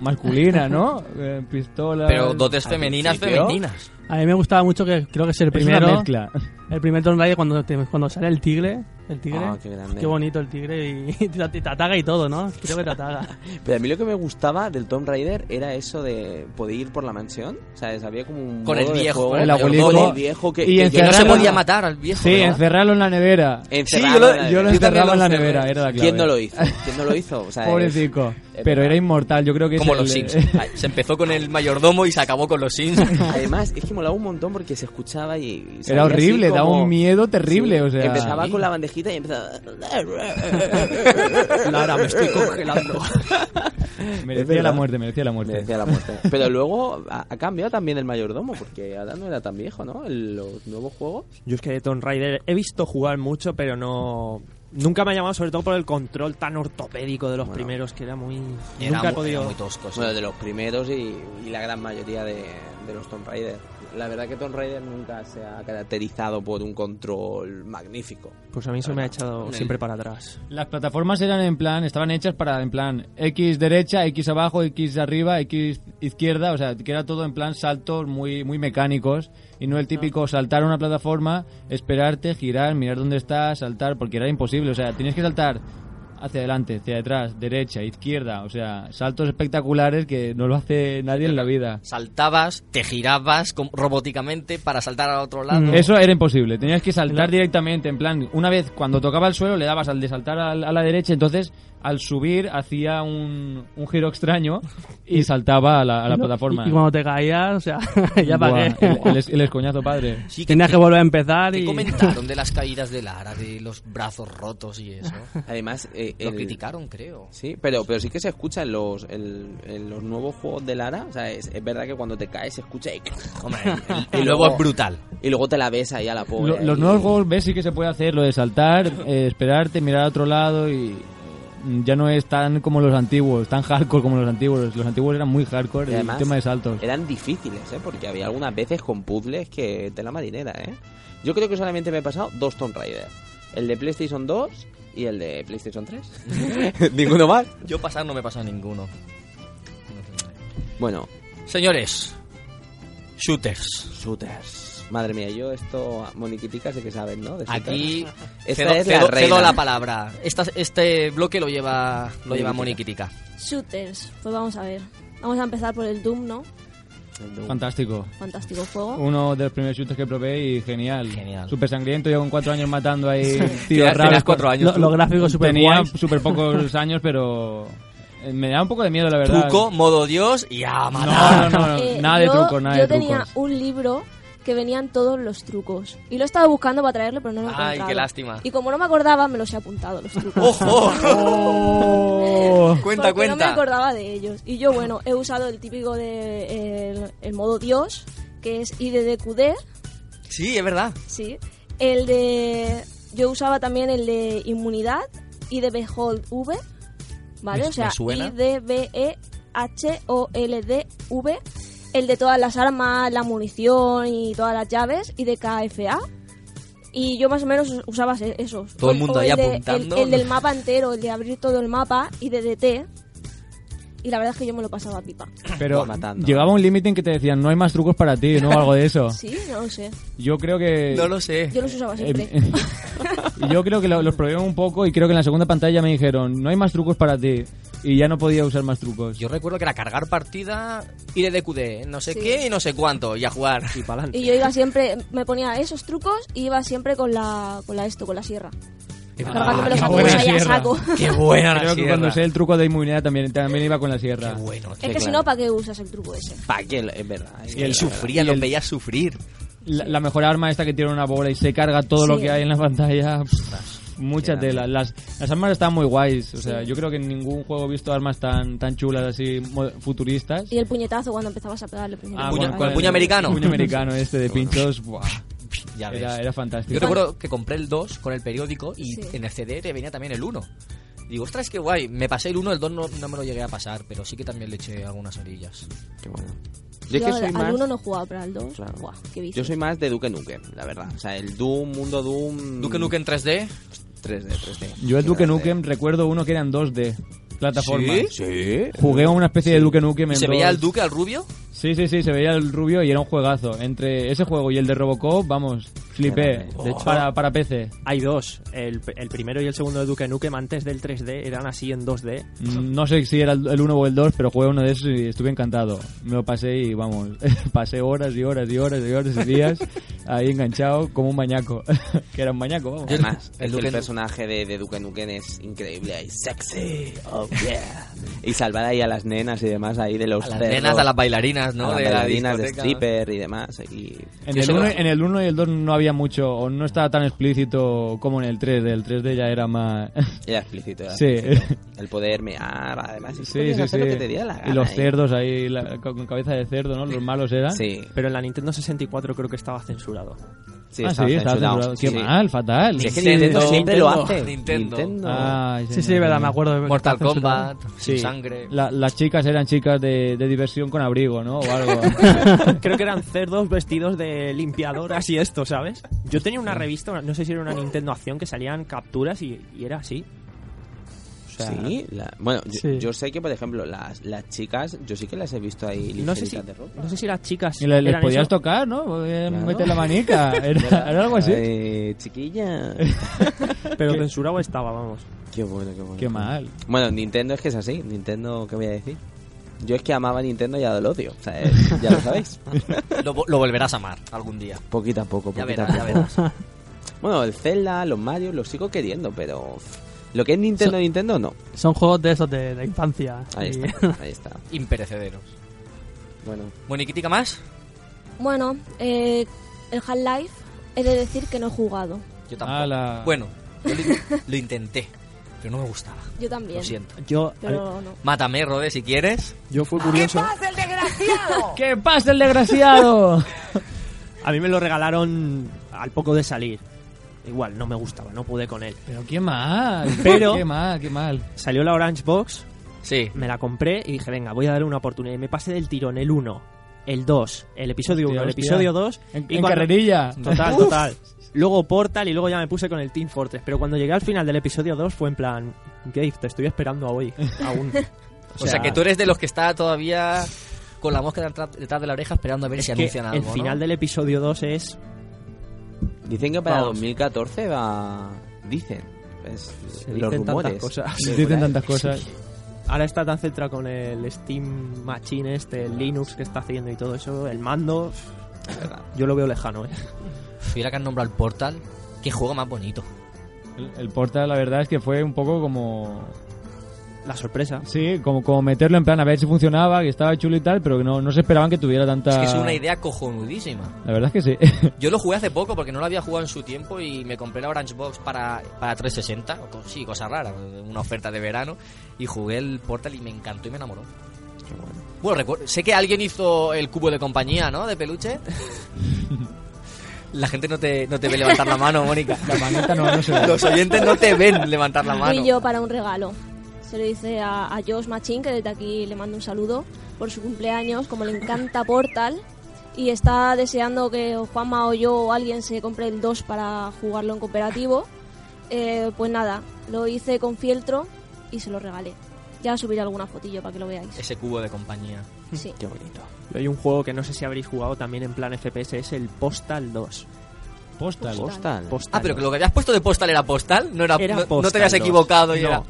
S9: masculina, ¿no? Eh, Pistola.
S2: Pero dotes femeninas,
S6: principio-
S2: femeninas.
S5: A mí me gustaba mucho que creo que es el
S9: Es una
S5: primero.
S9: mezcla.
S5: El primer Tomb Raider cuando, te- cuando sale el tigre. El tigre.
S6: Ah, qué grande.
S5: bonito el tigre y, y te, te ataca y todo, ¿no? Creo que te ataca.
S6: Pero a mí lo que me gustaba del Tomb Raider era eso de poder ir por la mansión. ¿Sabes? Había como un.
S2: Con
S6: modo
S2: el
S6: de
S2: viejo,
S6: juego
S2: con el
S6: mayordomo,
S9: abuelito.
S6: el viejo que,
S9: Y
S6: que
S2: Que no se
S9: Encerrarlo-
S2: podía matar al viejo.
S5: Sí,
S9: Sí,
S2: ¿verdad?
S9: encerrarlo en la nevera.
S6: encerrado
S2: Sí, yo lo-
S6: en
S9: Yo
S6: la-
S9: lo
S2: Yo también
S9: encerraba en
S2: lo
S9: la
S2: encerré.
S9: nevera, era la clave.
S6: ¿Quién no lo hizo? ¿Quién no lo hizo? O sea, es-
S9: Pobrecito.
S6: es
S9: Pero
S6: verdad.
S9: era inmortal, yo creo que es
S2: Como
S9: el-
S2: los Sims. Ay, Se empezó con el mayordomo y se acabó con los Sims.
S6: Además, es que molaba un montón porque se escuchaba y. y se
S9: Era
S6: oía así
S9: horrible, daba
S6: como-
S9: un miedo terrible,
S6: Sí,
S9: o sea.
S6: Empezaba
S9: Sí.
S6: con la bandejita y empezaba.
S2: Lara, me estoy congelando.
S6: Es
S9: Merecía
S6: verdad.
S9: la muerte, merecía la
S6: Me
S9: muerte.
S6: decía la muerte. Pero luego ha, ha cambiado también el mayordomo porque ahora no era tan viejo, ¿no? En los nuevos juegos.
S3: Yo es que de Tomb Raider he visto jugar mucho, pero no... Nunca me ha llamado, sobre todo por el control tan ortopédico de los
S6: Bueno.
S3: primeros, que era muy...
S2: Era
S3: Nunca he
S2: muy-
S3: podido...
S2: era muy tosco. sí.
S6: Bueno, de los primeros y, y la gran mayoría de, de los Tomb Raider. La verdad que Tomb Raider nunca se ha caracterizado por un control magnífico.
S3: Pues a mí eso me ha echado
S2: Bueno,
S3: siempre para atrás.
S9: Las plataformas eran en plan, estaban hechas para en plan X derecha, X abajo, X arriba, X izquierda, o sea, que era todo en plan saltos muy muy mecánicos y no el típico saltar a una plataforma, esperarte, girar, mirar dónde estás, saltar, porque era imposible, o sea, tenías que saltar hacia adelante, hacia atrás, derecha, izquierda, o sea, saltos espectaculares que no lo hace nadie en la vida.
S2: Saltabas, te girabas com- robóticamente para saltar al otro lado.
S3: Mm.
S9: Eso era imposible, tenías que saltar directamente, en plan, una vez cuando tocaba el suelo le dabas al de saltar al- a la derecha, entonces al subir hacía un, un giro extraño y saltaba a la, a la
S5: No,
S9: plataforma.
S5: Y, y cuando te caías, o sea, ya para
S9: Buah,
S5: qué.
S9: el- el es- el escoñazo padre.
S2: Sí, que-
S5: Tenías que volver a empezar
S2: ¿Qué
S5: y.
S2: comentaron de las caídas de Lara, de los brazos rotos y eso?
S6: Además, eh,
S2: Lo
S6: el-
S2: criticaron, creo.
S6: Sí, pero, pero sí que se escucha en los, en, en los nuevos juegos de Lara. O sea, es, es verdad que cuando te caes se escucha y,
S2: Hombre,
S6: y
S2: y luego es brutal.
S6: y luego te la ves ahí a la pobre.
S9: Lo- los
S6: ahí.
S9: nuevos juegos ves sí que se puede hacer lo de saltar, eh, esperarte, mirar a otro lado y eh, ya no es tan como los antiguos, tan hardcore como los antiguos. Los antiguos eran muy
S6: Y
S9: hardcore el
S6: además,
S9: tema de saltos.
S6: Eran difíciles, ¿eh? Porque había algunas veces con puzzles que te la marinera, ¿eh? Yo creo que solamente me he pasado dos Tomb Raider. El de PlayStation 2 y el de PlayStation 3. Ninguno más.
S2: Yo pasar no me pasa ninguno.
S6: Bueno,
S2: Señores, shooters.
S6: shooters. Madre mía, yo esto... Moniquitica sé que saben, ¿no? De shooters.
S2: Aquí
S6: Esta
S2: cedo,
S6: es la
S2: cedo-
S6: reina.
S2: cedo la palabra. Esta- este bloque lo lleva lo lleva Moniquitica.
S4: Shooters, pues vamos a ver. Vamos a empezar por el Doom, ¿no?
S9: Fantástico.
S4: Fantástico juego.
S9: Uno de los primeros shooters que probé y genial.
S2: Genial.
S9: Súper sangriento, yo con cuatro años matando ahí tíos
S2: Tenías-
S9: raros.
S2: tenías cuatro años.
S5: Lo-
S2: tú.
S5: los gráficos super
S9: Tenía
S5: guays.
S9: súper pocos años, pero eh, me da un poco de miedo, la verdad.
S2: Truco, modo Dios y a matar.
S9: No, no, no, no,
S4: Eh,
S9: nada de
S4: yo-
S9: truco, nada
S4: Yo
S9: de
S4: tenía
S9: trucos.
S4: un libro que venían todos los trucos. Y lo estaba buscando para traerlo, pero no lo
S2: Ay,
S4: encontraba.
S2: qué lástima.
S4: Y como no me acordaba, me los he apuntado los trucos.
S2: ¡Ojo! cuenta,
S4: Porque No me
S2: cuenta.
S4: acordaba de ellos. Y yo, bueno, he usado el típico de eh, el, el modo Dios, que es IDDQD,
S2: sí, es verdad.
S4: sí. El de. Yo usaba también el de inmunidad, IDBHOLD V, ¿vale?
S2: Me-
S4: o sea,
S2: me suena.
S4: E IDBEHOLDV, el de todas las armas, la munición y todas las llaves, y de KFA. Y yo más o menos usaba e- esos.
S2: Todo el
S4: O-
S2: mundo
S4: o
S2: ahí
S4: de-
S2: apuntando.
S4: el- el del mapa entero, el de abrir todo el mapa, y de DT. Y la verdad es que yo me lo pasaba pipa.
S2: Ah.
S9: Pero
S6: Iba matando.
S9: llegaba un límite en que te decían, no hay más trucos para ti, ¿no? Algo de eso.
S4: Sí, no lo sé.
S9: Yo creo que...
S2: No lo sé.
S4: Yo los usaba
S9: Eh,
S4: siempre.
S9: yo creo que lo- los probé un poco y creo que en la segunda pantalla me dijeron, no hay más trucos para ti. Y ya no podía usar más trucos.
S2: Yo recuerdo que era cargar partida, ir de DQD, no sé
S4: Sí.
S2: qué y no sé cuánto, y a jugar. Y
S4: Y yo iba siempre, me ponía esos trucos y iba siempre con la, con la esto, con la sierra. Cargándome los
S5: Ah, qué
S4: saco,
S5: buena
S4: ahí a
S5: sierra.
S4: saco.
S2: ¡Qué buena la
S9: creo que
S2: sierra.
S9: cuando sé el truco de inmunidad también, también iba con la
S2: ¡Qué
S9: sierra.
S2: bueno!
S4: Es que si
S6: claro.
S4: no, ¿para qué usas el truco ese?
S6: Pa' que lo- es verdad. es
S2: Y él
S6: verdad.
S2: sufría, los veía sufrir.
S9: La, la mejor arma esta que tiene una bola y se carga todo lo
S4: Sí.
S9: que hay en la pantalla. Pff, Mucha
S6: grande.
S9: tela. Las, las armas están muy guays. O sea, yo creo que en ningún juego he visto armas tan, tan chulas así mo- futuristas.
S4: Y el puñetazo cuando empezabas a pegarle puñetazo.
S2: Ah, puño-
S9: bueno,
S2: con el puño americano.
S9: puño americano este de pinchos. buah,
S2: Ya ves.
S9: era, era fantástico.
S2: Yo recuerdo que compré el 2 con el periódico y
S4: Sí.
S2: en el CD te venía también el 1. Y Digo, ostras, qué guay. Me pasé el 1, el 2 no, no me lo llegué a pasar, pero sí que también le eché algunas orillas.
S6: Qué bueno.
S4: Yo
S6: Yo es que
S4: al-
S6: soy
S4: al
S6: más...
S4: uno no jugaba, pero al dos,
S6: Claro.
S4: guau, qué vicio.
S6: Yo soy más de Duke Nukem, la verdad. O sea, el Doom, Mundo Doom...
S2: Duke Nukem 3D.
S6: 3D, 3D.
S9: Yo el
S6: Qué
S9: Duke
S6: grande.
S9: Nukem recuerdo uno que eran 2D plataforma.
S6: Sí.
S9: Jugué a una especie de Duke Nukem en
S2: ¿Se veía
S9: dos.
S2: el Duque al rubio?
S9: Sí, sí, sí, se veía el rubio y era un juegazo. Entre ese juego y el de Robocop, vamos, flipé.
S6: grande.
S9: De hecho, para, para PC.
S3: Hay dos. El, el primero y el segundo de Duke Nukem antes del 3D eran así en 2D.
S9: Mm, No sé si era el 1 o el 2, pero jugué uno de esos y estuve encantado. Me lo pasé y vamos, pasé horas y horas y horas y horas y días ahí enganchado como un mañaco. que era un mañaco, vamos.
S6: Además,
S2: El
S6: el,
S2: Duke
S6: el
S2: Nu-
S6: personaje de, de Duke Nukem es increíble ahí. Sexy. Oh, yeah. Y salvar ahí a las nenas y demás ahí de los
S2: A las
S6: cerros,
S2: nenas, a las bailarinas,
S6: a
S2: ¿no?
S6: las
S2: de la
S6: bailarinas de
S2: discoteca.
S6: stripper y demás. Y...
S9: En
S2: Yo
S9: el,
S2: solo-
S9: uno, en el 1 y el 2 no había mucho, o no estaba tan explícito como en el 3. El 3D ya era más.
S6: Era explícito. era
S9: Sí.
S6: explícito. El poder mear, además. y tú
S9: Sí, sí,
S6: podías
S9: sí.
S6: hacer lo que te diera la
S9: Y
S6: gana
S9: los
S6: ahí.
S9: cerdos ahí, la- con cabeza de cerdo, ¿no? Los malos eran.
S6: Sí,
S3: Pero en la Nintendo 64 creo que estaba censurado.
S6: sí,
S9: ah, sí, estaba
S6: estaba censurado,
S9: censurado.
S6: sí,
S9: Qué
S6: sí.
S9: mal, fatal.
S6: Si es que
S2: Nintendo,
S6: Nintendo siempre lo
S2: Nintendo,
S6: hace.
S2: Nintendo.
S9: Ay,
S5: Sí, sí,
S9: señor
S5: verdad,
S9: mío.
S5: me acuerdo. que
S2: Mortal
S5: estaba censurado.
S2: Kombat, sin
S3: Sí.
S2: sangre.
S9: La- las chicas eran chicas de, de diversión con abrigo, ¿no? O algo.
S3: Creo que eran cerdos vestidos de limpiadoras y esto, ¿sabes? Yo tenía una revista, no sé si era una Nintendo Acción, que salían capturas y, y era así. O sea,
S6: Sí, la- bueno, yo,
S5: Sí.
S6: yo sé que, por ejemplo, las, las chicas, yo sí que las he visto ahí
S3: No sé, si,
S6: ligeritas de ropa.
S3: no sé si las chicas.
S9: Y le- les
S3: eran
S9: podías
S3: eso.
S9: tocar, ¿no? Podías Meter la manica. Era, era algo así.
S6: Ay, Eh, chiquilla.
S3: Pero censurado estaba, vamos.
S6: qué bueno, qué bueno.
S9: Qué mal.
S6: Bueno, Nintendo es que es así. Nintendo, ¿qué voy a decir? Yo es que amaba a Nintendo y ahora lo odio. O sea, es- ya lo sabéis.
S2: Lo, vo- lo volverás a amar algún día.
S6: Poquito a poco,
S2: Ya
S6: poquito
S2: verás,
S6: a
S2: ya
S6: poco.
S2: verás.
S6: Bueno, el Zelda, los Mario, los sigo queriendo, pero... Lo que es Nintendo,
S5: So-
S6: Nintendo, no.
S5: Son juegos de esos de, de infancia.
S6: Ahí
S5: Y-
S6: está, ahí está.
S2: Imperecederos.
S6: Bueno,
S2: Bueno, ¿y critica más?
S4: Bueno, eh, el Half-Life he de decir que no he jugado.
S2: Yo tampoco.
S9: Ala.
S2: Bueno, yo lo, lo intenté, pero no me gustaba.
S4: Yo también.
S2: Lo siento.
S3: Yo,
S4: Pero no.
S2: Mátame, Rode, si quieres.
S3: yo fui curioso.
S5: ¡Qué pasa el desgraciado!
S3: A mí me lo regalaron al poco de salir. Igual, no me gustaba, no pude con él.
S10: Pero qué mal.
S3: Pero-
S10: Qué mal, qué mal.
S3: Salió la Orange Box,
S2: Sí.
S3: me la compré y dije, venga, voy a darle una oportunidad. Y me pasé del tirón el 1, el 2, el episodio 1, el
S10: hostia.
S3: episodio 2.
S10: En,
S3: y
S10: en
S3: cuando-
S10: carrerilla.
S3: Total, total. Luego Portal y luego ya me puse con el Team Fortress. Pero cuando llegué al final del episodio 2 fue en plan, Gabe, te estoy esperando a hoy, aún.
S2: O sea, que tú eres de los que está todavía con la mosca detrás detrás de la oreja esperando a ver si
S3: que
S2: anuncian algo.
S3: el
S2: ¿no?
S3: final del episodio 2 es...
S6: dicen que para
S3: Vamos.
S6: 2014 va. Dicen. pues,
S3: Se
S6: los
S3: dicen tantas
S6: rumores.
S3: cosas.
S6: Sí,
S10: Dicen
S6: ¿verdad?
S10: tantas cosas.
S3: Ahora está tan centrado con el Steam Machine este, el Linux que está haciendo y todo eso, el mando...
S6: Es verdad.
S3: Yo lo veo lejano, ¿eh?
S2: Y ahora que han nombrado el Portal, qué juego más bonito.
S9: El, el Portal, la verdad es que fue un poco como.
S3: La sorpresa.
S9: Sí, como, como meterlo en plan a ver si funcionaba, que estaba chulo y tal, pero que no, no se esperaban que tuviera tanta.
S2: Es que es una idea cojonudísima.
S9: La verdad es que sí.
S2: Yo lo jugué hace poco porque no lo había jugado en su tiempo y me compré la Orange Box para, para 360, o co- sí, cosa rara, una oferta de verano, y jugué el Portal y me encantó y me enamoró. Bueno, recuer- sé que alguien hizo el cubo de compañía, ¿no? De peluche. La gente no te, no te ve levantar la mano, Mónica.
S9: la maneta no, no se ve.
S2: Los oyentes no te ven levantar la mano.
S4: Fui yo para un regalo. Se lo hice a, a Josh Machín, que desde aquí le mando un saludo por su cumpleaños, como le encanta Portal. Y está deseando que o Juanma o yo o alguien se compre el 2 para jugarlo en cooperativo. Eh, pues nada, lo hice con fieltro y se lo regalé. Ya subiré alguna fotillo para que lo veáis.
S2: Ese cubo de compañía.
S4: Sí.
S6: Qué bonito.
S3: Hay un juego que no sé si habréis jugado también en plan FPS, es el Postal 2.
S9: Postal.
S6: Postal.
S3: Postal
S2: Ah, pero que
S3: 2.
S2: lo que habías puesto de postal era postal, no era,
S3: Era
S2: no, no
S3: Postal
S2: te habías
S3: 2.
S2: equivocado y
S3: No,
S2: era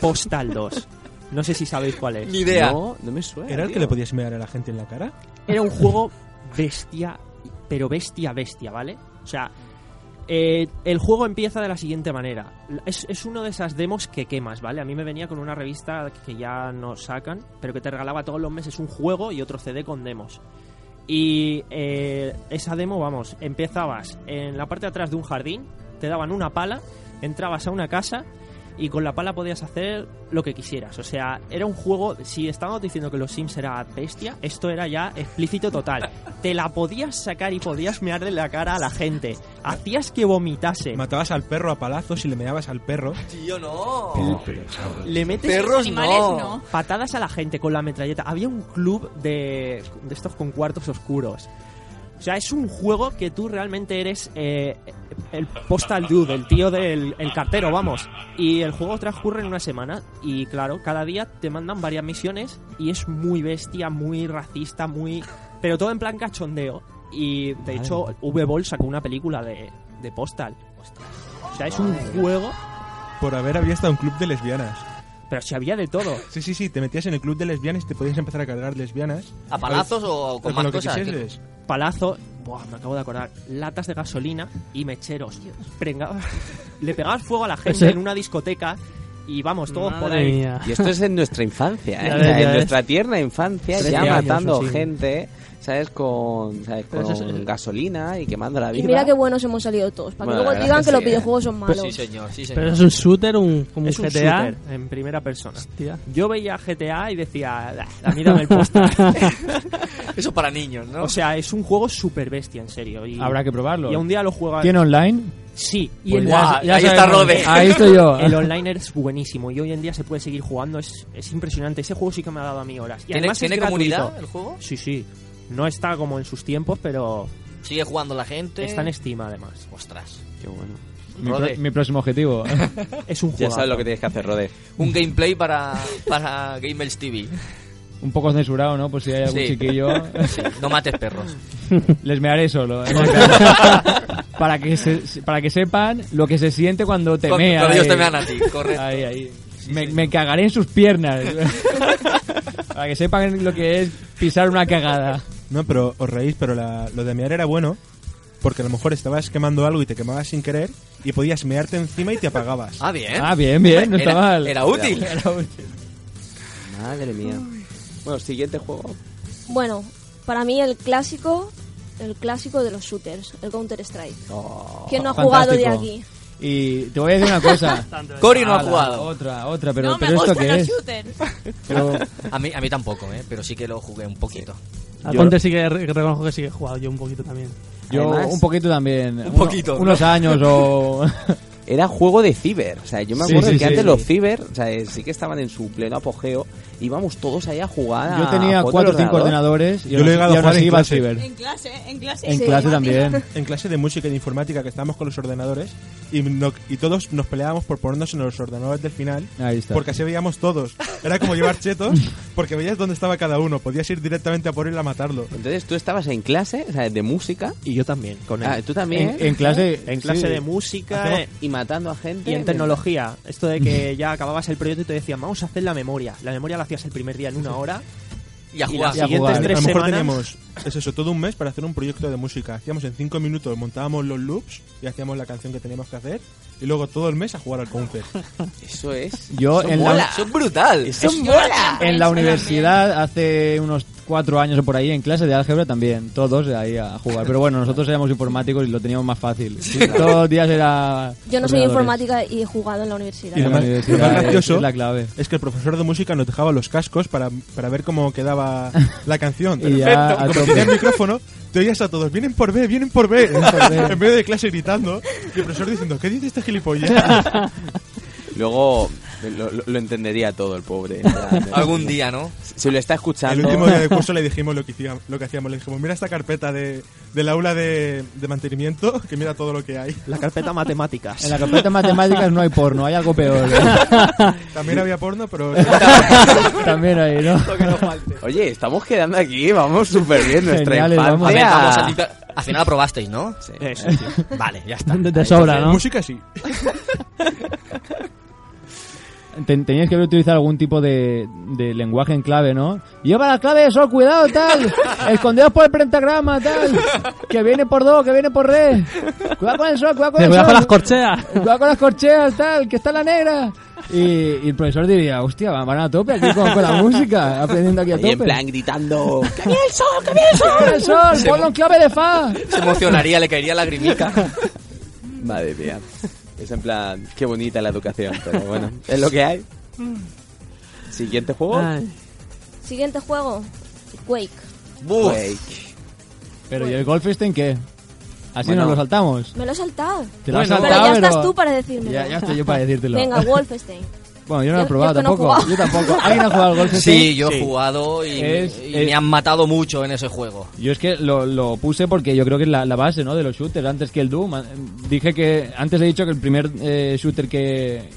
S3: Postal 2. No sé si sabéis cuál es.
S2: ni idea.
S6: No, no me suena.
S8: ¿Era el que
S6: tío.
S8: le podías mear a la gente en la cara?
S3: Era un juego bestia, pero bestia, bestia, ¿vale? O sea, eh, el juego empieza de la siguiente manera. Es, es uno de esas demos que quemas, ¿vale? A mí me venía con una revista que ya no sacan, pero que te regalaba todos los meses un juego y otro CD con demos. Y eh, esa demo, vamos, empezabas en la parte de atrás de un jardín, te daban una pala, entrabas a una casa y con la pala podías hacer lo que quisieras. O sea, era un juego, si estábamos diciendo que los Sims era bestia, esto era ya explícito total. Te la podías sacar y podías mearle la cara a la gente. Hacías que vomitase.
S8: Matabas al perro a palazos y le meabas al perro.
S2: Tío, no.
S3: Le metes
S2: Perros
S7: Animales
S2: no.
S7: no.
S3: patadas a la gente con la metralleta. Había un club de, de estos con cuartos oscuros. O sea, es un juego que tú realmente eres eh, el postal dude, el tío del el cartero, vamos. Y el juego transcurre en una semana. Y claro, cada día te mandan varias misiones y es muy bestia, muy racista, muy... Pero todo en plan cachondeo. Y de hecho, V-Ball sacó una película de, de postal. O sea, es un juego...
S8: Por haber había hasta un club de lesbianas.
S3: Pero si había de todo.
S8: Sí, sí, sí, te metías en el club de lesbianas y te podías empezar a cargar lesbianas.
S2: ¿A palazos o
S8: Con
S2: con más
S8: lo que
S2: cosas?
S8: quisieses.
S3: palazo, buah, me acabo de acordar, latas de gasolina y mecheros. Prenga- Le pegabas fuego a la gente
S5: Ese-
S3: en una discoteca y vamos, todos por
S5: Madre
S3: ahí.
S5: mía.
S6: Y esto es en nuestra infancia, ¿eh?
S5: Ya
S6: O
S5: ves,
S6: sea,
S5: ya
S6: en
S5: ves.
S6: nuestra tierna infancia,
S3: Trece
S6: ya
S3: años,
S6: matando
S3: así.
S6: gente, ¿sabes? Con, ¿sabes?
S5: Pero
S6: con
S5: eso es-
S6: gasolina y quemando la
S4: Y
S6: vida.
S4: mira qué buenos hemos salido todos, para que
S6: Bueno, la
S4: luego
S6: verdad
S4: digan
S6: que
S4: que los
S6: sí, ¿eh?
S4: videojuegos son malos.
S2: Pues Sí, señor, sí, señor.
S5: Pero es un shooter, un, como un
S3: Es un
S5: GTA.
S3: shooter en primera persona.
S5: Hostia.
S3: Yo veía GTA y decía, "Ah, a mí dame el postal.
S2: Eso para niños, ¿no?
S3: o sea, es un juego súper bestia, en serio. Y,
S9: Habrá que probarlo.
S3: y un día lo juega...
S9: ¿Tiene online?
S3: Sí, y
S9: Pues
S3: el,
S2: ya- ahí está
S9: sabemos.
S2: Rode.
S9: Ahí estoy yo.
S3: el online es buenísimo y hoy en día se puede seguir jugando, es, es impresionante. Ese juego sí que me ha dado a mí horas. Y
S2: ¿Tiene,
S3: además es
S2: tiene
S3: gratuito.
S2: comunidad el juego?
S3: Sí, sí. No está como en sus tiempos, pero
S2: ¿Sigue jugando la gente?
S3: está en Steam además.
S2: Ostras.
S6: Qué bueno.
S9: mi, pro-
S2: Rode,
S9: mi próximo objetivo.
S3: Es un
S6: Ya
S3: juego.
S6: sabes lo que tienes que hacer, Rode.
S2: un gameplay para, para Gamers TV.
S9: un poco censurado, ¿no? Por si hay algún
S2: Sí.
S9: chiquillo.
S2: Sí, no mates perros.
S9: Les mearé solo. ¿eh? para, que se- para que sepan lo que se siente cuando te Ah,
S2: Cuando-
S9: mean.
S2: cuando ellos
S9: ahí.
S2: te mean a ti, correcto.
S9: Ahí, ahí. Me, me cagaré en sus piernas. para que sepan lo que es pisar una cagada.
S8: No, pero os reís, pero la- lo de mear era bueno porque a lo mejor estabas quemando algo y te quemabas sin querer y podías mearte encima y te apagabas.
S2: Ah, bien.
S9: Ah, bien, bien, no
S2: Era-
S9: está mal.
S2: Era útil.
S6: Madre mía. Bueno, siguiente juego.
S4: Bueno, para mí el clásico, el clásico de los shooters, el Counter Strike. ¿Quién no ha jugado de
S9: Oh, Fantástico.
S4: aquí?
S9: Y te voy a decir una cosa.
S2: Cory no ha
S9: Ala,
S2: jugado.
S9: Otra, otra, pero,
S7: no, me
S9: pero esto
S7: gustan
S9: qué
S7: los
S9: es.
S7: shooters.
S9: Pero-
S2: A mí, a mí tampoco, ¿eh? pero sí que lo jugué un poquito.
S5: Al Counter sí que re- reconozco que sí que he jugado yo un poquito también.
S9: Yo
S6: Además-
S9: un poquito también. Un
S2: poquito,
S9: Unos años o...
S6: Era juego de ciber. O sea, yo me
S9: Sí,
S6: acuerdo
S9: sí, sí.
S6: que antes los ciber, o sea, eh, sí que estaban en su pleno apogeo. Íbamos todos ahí a jugar a
S9: Yo tenía
S6: juegos
S9: cuatro o
S6: de
S9: cinco
S6: ordenador.
S9: ordenadores y
S8: Yo
S9: aún
S8: lo he
S9: así-
S8: llegado a
S9: y aún
S8: jugar
S9: así
S8: en
S9: iba al
S8: clase.
S9: ciber.
S7: En clase, en clase.
S9: En
S7: sí,
S9: clase
S7: Mati.
S9: también.
S8: En clase de música y de informática que estábamos con los ordenadores y, no- y todos nos peleábamos por ponernos en los ordenadores del final.
S9: Ahí está.
S8: Porque así veíamos todos. Era como llevar chetos, porque veías dónde estaba cada uno. Podías ir directamente a por él a matarlo.
S6: Entonces tú estabas en clase, o sea, de música.
S3: Y yo también, con él.
S6: Ah, tú también.
S9: en, en clase...
S3: en clase
S9: sí.
S3: de música
S8: Hacemos-
S3: eh,
S6: Y matando a gente.
S3: y en tecnología. Esto de que ya acababas el proyecto y te decían, vamos a hacer la memoria. La memoria la hacías el primer día en una hora.
S2: Y a
S3: Y
S2: jugar.
S3: las
S9: Y a
S3: siguientes
S9: jugar.
S8: A
S3: tres
S8: lo mejor
S3: semanas.
S8: teníamos, es eso, todo un mes para hacer un proyecto de música. Hacíamos en cinco minutos, montábamos los loops y hacíamos la canción que teníamos que hacer. Y luego todo el mes a jugar al counter.
S6: Eso es.
S9: Yo
S6: Eso
S9: en la-
S6: mola.
S2: Eso es brutal.
S6: Eso
S7: Yo
S6: mola.
S7: también,
S9: En la
S7: yo también.
S9: universidad hace unos cuatro años o por ahí, en clase de álgebra también, todos ahí a jugar. Pero bueno, nosotros éramos informáticos y lo teníamos más fácil. Todos los días era...
S4: Yo no soy
S9: ordenadores.
S4: informática y he jugado en la universidad.
S8: Y
S9: En la
S8: además,
S9: universidad
S8: lo más
S9: es-
S8: gracioso-
S9: es la clave.
S8: Es que el profesor de música nos dejaba los cascos para, para ver cómo quedaba la canción.
S9: Y ya a
S8: Como
S9: tope.
S8: tenía el micrófono, te oías a todos, vienen por B, vienen por B. en medio de clase gritando y el profesor diciendo, ¿qué dice este gilipollas?
S6: Luego lo, lo- lo entendería todo el pobre.
S2: Algún día, ¿no?
S6: Si lo está escuchando.
S8: el último día de curso le dijimos lo que, hacíamos, lo que hacíamos. Le dijimos, mira esta carpeta de, del aula de, de mantenimiento, que mira todo lo que hay.
S3: La carpeta matemáticas.
S9: En la carpeta de matemáticas no hay porno, hay algo peor.
S8: También había porno, pero...
S9: También ahí, ¿no?
S6: Oye, estamos quedando aquí, vamos súper bien nuestra
S9: Geniales,
S2: A
S9: vamos.
S6: infancia.
S2: ver, vamos a citar- Al final probasteis, ¿no?
S6: Sí.
S3: Eso, tío.
S2: Vale, ya está.
S5: De, de sobra, ¿no?
S8: Música sí.
S9: Ten- tenías que haber utilizado algún tipo de, de lenguaje en clave, ¿no? Lleva la clave de sol, cuidado, tal. Escondeos por el pentagrama, tal. Que viene por do, que viene por re. Cuidado con el sol, cuidado con
S5: De
S9: el
S5: cuidado
S9: sol.
S5: con las corcheas.
S9: Cuidado con las corcheas, tal, que está la negra. Y, y el profesor diría, hostia, van a tope aquí con, con la música, aprendiendo aquí a
S6: Oye,
S9: tope.
S6: en plan gritando.
S9: Cuidado con el sol, ponlo en clave de fa.
S2: Se emocionaría, le caería lagrimica.
S6: Madre mía. Es en plan, qué bonita la educación, pero bueno, es lo que hay. Siguiente juego.
S9: Ah,
S4: Siguiente juego, Quake.
S2: Buf.
S9: pues,
S6: Quake.
S9: Pero ¿y el Golfenstein qué? Así
S6: Bueno.
S9: nos lo saltamos.
S4: Me lo he saltado.
S9: Te lo has
S4: Pero
S9: saltado,
S4: ya estás
S9: pero-
S4: tú para decirme.
S9: Ya, ya estoy yo para decírtelo.
S4: Venga, Wolfenstein.
S9: Bueno, yo no lo he
S4: Yo-
S9: probado
S4: yo que no he
S9: tampoco.
S4: jugado.
S9: yo tampoco. ¿Alguien ha jugado al este? Golfenstein?
S2: Sí, yo he jugado y,
S9: Es-
S2: y
S9: es-
S2: me han matado mucho en ese juego.
S9: Yo es que lo, lo puse porque yo creo que es la, la base ¿no? de los shooters, antes que el Doom. Ah, Dije que. Antes he dicho que el primer eh, shooter que,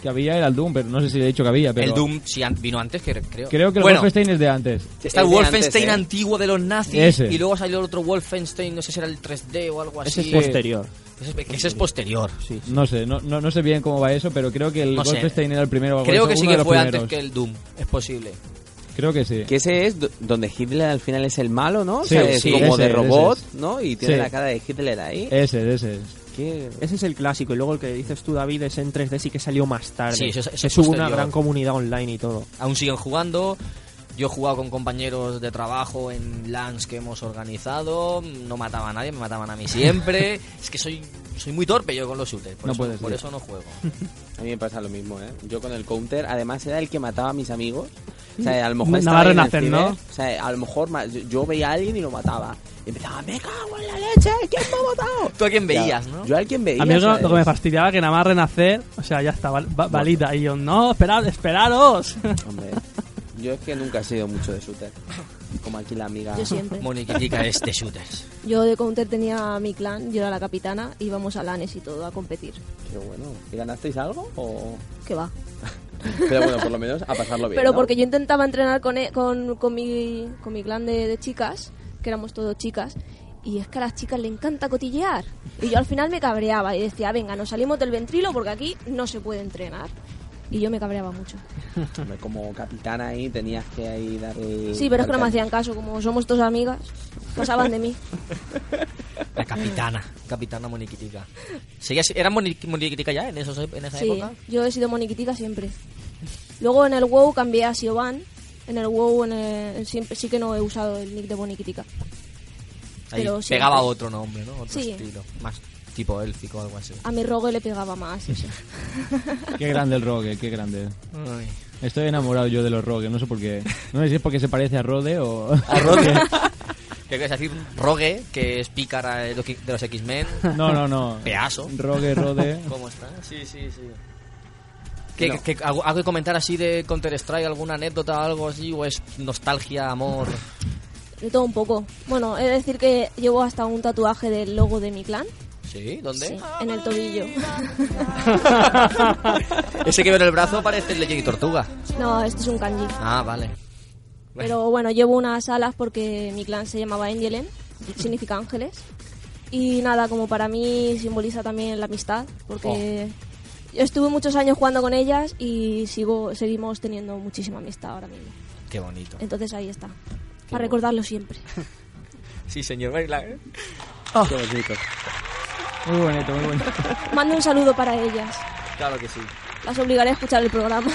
S9: que había era el Doom, pero no sé si le he dicho que había. Pero
S2: El Doom sí, an- vino antes, que creo.
S9: Creo que el
S2: bueno,
S9: Wolfenstein es de antes.
S2: Está el
S6: Es de
S2: Wolfenstein
S6: antes, ¿eh?
S2: antiguo de los nazis
S9: Ese.
S2: y luego salió el otro Wolfenstein, no sé si era el 3D o algo así.
S9: Ese es
S3: Posterior.
S2: Ese es- ese es posterior.
S9: No sé, no, no, no sé bien cómo va eso, pero creo que el
S2: No sé.
S9: Wolfenstein era el primero. o algo
S2: Creo
S9: así,
S2: que sí
S9: uno de
S2: que
S9: los
S2: fue
S9: primeros.
S2: antes que el Doom, es posible.
S9: Creo que sí.
S6: Que ese es do- donde Hitler al final es el malo, ¿no?
S9: Sí,
S6: o sea, es
S9: sí,
S6: como
S9: ese,
S6: de
S9: ese
S6: robot,
S9: es.
S6: ¿no? Y tiene
S9: Sí.
S6: la cara de Hitler ahí.
S9: Ese, ese.
S6: Qué-
S3: Ese es el clásico. Y luego el que dices tú, David, es en 3D sí que salió más tarde.
S2: Sí, eso es- eso
S3: Se
S2: es
S3: subo una
S2: posterior.
S3: gran comunidad online y todo.
S2: Aún siguen jugando. Yo he jugado con compañeros de trabajo en LANs que hemos organizado. No mataba a nadie, me mataban a mí siempre. es que soy soy muy torpe yo con los shooters. Por,
S9: No
S2: eso,
S9: puedes,
S2: por
S9: tío.
S2: eso no juego.
S6: A mí me pasa lo mismo, ¿eh? Yo con el counter, además era el que mataba a mis amigos. O sea, a lo mejor
S5: Nada
S6: estaba
S5: más
S6: ahí en el
S5: renacer,
S6: ciber,
S5: ¿no?
S6: O sea, a lo mejor ma- yo- yo veía a alguien y lo mataba. Y empezaba, me cago en la leche, ¿quién me ha matado?
S2: Tú a quién
S6: Ya,
S2: veías, ¿no?
S6: Yo a alguien veía.
S5: A mí lo,
S6: ¿sabes?
S5: que- lo que me fastidiaba que nada más renacer, o sea, ya está, val- va- valita. Y yo, no, esperad, esperaros.
S6: Hombre, yo es que nunca he sido mucho de shooter. Como aquí la amiga.
S4: Yo siempre.
S2: Moniquitica es de shooters.
S4: Yo de Counter tenía mi clan, yo era la capitana, íbamos a lanes y todo a competir.
S6: Qué bueno. ¿Y ganasteis algo? O...
S4: Que va.
S6: Pero bueno, por lo menos a pasarlo bien.
S4: Pero
S6: ¿no?
S4: porque yo intentaba entrenar con, e- con, con mi, con mi clan de, de chicas, que éramos todos chicas, y es que a las chicas le encanta cotillear. Y yo al final me cabreaba y decía, venga, nos salimos del ventrilo porque aquí no se puede entrenar. Y yo me cabreaba mucho.
S6: Hombre, Como capitán ahí tenías que ahí dar el.
S4: Sí, pero es que no me
S6: dar-
S4: hacían caso, como somos dos amigas. pasaban de mí.
S2: La capitana, capitana moniquitica. ¿Seguías, ¿Eras moni- moniquitica ya en, esos, en esa
S4: Sí,
S2: época?
S4: yo he sido moniquitica siempre. Luego en el WoW cambié a Sioban. En el WoW en el- siempre, sí que no he usado el nick de moniquitica.
S2: Ahí
S4: Pero sí,
S2: pegaba
S4: pues-
S2: otro nombre, ¿no? Otro
S4: Sí.
S2: estilo. Más tipo élfico o algo así.
S4: A mi rogue le pegaba más eso.
S9: Qué grande el Rogue, qué grande.
S2: Ay.
S9: Estoy enamorado yo de los Rogue, no sé por qué. No sé si es porque se parece a Rode o...
S2: A Rogue. ¿Qué quieres decir? Rogue, que es pícara de los de los X-Men.
S9: No, no, no.
S2: Peaso.
S9: Rogue, Rode...
S2: ¿Cómo está? Sí, sí, sí. ¿Qué, qué- algo, algo que comentar así de Counter-Strike? ¿Alguna anécdota, algo así? ¿O es nostalgia, amor?
S4: De todo un poco. Bueno, he de decir que llevo hasta un tatuaje del logo de mi clan.
S2: ¿Sí? ¿Dónde?
S4: Sí, en el tobillo.
S2: Ese que veo en el brazo parece el de Jenny Tortuga.
S4: no, esto es un kanji.
S2: Ah, vale.
S4: Pero bueno, llevo unas alas porque mi clan se llamaba Angelen, significa ángeles. Y nada, como para mí simboliza también la amistad, porque yo estuve muchos años jugando con ellas y sigo, seguimos teniendo muchísima amistad ahora mismo.
S2: Qué bonito.
S4: Entonces ahí está, para
S2: bueno.
S4: recordarlo siempre.
S2: Sí, señor. baila, ¿eh?
S6: Qué bonito.
S9: Muy bonito, muy bonito.
S4: Mando un saludo para ellas,
S2: Claro que sí.
S4: las obligaré a escuchar el programa.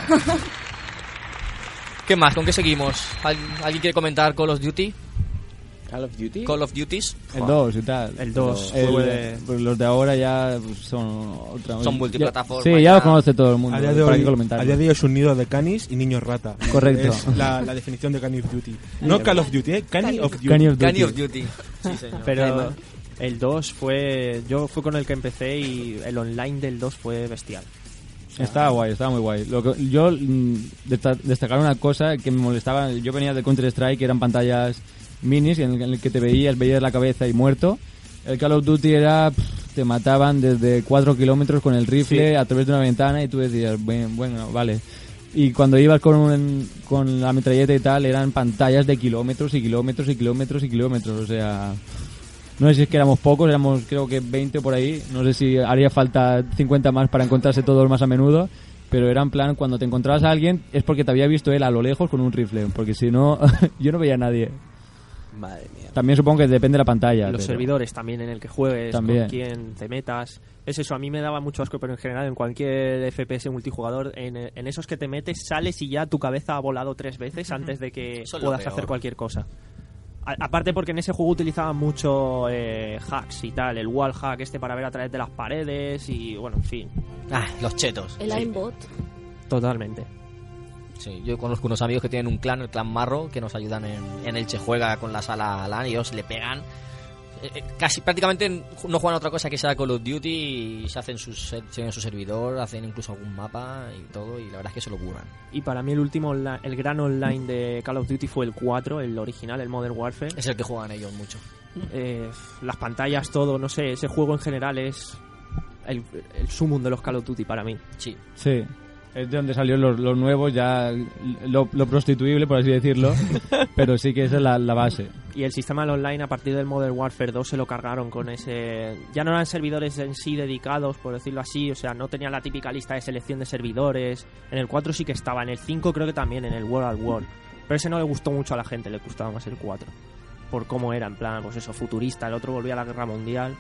S2: ¿Qué más? ¿Con qué seguimos? ¿Al- ¿Alguien quiere comentar Call of Duty?
S6: Call of Duty.
S2: Call of Duties.
S9: El 2 y tal.
S3: El 2,
S9: El-
S3: juego de-
S9: pues los de ahora ya pues, son otra
S2: Son
S9: ya-
S2: multiplataforma,
S9: Sí,
S2: ya.
S9: ya los conoce todo el mundo.
S8: A día, de
S9: ¿para
S8: hoy,
S9: qué comentarlo?
S8: a día de hoy es un nido de canis y niños rata.
S9: Correcto.
S8: Es la, la definición de Call of Duty. No Call of Duty, eh. Call of Duty.
S9: Call of Duty.
S2: Call of Duty. Sí, señor.
S3: Pero el 2 fue. Yo fue con el que empecé y el online del 2 fue bestial.
S9: Estaba guay, estaba muy guay. Lo que, yo mm, desta- destacar una cosa que me molestaba. Yo venía de Counter Strike, que eran pantallas minis en el, en el que te veías, veías la cabeza y muerto. El Call of Duty era. pff, te mataban desde 4 kilómetros con el rifle a través de una ventana y tú decías, "Buen- bueno, vale. Y cuando ibas con, un- con la metralleta y tal, eran pantallas de kilómetros y kilómetros y kilómetros y kilómetros. O sea. No sé si es que éramos pocos, éramos creo que 20 o por ahí. No sé si haría falta 50 más para encontrarse todos más a menudo. Pero era en plan, cuando te encontrabas a alguien es porque te había visto él a lo lejos con un rifle. Porque si no, yo no veía a nadie.
S6: Madre mía.
S9: También supongo que depende de la pantalla.
S3: Los
S9: pero-
S3: servidores también en el que juegues,
S9: También.
S3: con quién te metas. Es eso, a mí me daba mucho asco, pero en general en cualquier FPS multijugador, en, en esos que te metes, sales y ya tu cabeza ha volado tres veces antes de que
S2: Eso es lo
S3: puedas
S2: peor.
S3: hacer cualquier cosa. A- aparte porque en ese juego utilizaban mucho eh, hacks y tal, el wall hack este para ver a través de las paredes y bueno, en fin,
S2: Ah, los chetos.
S4: El
S2: Sí.
S4: aimbot.
S3: totalmente.
S2: Sí, yo conozco unos amigos que tienen un clan, el clan Marro, que nos ayudan en, en el Che Juega con la sala LAN y ellos le pegan. Eh, eh, Casi prácticamente no juegan a otra cosa que sea Call of Duty y se hacen sus, se- tienen su servidor, hacen incluso algún mapa y todo, y la verdad es que se lo curan.
S3: Y para mí el último, onla- el gran online de Call of Duty fue el 4, el original, el Modern Warfare.
S2: Es el que juegan ellos mucho.
S3: eh, las pantallas, todo, no sé, ese juego en general es el, el sumum de los Call of Duty para mí.
S2: Sí.
S9: Sí. Es de donde salieron los, los nuevos, ya lo, lo prostituible, por así decirlo. pero sí que esa es la, la base.
S3: Y el sistema del online a partir del Modern Warfare 2 se lo cargaron con ese... Ya no eran servidores en sí dedicados, por decirlo así, o sea, no tenían la típica lista de selección de servidores. En el 4 sí que estaba, en el 5 creo que también, en el World at War. Pero ese no le gustó mucho a la gente, le gustaba más el 4. Por cómo era, en plan, pues eso, futurista, el otro volvía a la guerra mundial.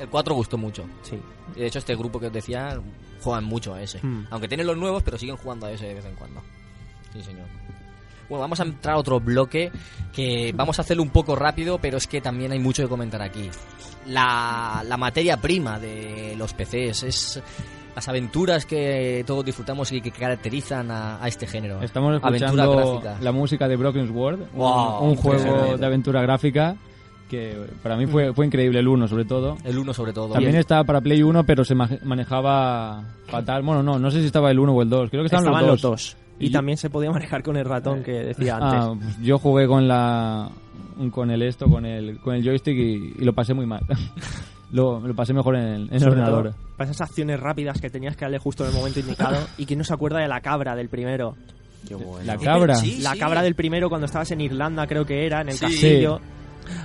S2: El 4 gustó mucho.
S3: Sí.
S2: De hecho, este grupo que os decía juegan mucho a ese.
S3: Mm.
S2: Aunque tienen los nuevos, pero siguen jugando a ese de vez en cuando. Sí, señor. Bueno, vamos a entrar a otro bloque que vamos a hacerlo un poco rápido, pero es que también hay mucho que comentar aquí. La, la materia prima de los PCs es las aventuras que todos disfrutamos y que caracterizan a, a este género.
S9: Estamos
S2: Aventura
S9: escuchando
S2: gráfica.
S9: la música de Broken Sword, un-
S2: Wow,
S9: un, juego
S2: impresionante.
S9: de aventura gráfica que para mí fue, fue increíble, el 1 sobre todo.
S2: El 1 sobre todo.
S9: También estaba para Play 1, pero se ma- manejaba fatal. Bueno, no, no sé si estaba el 1 o el 2, creo que estaban,
S3: Estaban
S9: los dos.
S3: Y,
S9: Y-
S3: también se podía manejar con el ratón que decía antes.
S9: Ah, pues yo jugué con la con el esto, con el, con el joystick y, y lo pasé muy mal. lo, lo pasé mejor en el, en el
S3: Sobre
S9: ordenador.
S3: todo para esas acciones rápidas que tenías que darle justo en el momento indicado. y que no se acuerda de la cabra del primero.
S6: Qué bueno.
S9: La cabra.
S2: Sí,
S3: La
S2: sí.
S3: cabra del primero cuando estabas en Irlanda, creo que era, en el
S2: Sí.
S3: castillo.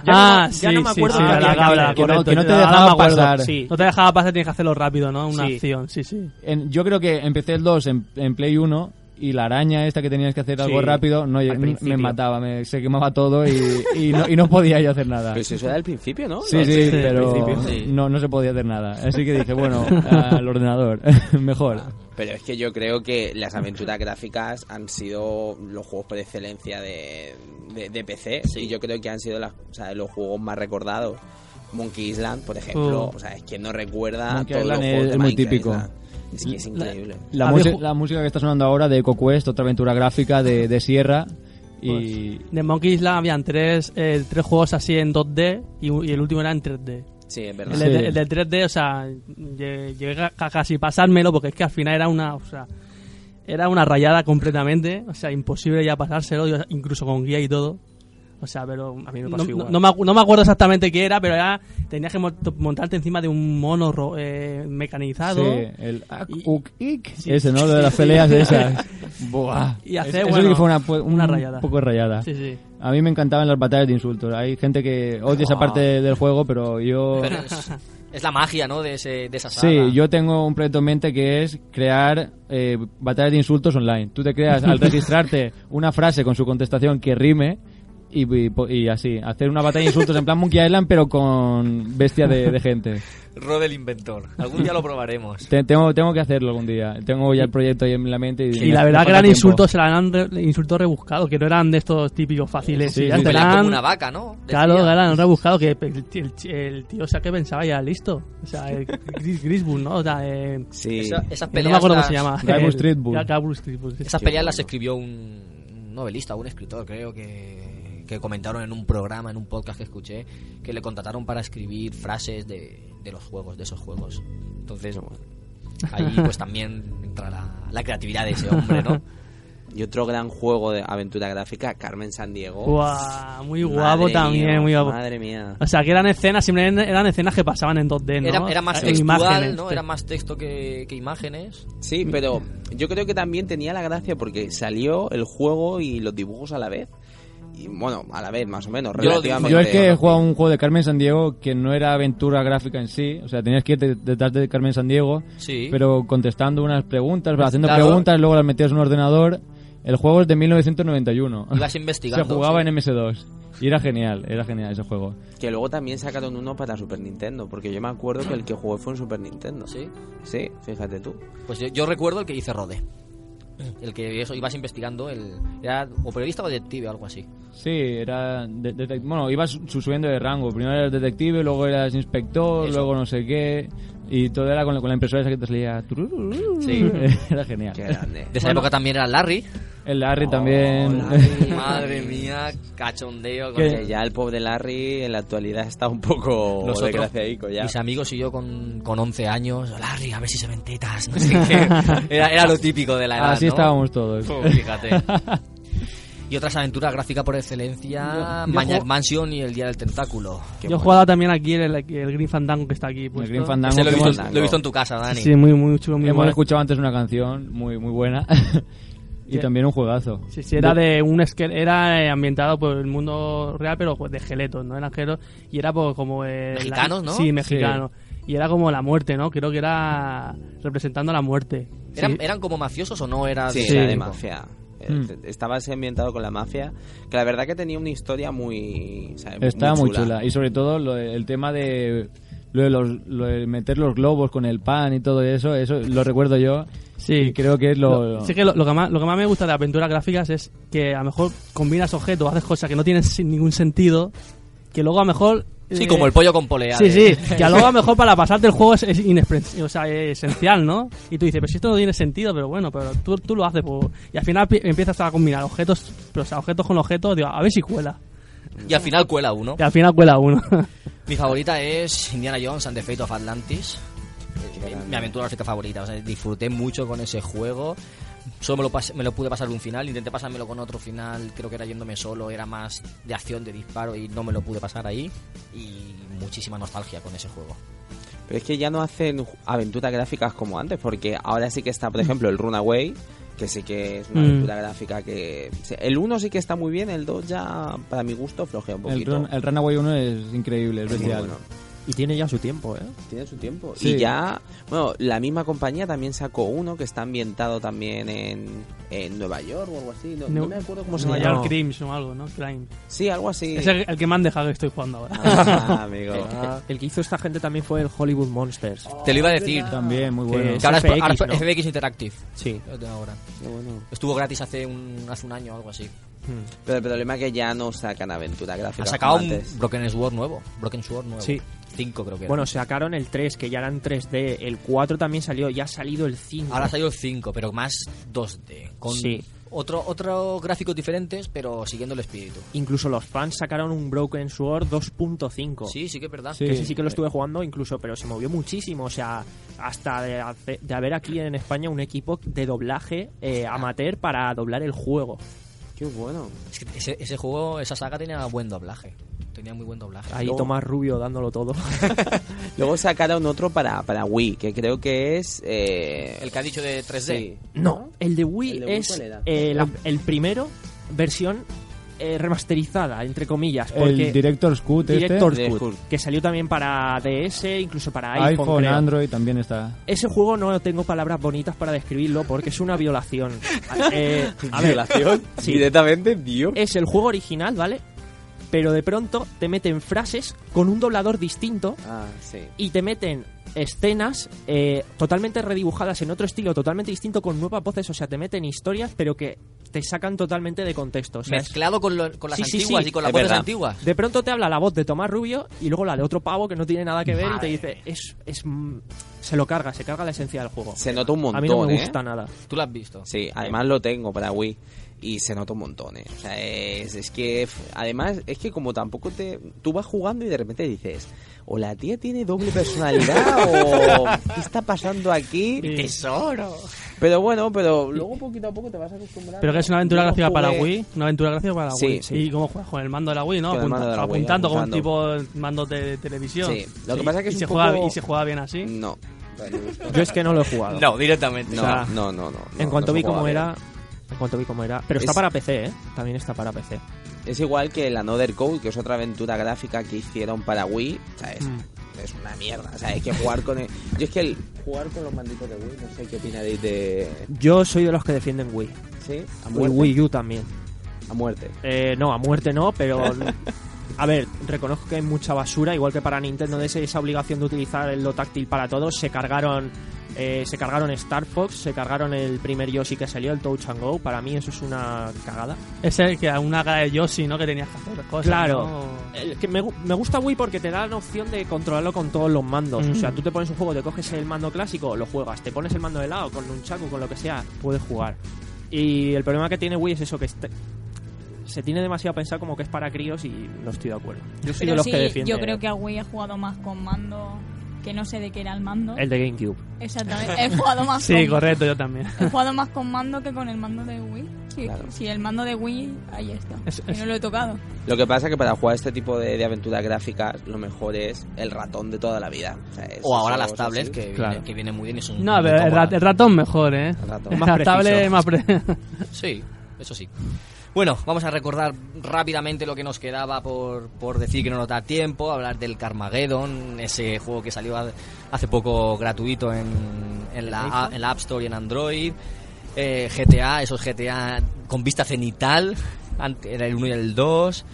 S5: Ah,
S3: no- ya
S5: sí,
S3: no me
S5: sí,
S3: acuerdo
S5: sí,
S3: de
S5: la
S3: aquella
S5: cabra,
S3: cabra.
S9: que, no,
S5: correcto,
S9: que no te
S5: yo ahora me
S9: dejaba
S5: acuerdo,
S9: pasar.
S3: Sí.
S5: No te dejaba pasar, tienes que hacerlo rápido, ¿no? Una
S3: Sí.
S5: acción, sí, sí.
S9: En- yo creo que empecé el 2 en, en Play 1 y la araña esta que tenías que hacer algo
S3: Sí,
S9: rápido, no,
S3: al
S9: yo- me
S3: principio.
S9: mataba, me, se quemaba todo y, y no, y no podía yo hacer nada.
S6: Pero si eso era al principio, ¿no?
S9: Sí, sí, pero
S6: Sí.
S9: no, no se podía hacer nada. Así que dije, bueno, al ordenador, mejor.
S6: Pero es que yo creo que las aventuras gráficas han sido los juegos por excelencia de, de, de PC y yo creo que han sido las, o sea, los juegos más recordados. Monkey Island, por ejemplo,
S5: Oh.
S6: o sea, es que no recuerda
S9: Monkey
S6: todos
S9: Island
S6: los
S9: es-
S6: juegos de
S9: es muy
S6: Monkey
S9: típico.
S6: Island. Es que es increíble.
S9: La,
S5: Había
S9: musi-
S5: ju-
S9: la música que está sonando ahora de EcoQuest, otra aventura gráfica de, de Sierra. Y
S5: De Monkey Island habían tres, eh, tres juegos así en 2D y, u- y el último era en 3D.
S6: Sí, es
S5: El,
S6: verdad.
S9: Sí.
S5: de- el del 3D, o sea, lle- llegué a ca- casi pasármelo porque es que al final era una, o sea, era una rayada completamente, o sea, imposible ya pasárselo, yo- incluso con guía y todo. O sea, pero
S2: A mí me
S5: no,
S2: pasó
S5: no-
S2: igual.
S5: no me, acu- no me acuerdo exactamente qué era, pero era tenías que mont- montarte encima de un mono ro- eh, mecanizado
S9: sí, el ac-
S5: Y-
S9: uc, ic, ese, ¿no? De las peleas esas. Buah.
S5: y
S9: Es-
S5: hacer
S9: eso
S5: bueno,
S9: sí que fue una, pu- un
S5: una rayada.
S9: poco rayada.
S5: Sí, sí.
S9: A mí me encantaban las batallas de insultos. Hay gente que odia esa parte del juego, Ah. pero yo...
S2: Pero es, es la magia, ¿no? De, ese, de esa saga.
S9: Sí, yo tengo un proyecto en mente que es crear eh, batallas de insultos online. Tú te creas al registrarte una frase con su contestación que rime y, y po- y así. Hacer una batalla de insultos en plan Monkey Island, pero con bestia de, de gente.
S2: Rod el inventor. Algún día lo probaremos.
S9: Te- tengo, tengo que hacerlo algún día. Tengo ya el proyecto ahí en la mente. Y,
S5: Y la verdad que
S9: me falta
S5: eran
S9: tiempo.
S5: insultos, eran re- insultos rebuscados, que no eran de estos típicos fáciles.
S9: Sí,
S5: y
S9: sí,
S5: eran-
S9: sí.
S2: Era como
S5: eran-
S2: una vaca, ¿no? Decía. "Pues,
S5: Claro, eran rebuscados, que el, el- el tío, o sea, que pensaba ya listo. O sea, el Chris Griswood, ¿no? O sea, eh,
S6: Sí.
S2: Esa- esas
S5: no
S2: peleas
S5: me acuerdo cómo
S2: las-
S5: se llama.
S9: Guybrush
S5: El-
S9: Threepwood.
S5: Ya, Guybrush Threepwood, sí.
S2: Esas
S6: Qué
S2: peleas
S6: bueno.
S2: las escribió un novelista, un escritor, creo que, que comentaron en un programa, en un podcast que escuché, que le contrataron para escribir frases de, de los juegos, de esos juegos. Entonces, ahí pues también entra la, la creatividad de ese hombre, ¿no?
S6: Y otro gran juego de aventura gráfica, Carmen San Diego.
S5: Guau, muy guapo
S6: Madre
S5: también,
S6: mía,
S5: muy guapo.
S6: Madre mía.
S5: O sea, que eran escenas, simplemente eran escenas que pasaban en 2D, ¿no?
S2: Era, era más
S5: Eh,
S2: textual,
S5: imágenes,
S2: ¿no? Era más texto que, que imágenes.
S6: Sí,
S9: Mm.
S6: pero yo creo que también tenía la gracia porque salió el juego y los dibujos a la vez. Y bueno, a la vez, más o menos,
S2: Yo-
S6: relativamente.
S9: Yo es que he jugado un juego de Carmen Sandiego que no era aventura gráfica en sí, o sea, tenías que ir de- detrás de Carmen Sandiego,
S2: Sí.
S9: pero contestando unas preguntas, haciendo
S2: claro.
S9: preguntas, luego las metías en un ordenador. El juego es de 1991.
S2: Ibas investigando.
S9: Se jugaba
S2: sí.
S9: en MS2 y era genial, era genial ese juego.
S6: Que luego también sacaron uno para Super Nintendo, porque yo me acuerdo que el que jugué fue en Super Nintendo.
S2: Sí.
S6: Sí, fíjate tú.
S2: Pues yo, yo recuerdo el que dice Rode.
S5: Mm.
S2: El que eso ibas investigando, el, era o periodista o detective o algo así.
S9: Sí, era de- detec- bueno, ibas su- subiendo de rango, primero eras detective, luego eras inspector,
S2: Eso.
S9: luego no sé qué y todo era con la, con la impresora esa que te salía.
S2: Sí.
S9: Era genial.
S6: Qué grande.
S2: De esa época también era Larry.
S9: El Larry también.
S2: Madre mía, cachondeo. con
S6: Que ya el pobre Larry en la actualidad está un poco desgraciadico ya.
S2: Mis amigos y yo con, con 11 años, Larry, a ver si se ven tetas, no sé qué. Era, era lo típico de
S5: Ah,
S2: la edad,
S9: Así
S2: ¿no?
S9: estábamos todos.
S2: Oh, fíjate. Y otras aventuras gráficas por excelencia,
S5: Yo- yo
S2: Maniac
S5: juego-
S2: Mansion y El Día del Tentáculo.
S6: Qué
S5: Yo he
S6: bueno.
S5: jugado también aquí el, el Green Fandango que está aquí.
S9: El
S5: puesto.
S9: Green Fandango
S2: Ese lo he,
S9: que
S2: visto,
S9: hemos,
S6: Fandango.
S2: lo he visto en tu casa, Dani.
S5: Sí, muy, muy chulo, muy
S9: hemos
S5: bueno.
S9: escuchado antes una canción muy muy buena y
S5: Sí.
S9: también un juegazo.
S5: Sí, sí, era de un esquel- era eh, ambientado por el mundo real, pero pues, de esqueletos, ¿no? Eran esqueletos y era pues, como... eh, la-
S2: Mexicanos, ¿no?
S5: Sí, mexicanos. Y era como la muerte, ¿no? Creo que era representando la muerte.
S2: ¿Eran,
S5: Sí.
S2: ¿Eran como mafiosos o no? Era
S6: Ah, Sí,
S2: de-
S6: era de
S2: tipo?
S6: mafia. Eh,
S9: Mm.
S6: Estaba así ambientado con la mafia. Que la verdad que tenía una historia Eh, muy. o sea,
S9: Está muy chula. y sobre todo lo de- el tema de lo de, los, lo de meter los globos con el pan y todo eso, eso lo recuerdo yo.
S5: Sí,
S9: Y creo que es lo,
S5: Lo- sí que lo, lo que más, lo que más me gusta de aventuras gráficas es que a lo mejor combinas objetos, haces cosas que no tienen sin- ningún sentido, que luego a lo mejor...
S2: Sí,
S5: eh,
S2: como el pollo con polea.
S5: Sí,
S2: de-
S5: sí, que a luego a lo mejor para pasarte el juego es, es inexpres- o sea, es esencial, ¿no? Y tú dices, pero si esto no tiene sentido, pero bueno, pero tú, tú lo haces. pues. Y al final pi- empiezas a combinar objetos, pero, o sea, objetos con objetos, digo, a ver si cuela.
S2: Y al final cuela uno.
S5: Y al final cuela uno.
S2: Mi favorita es Indiana Jones and the Fate of Atlantis. Eh, Mi aventura gráfica favorita. O sea, disfruté mucho con ese juego. Solo me lo, pas- me lo pude pasar un final. Intenté pasármelo con otro final. Creo que era yéndome solo. Era más de acción, de disparo. Y no me lo pude pasar ahí. Y muchísima nostalgia con ese juego.
S6: Pero es que ya no hacen ju- aventuras gráficas como antes, porque ahora sí que está, por ejemplo, el Runaway, que sí que es una
S5: Mm.
S6: aventura gráfica que... se- El 1 sí que está muy bien, el 2 ya, para mi gusto, flojea un
S9: el,
S6: poquito.
S9: run- el Runaway 1 es increíble, es
S6: Es muy
S9: bestial.
S6: bueno.
S3: Y tiene ya su tiempo, ¿eh?
S6: Tiene su tiempo.
S3: Sí.
S6: Y ya, bueno, la misma compañía también sacó uno que está ambientado también en, en Nueva York o algo así. No, no
S5: Neu-
S6: me acuerdo cómo se
S5: Nueva
S6: llama.
S5: York Crimes o algo, ¿no? Crime.
S6: Sí, algo así.
S5: Es el, el que me han dejado que estoy jugando ahora.
S6: Ah, amigo.
S3: El que hizo esta gente también fue el Hollywood Monsters.
S2: Te lo iba a decir.
S9: También, muy
S3: Que
S9: bueno.
S3: Ah, es
S2: Que ahora es
S3: FX,
S2: ahora es
S3: ¿no?
S2: FX Interactive.
S3: Sí.
S2: lo tengo ahora.
S6: Qué bueno.
S2: Estuvo gratis hace un, hace un año o algo así.
S6: Pero el problema es que ya no sacan aventura gráfica.
S2: Ha sacado
S6: como
S2: un
S6: antes.
S2: Broken Sword nuevo. Broken Sword nuevo.
S3: Sí.
S2: Cinco creo que era.
S3: Bueno, sacaron el 3, que ya era en 3D. El 4 también salió, ya ha salido el 5.
S2: Ahora ha salido el 5, pero más 2D. Con
S3: Sí.
S2: otro, otro gráficos diferentes, pero siguiendo el espíritu.
S3: Incluso los fans sacaron un Broken Sword 2.5.
S2: Sí, sí que es verdad.
S9: Sí.
S3: Que ese sí que lo estuve jugando incluso, pero se movió muchísimo. O sea, hasta de, hace- de haber aquí en España un equipo de doblaje eh, amateur para doblar el juego.
S6: Qué bueno.
S2: Es que ese, ese juego, esa saga tenía buen doblaje. Tenía muy buen doblaje.
S3: Ahí
S6: Luego-
S3: Tomás Rubio dándolo todo.
S6: Luego sacaron otro para, para Wii, que creo que es... eh,
S2: El que ha dicho de 3D.
S6: sí.
S3: No, el de Wii
S6: ¿El de Wii
S3: es
S6: cuál era?
S3: eh, la- el primero, versión eh, remasterizada, entre comillas. Porque
S9: El Director's Cut este.
S3: Director's
S6: Director's
S3: Cut,
S6: Cut.
S3: que salió también para DS, incluso para iPhone.
S9: iPhone,
S3: creo.
S9: Android también está.
S3: Ese juego no tengo palabras bonitas para describirlo porque es una violación. Eh, a ver,
S6: ¿Violación?
S3: Sí. Eh.
S6: Directamente, Dios.
S3: es el juego original, ¿vale? Pero de pronto te meten frases con un doblador distinto
S6: Ah, sí.
S3: y te meten escenas eh, totalmente redibujadas en otro estilo, totalmente distinto, con nuevas voces. O sea, te meten historias, pero que te sacan totalmente de contexto. O sea, es-
S2: Mezclado con, lo- con las
S3: Sí, sí,
S2: antiguas
S3: sí.
S2: y con las
S6: Es
S2: voces
S6: verdad.
S2: antiguas.
S3: De pronto te habla la voz de Tomás Rubio y luego la de otro pavo que no tiene nada que ver y te dice, es, es, mm, se lo carga, se carga la esencia del juego.
S6: Se nota un montón,
S3: A mí no me
S6: ¿eh?
S3: gusta nada.
S2: Tú lo has visto.
S6: Sí, además lo tengo para Wii. Y se nota un montón, ¿eh? O sea, es, es que. f- Además, es que como tampoco te. Tú vas jugando y de repente dices. O la tía tiene doble personalidad, o. ¿Qué está pasando aquí?
S2: Tesoro.
S6: Pero bueno, pero luego poquito a poco te vas acostumbrando.
S5: Pero que es una aventura
S6: Yo lo
S5: gráfica para
S6: jugué-
S5: Wii. Una aventura gráfica para
S6: Sí,
S5: Wii.
S6: sí.
S5: Y cómo juegas con el mando de la Wii, ¿no?
S6: Con el mando de la Wii,
S5: apuntando como un
S6: apuntando.
S5: tipo mando de, de televisión.
S6: Sí. Lo que pasa es que
S5: y
S6: es
S5: se
S6: un
S5: juega,
S6: poco- Mm.
S5: Y se juega bien así.
S6: No.
S3: Yo es que no lo he jugado.
S2: No, directamente.
S6: No,
S3: O sea,
S6: no, no, no.
S3: en
S6: no,
S3: cuanto
S6: no
S3: vi
S6: se juega
S3: cómo
S6: bien.
S3: era... En cuanto vi cómo era... Pero está
S6: Es-
S3: para PC, ¿eh? También está para PC.
S6: Es igual que el Another Code, que es otra aventura gráfica que hicieron para Wii. O sea, es,
S3: Hmm.
S6: es una mierda. O sea, es que jugar con el... Yo es que el... Jugar con los manditos de Wii, no sé qué opinaréis de...
S3: Yo soy de los que defienden Wii.
S6: Sí, a
S3: Y
S6: muerte.
S3: Wii U también.
S6: A muerte.
S3: Eh, no, a muerte no, pero... A ver, reconozco que hay mucha basura, igual que para Nintendo DS esa obligación de utilizar el lo táctil para todos, se cargaron eh, se cargaron Star Fox, se cargaron el primer Yoshi que salió, el Touch and Go, para mí eso es una cagada.
S5: Es el que a una cara de Yoshi, ¿no? Que tenías que hacer cosas.
S3: Claro.
S5: ¿no?
S3: El que me, gu- me gusta Wii porque te da la opción de controlarlo con todos los mandos.
S5: Mm.
S3: O sea, tú te pones un juego, te coges el mando clásico, lo juegas, te pones el mando de lado, con un chaco, con lo que sea, puedes jugar. Y el problema que tiene Wii es eso, que este- se tiene demasiado pensado como que es para críos y no estoy de acuerdo. Yo soy
S7: Pero
S3: de los
S7: sí,
S3: que defiende
S7: yo creo que a Wii he jugado más con mando, que no sé de qué era el mando.
S3: el de GameCube.
S7: Exactamente, he jugado más
S5: Sí,
S7: con-
S5: correcto, yo también.
S7: He jugado más con mando que con el mando de Wii. Sí,
S6: Claro.
S7: sí, el mando de Wii, ahí está.
S5: Es-
S7: Y
S5: es-
S7: no lo he tocado.
S6: Lo que pasa es que para jugar este tipo de, de aventuras gráficas, lo mejor es el ratón de toda la vida. O, sea, es-
S2: O ahora
S6: eso
S2: las
S6: es
S2: tablets,
S6: así.
S2: que,
S3: Claro.
S2: viene, que viene muy bien y son
S5: No,
S2: muy
S5: pero el,
S2: cómodas.
S5: rat- el ratón mejor, ¿eh?
S6: El ratón.
S3: Más
S5: La tablet
S3: preciso.
S5: más pre...
S2: Sí, eso sí. Bueno, vamos a recordar rápidamente lo que nos quedaba por, por decir que no nos da tiempo, hablar del Carmageddon, ese juego que salió ha- hace poco gratuito en, en, la, a- en la App Store y en Android, Eh, GTA, esos GTA con vista cenital, ante- era el 1 y el 2,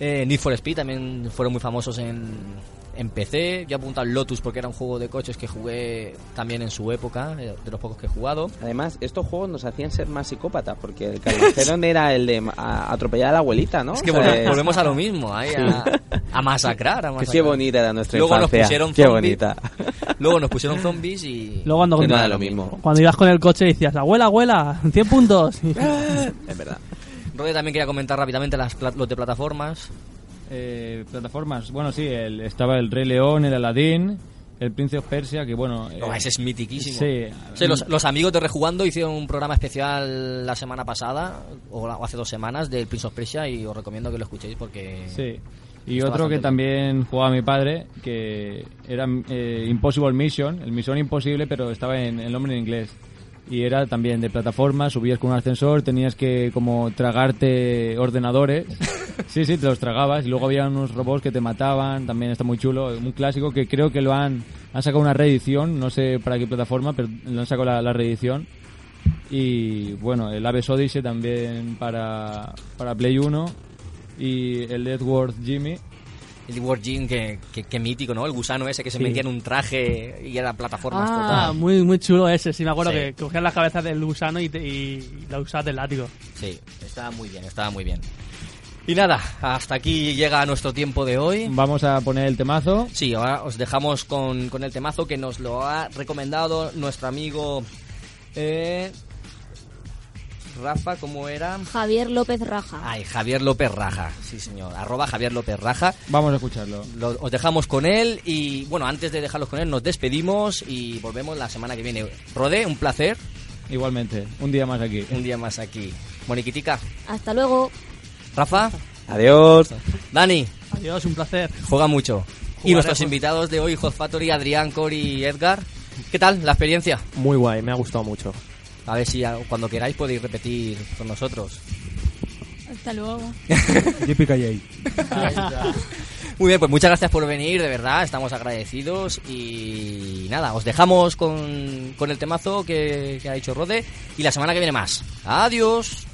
S2: Eh, Need for Speed también fueron muy famosos en, en PC, yo he apuntado el Lotus porque era un juego de coches que jugué también en su época, eh, de los pocos que he jugado.
S6: Además, estos juegos nos hacían ser más psicópatas, porque el Carmageddon era el de ma- a- atropellar a la abuelita, ¿no?
S2: Es que
S6: O sea,
S2: volve-
S6: es-
S2: volvemos a lo mismo, ahí a, a masacrar. A
S6: Que
S2: masacrar.
S6: qué bonita era nuestra
S2: Luego nos
S6: infancia.
S2: pusieron
S6: qué
S2: zombi.
S6: bonita.
S2: Luego nos pusieron zombies y.
S5: Luego cuando,
S6: Que no era lo mismo.
S5: cuando ibas con el coche decías, abuela, abuela, 100 puntos.
S6: Es verdad.
S2: Rode también quería comentar rápidamente las pla- los de plataformas.
S9: Eh, plataformas, bueno, sí, el- estaba el Rey León, el Aladdin, el Príncipe de Persia, que bueno... eh,
S2: No, Oh, ese es mitiquísimo.
S9: Sí.
S2: O sea, los, los amigos de Rejugando hicieron un programa especial la semana pasada, o, la- o hace dos semanas, del Prince of Persia y os recomiendo que lo escuchéis porque.
S9: Sí. Y
S2: Está bastante
S9: otro que
S2: bien.
S9: también jugaba mi padre, que era eh, Impossible Mission, el Misión Imposible, pero estaba en el nombre en inglés. Y era también de plataforma, subías con un ascensor, tenías que como tragarte ordenadores Sí, sí, te los tragabas y luego había unos robots que te mataban, también está muy chulo, un clásico que creo que lo han, han sacado una reedición, no sé para qué plataforma, pero lo han sacado la, la reedición. Y bueno, el Aves Odyssey también para, para Play 1 y el Edward Jimmy.
S2: El War Jean, que, que, que mítico, ¿no? El gusano ese que se metía en un traje y era plataformas
S5: Ah,
S2: total.
S5: muy, muy chulo ese, sí me acuerdo
S2: Sí.
S5: que cogías la cabeza del gusano y, te- y la usabas del látigo.
S2: Sí, estaba muy bien, estaba muy bien. Y nada, hasta aquí llega nuestro tiempo de hoy.
S9: Vamos a poner el temazo.
S2: Sí, ahora os dejamos con, con el temazo que nos lo ha recomendado nuestro amigo eh, Rafa, ¿cómo era?
S4: Javier López Raja.
S2: Ay, Javier López Raja, sí señor, arroba Javier López Raja.
S9: Vamos a escucharlo.
S2: Lo- os dejamos con él y bueno, antes de dejarlos con él nos despedimos y volvemos la semana que viene. Rode, un placer,
S9: Igualmente, un día más aquí.
S2: un día más aquí. Moniquitica,
S4: Hasta luego.
S2: Rafa,
S6: Adiós.
S2: Dani,
S5: Adiós, un placer.
S2: juega mucho. Y nuestros
S5: Jugaremos.
S2: invitados de hoy, Hot Factory, Adrián, Cory y Edgar. ¿Qué tal la experiencia?
S3: Muy guay, me ha gustado mucho.
S2: A ver si a- cuando queráis podéis repetir con nosotros.
S7: Hasta luego.
S8: Yippee-ki-yay.
S2: Muy bien, pues muchas gracias por venir, de verdad, estamos agradecidos y nada, os dejamos con, con el temazo que, que ha dicho Rode y la semana que viene más. Adiós.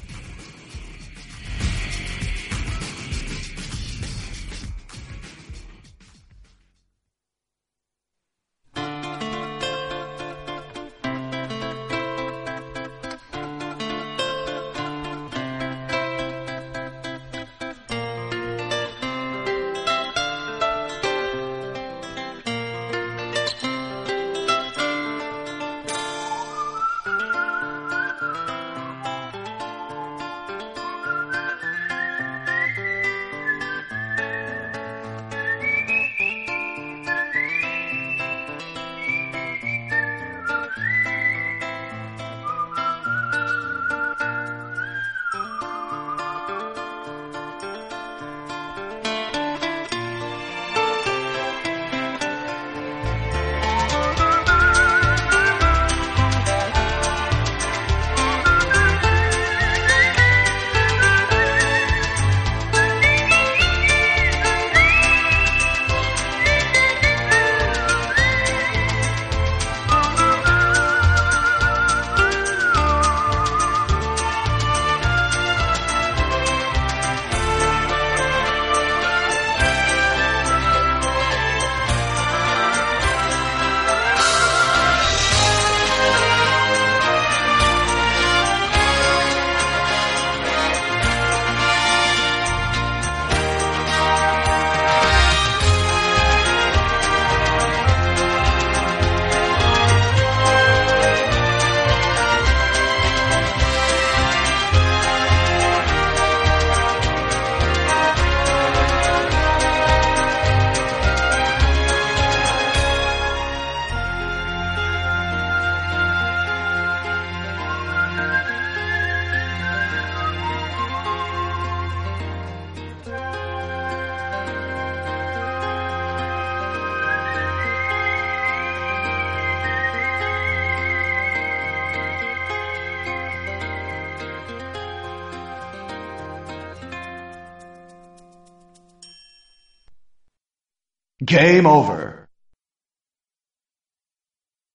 S11: Game over.